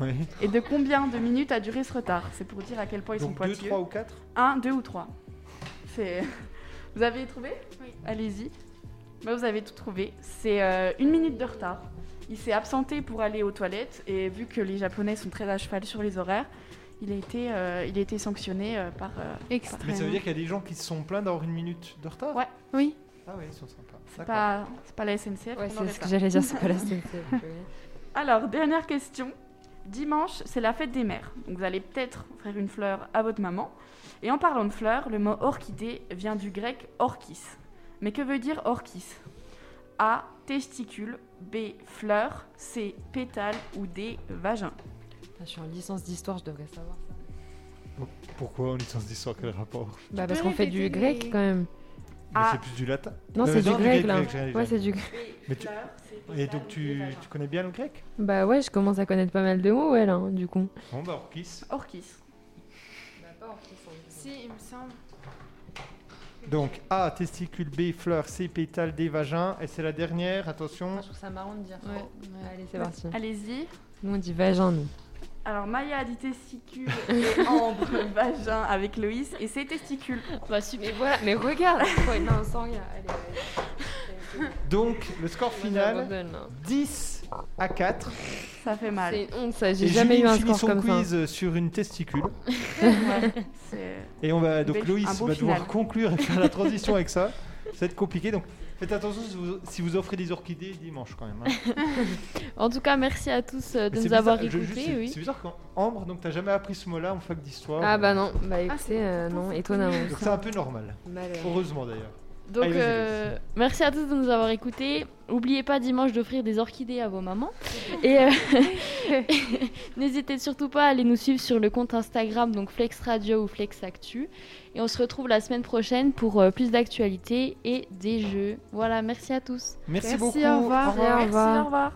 Speaker 2: Oui.
Speaker 4: Et de combien de minutes a duré ce retard C'est pour dire à quel point ils sont
Speaker 2: Donc 2,
Speaker 4: pointilleux.
Speaker 2: 3 ou 4
Speaker 4: Un, deux ou trois. C'est. Vous avez trouvé
Speaker 6: Oui.
Speaker 4: Allez-y. Bah, vous avez tout trouvé. C'est euh, une minute de retard. Il s'est absenté pour aller aux toilettes et vu que les Japonais sont très à cheval sur les horaires, il a été, euh, il a été sanctionné euh, par. euh,
Speaker 6: Extrême.
Speaker 2: Mais ça veut dire qu'il y a des gens qui se sont plaints d'avoir une minute de retard
Speaker 4: Ouais.
Speaker 6: Oui,
Speaker 2: Ah oui, ils sont sympas.
Speaker 4: c'est
Speaker 2: D'accord.
Speaker 4: pas, c'est pas la SNCF.
Speaker 5: Ouais,
Speaker 4: on
Speaker 5: c'est
Speaker 4: aurait
Speaker 5: ce
Speaker 4: pas.
Speaker 5: que j'allais dire, c'est pas la SNCF. oui.
Speaker 4: Alors, dernière question. Dimanche, c'est la fête des mères. Donc, vous allez peut-être faire une fleur à votre maman. Et en parlant de fleurs, le mot orchidée vient du grec orchis. Mais que veut dire orchis A. Testicule. B. Fleur. C. Pétale. Ou D. Vagin.
Speaker 5: Putain, Je suis en licence d'histoire, je devrais savoir. ça.
Speaker 2: Pourquoi en licence d'histoire Quel rapport
Speaker 5: Bah,
Speaker 6: peux
Speaker 5: parce qu'on fait du
Speaker 6: répéter
Speaker 5: grec
Speaker 6: les-
Speaker 5: quand même.
Speaker 4: Ah.
Speaker 2: Mais c'est plus du latin.
Speaker 5: Non,
Speaker 2: Euh,
Speaker 5: c'est du grec là.
Speaker 2: grec,
Speaker 5: Ouais,
Speaker 2: grec.
Speaker 5: c'est du grec.
Speaker 4: B.
Speaker 2: Mais tu-
Speaker 4: Fleur.
Speaker 2: Et donc tu, tu connais bien le grec
Speaker 5: Bah, ouais, je commence à connaître pas mal de mots, ouais, là, hein, du coup.
Speaker 2: Bon bah Orchis.
Speaker 4: Orchis.
Speaker 6: si, il me semble.
Speaker 2: Donc A, testicule, B, fleur, C, pétale, D, vagin. Et c'est la dernière, attention.
Speaker 5: trouve ça marrant de dire
Speaker 6: Ouais.
Speaker 5: Allez, c'est parti.
Speaker 4: Allez-y.
Speaker 5: Nous, on dit vagin, nous.
Speaker 4: Alors, Maya a dit testicule et Ambre, vagin avec Loïs. Et c'est testicule.
Speaker 3: Bah, super.
Speaker 5: Mais voilà, mais regarde ouais, Non, sans rien. Allez,
Speaker 2: Donc le score final, 10 à 4.
Speaker 4: Ça fait mal.
Speaker 5: C'est une honte, ça. J'ai
Speaker 2: Et
Speaker 5: jamais
Speaker 2: Julie
Speaker 5: eu un
Speaker 2: finit
Speaker 5: score
Speaker 2: son
Speaker 5: comme
Speaker 2: quiz
Speaker 5: ça.
Speaker 2: euh, sur une testicule.
Speaker 4: Ouais, c'est-
Speaker 2: Et on va donc
Speaker 4: Belle-
Speaker 2: Loïs
Speaker 4: un beau
Speaker 2: va devoir
Speaker 4: final.
Speaker 2: conclure et faire la transition avec ça. Ça va être compliqué. Donc faites attention si vous, si vous offrez des orchidées dimanche quand même. hein.
Speaker 3: En tout cas, merci à tous euh, de
Speaker 2: Mais
Speaker 3: nous
Speaker 2: c'est
Speaker 3: avoir
Speaker 2: bizarre, je- juste,
Speaker 3: écoutés.
Speaker 2: c'est-
Speaker 3: Oui.
Speaker 2: C'est bizarre quand Ambre, donc t'as jamais appris ce mot-là en fac d'histoire.
Speaker 5: Ah bah non, bah
Speaker 6: Ah,
Speaker 5: écoutez,
Speaker 6: c'est-
Speaker 5: euh, non,
Speaker 6: c'est-
Speaker 5: étonnamment.
Speaker 2: Donc c'est un peu normal. Heureusement d'ailleurs.
Speaker 3: Donc,
Speaker 2: Allez, vas-y,
Speaker 3: euh, merci à tous de nous avoir écoutés. N'oubliez pas dimanche d'offrir des orchidées à vos mamans. Et euh, n'hésitez surtout pas à aller nous suivre sur le compte Instagram, donc Flex Radio ou Flex Actu. Et on se retrouve la semaine prochaine pour euh, plus d'actualités et des jeux. Voilà, merci à tous.
Speaker 2: Merci,
Speaker 6: Merci,
Speaker 2: beaucoup.
Speaker 6: au revoir.
Speaker 5: Au revoir.
Speaker 4: Merci, au revoir.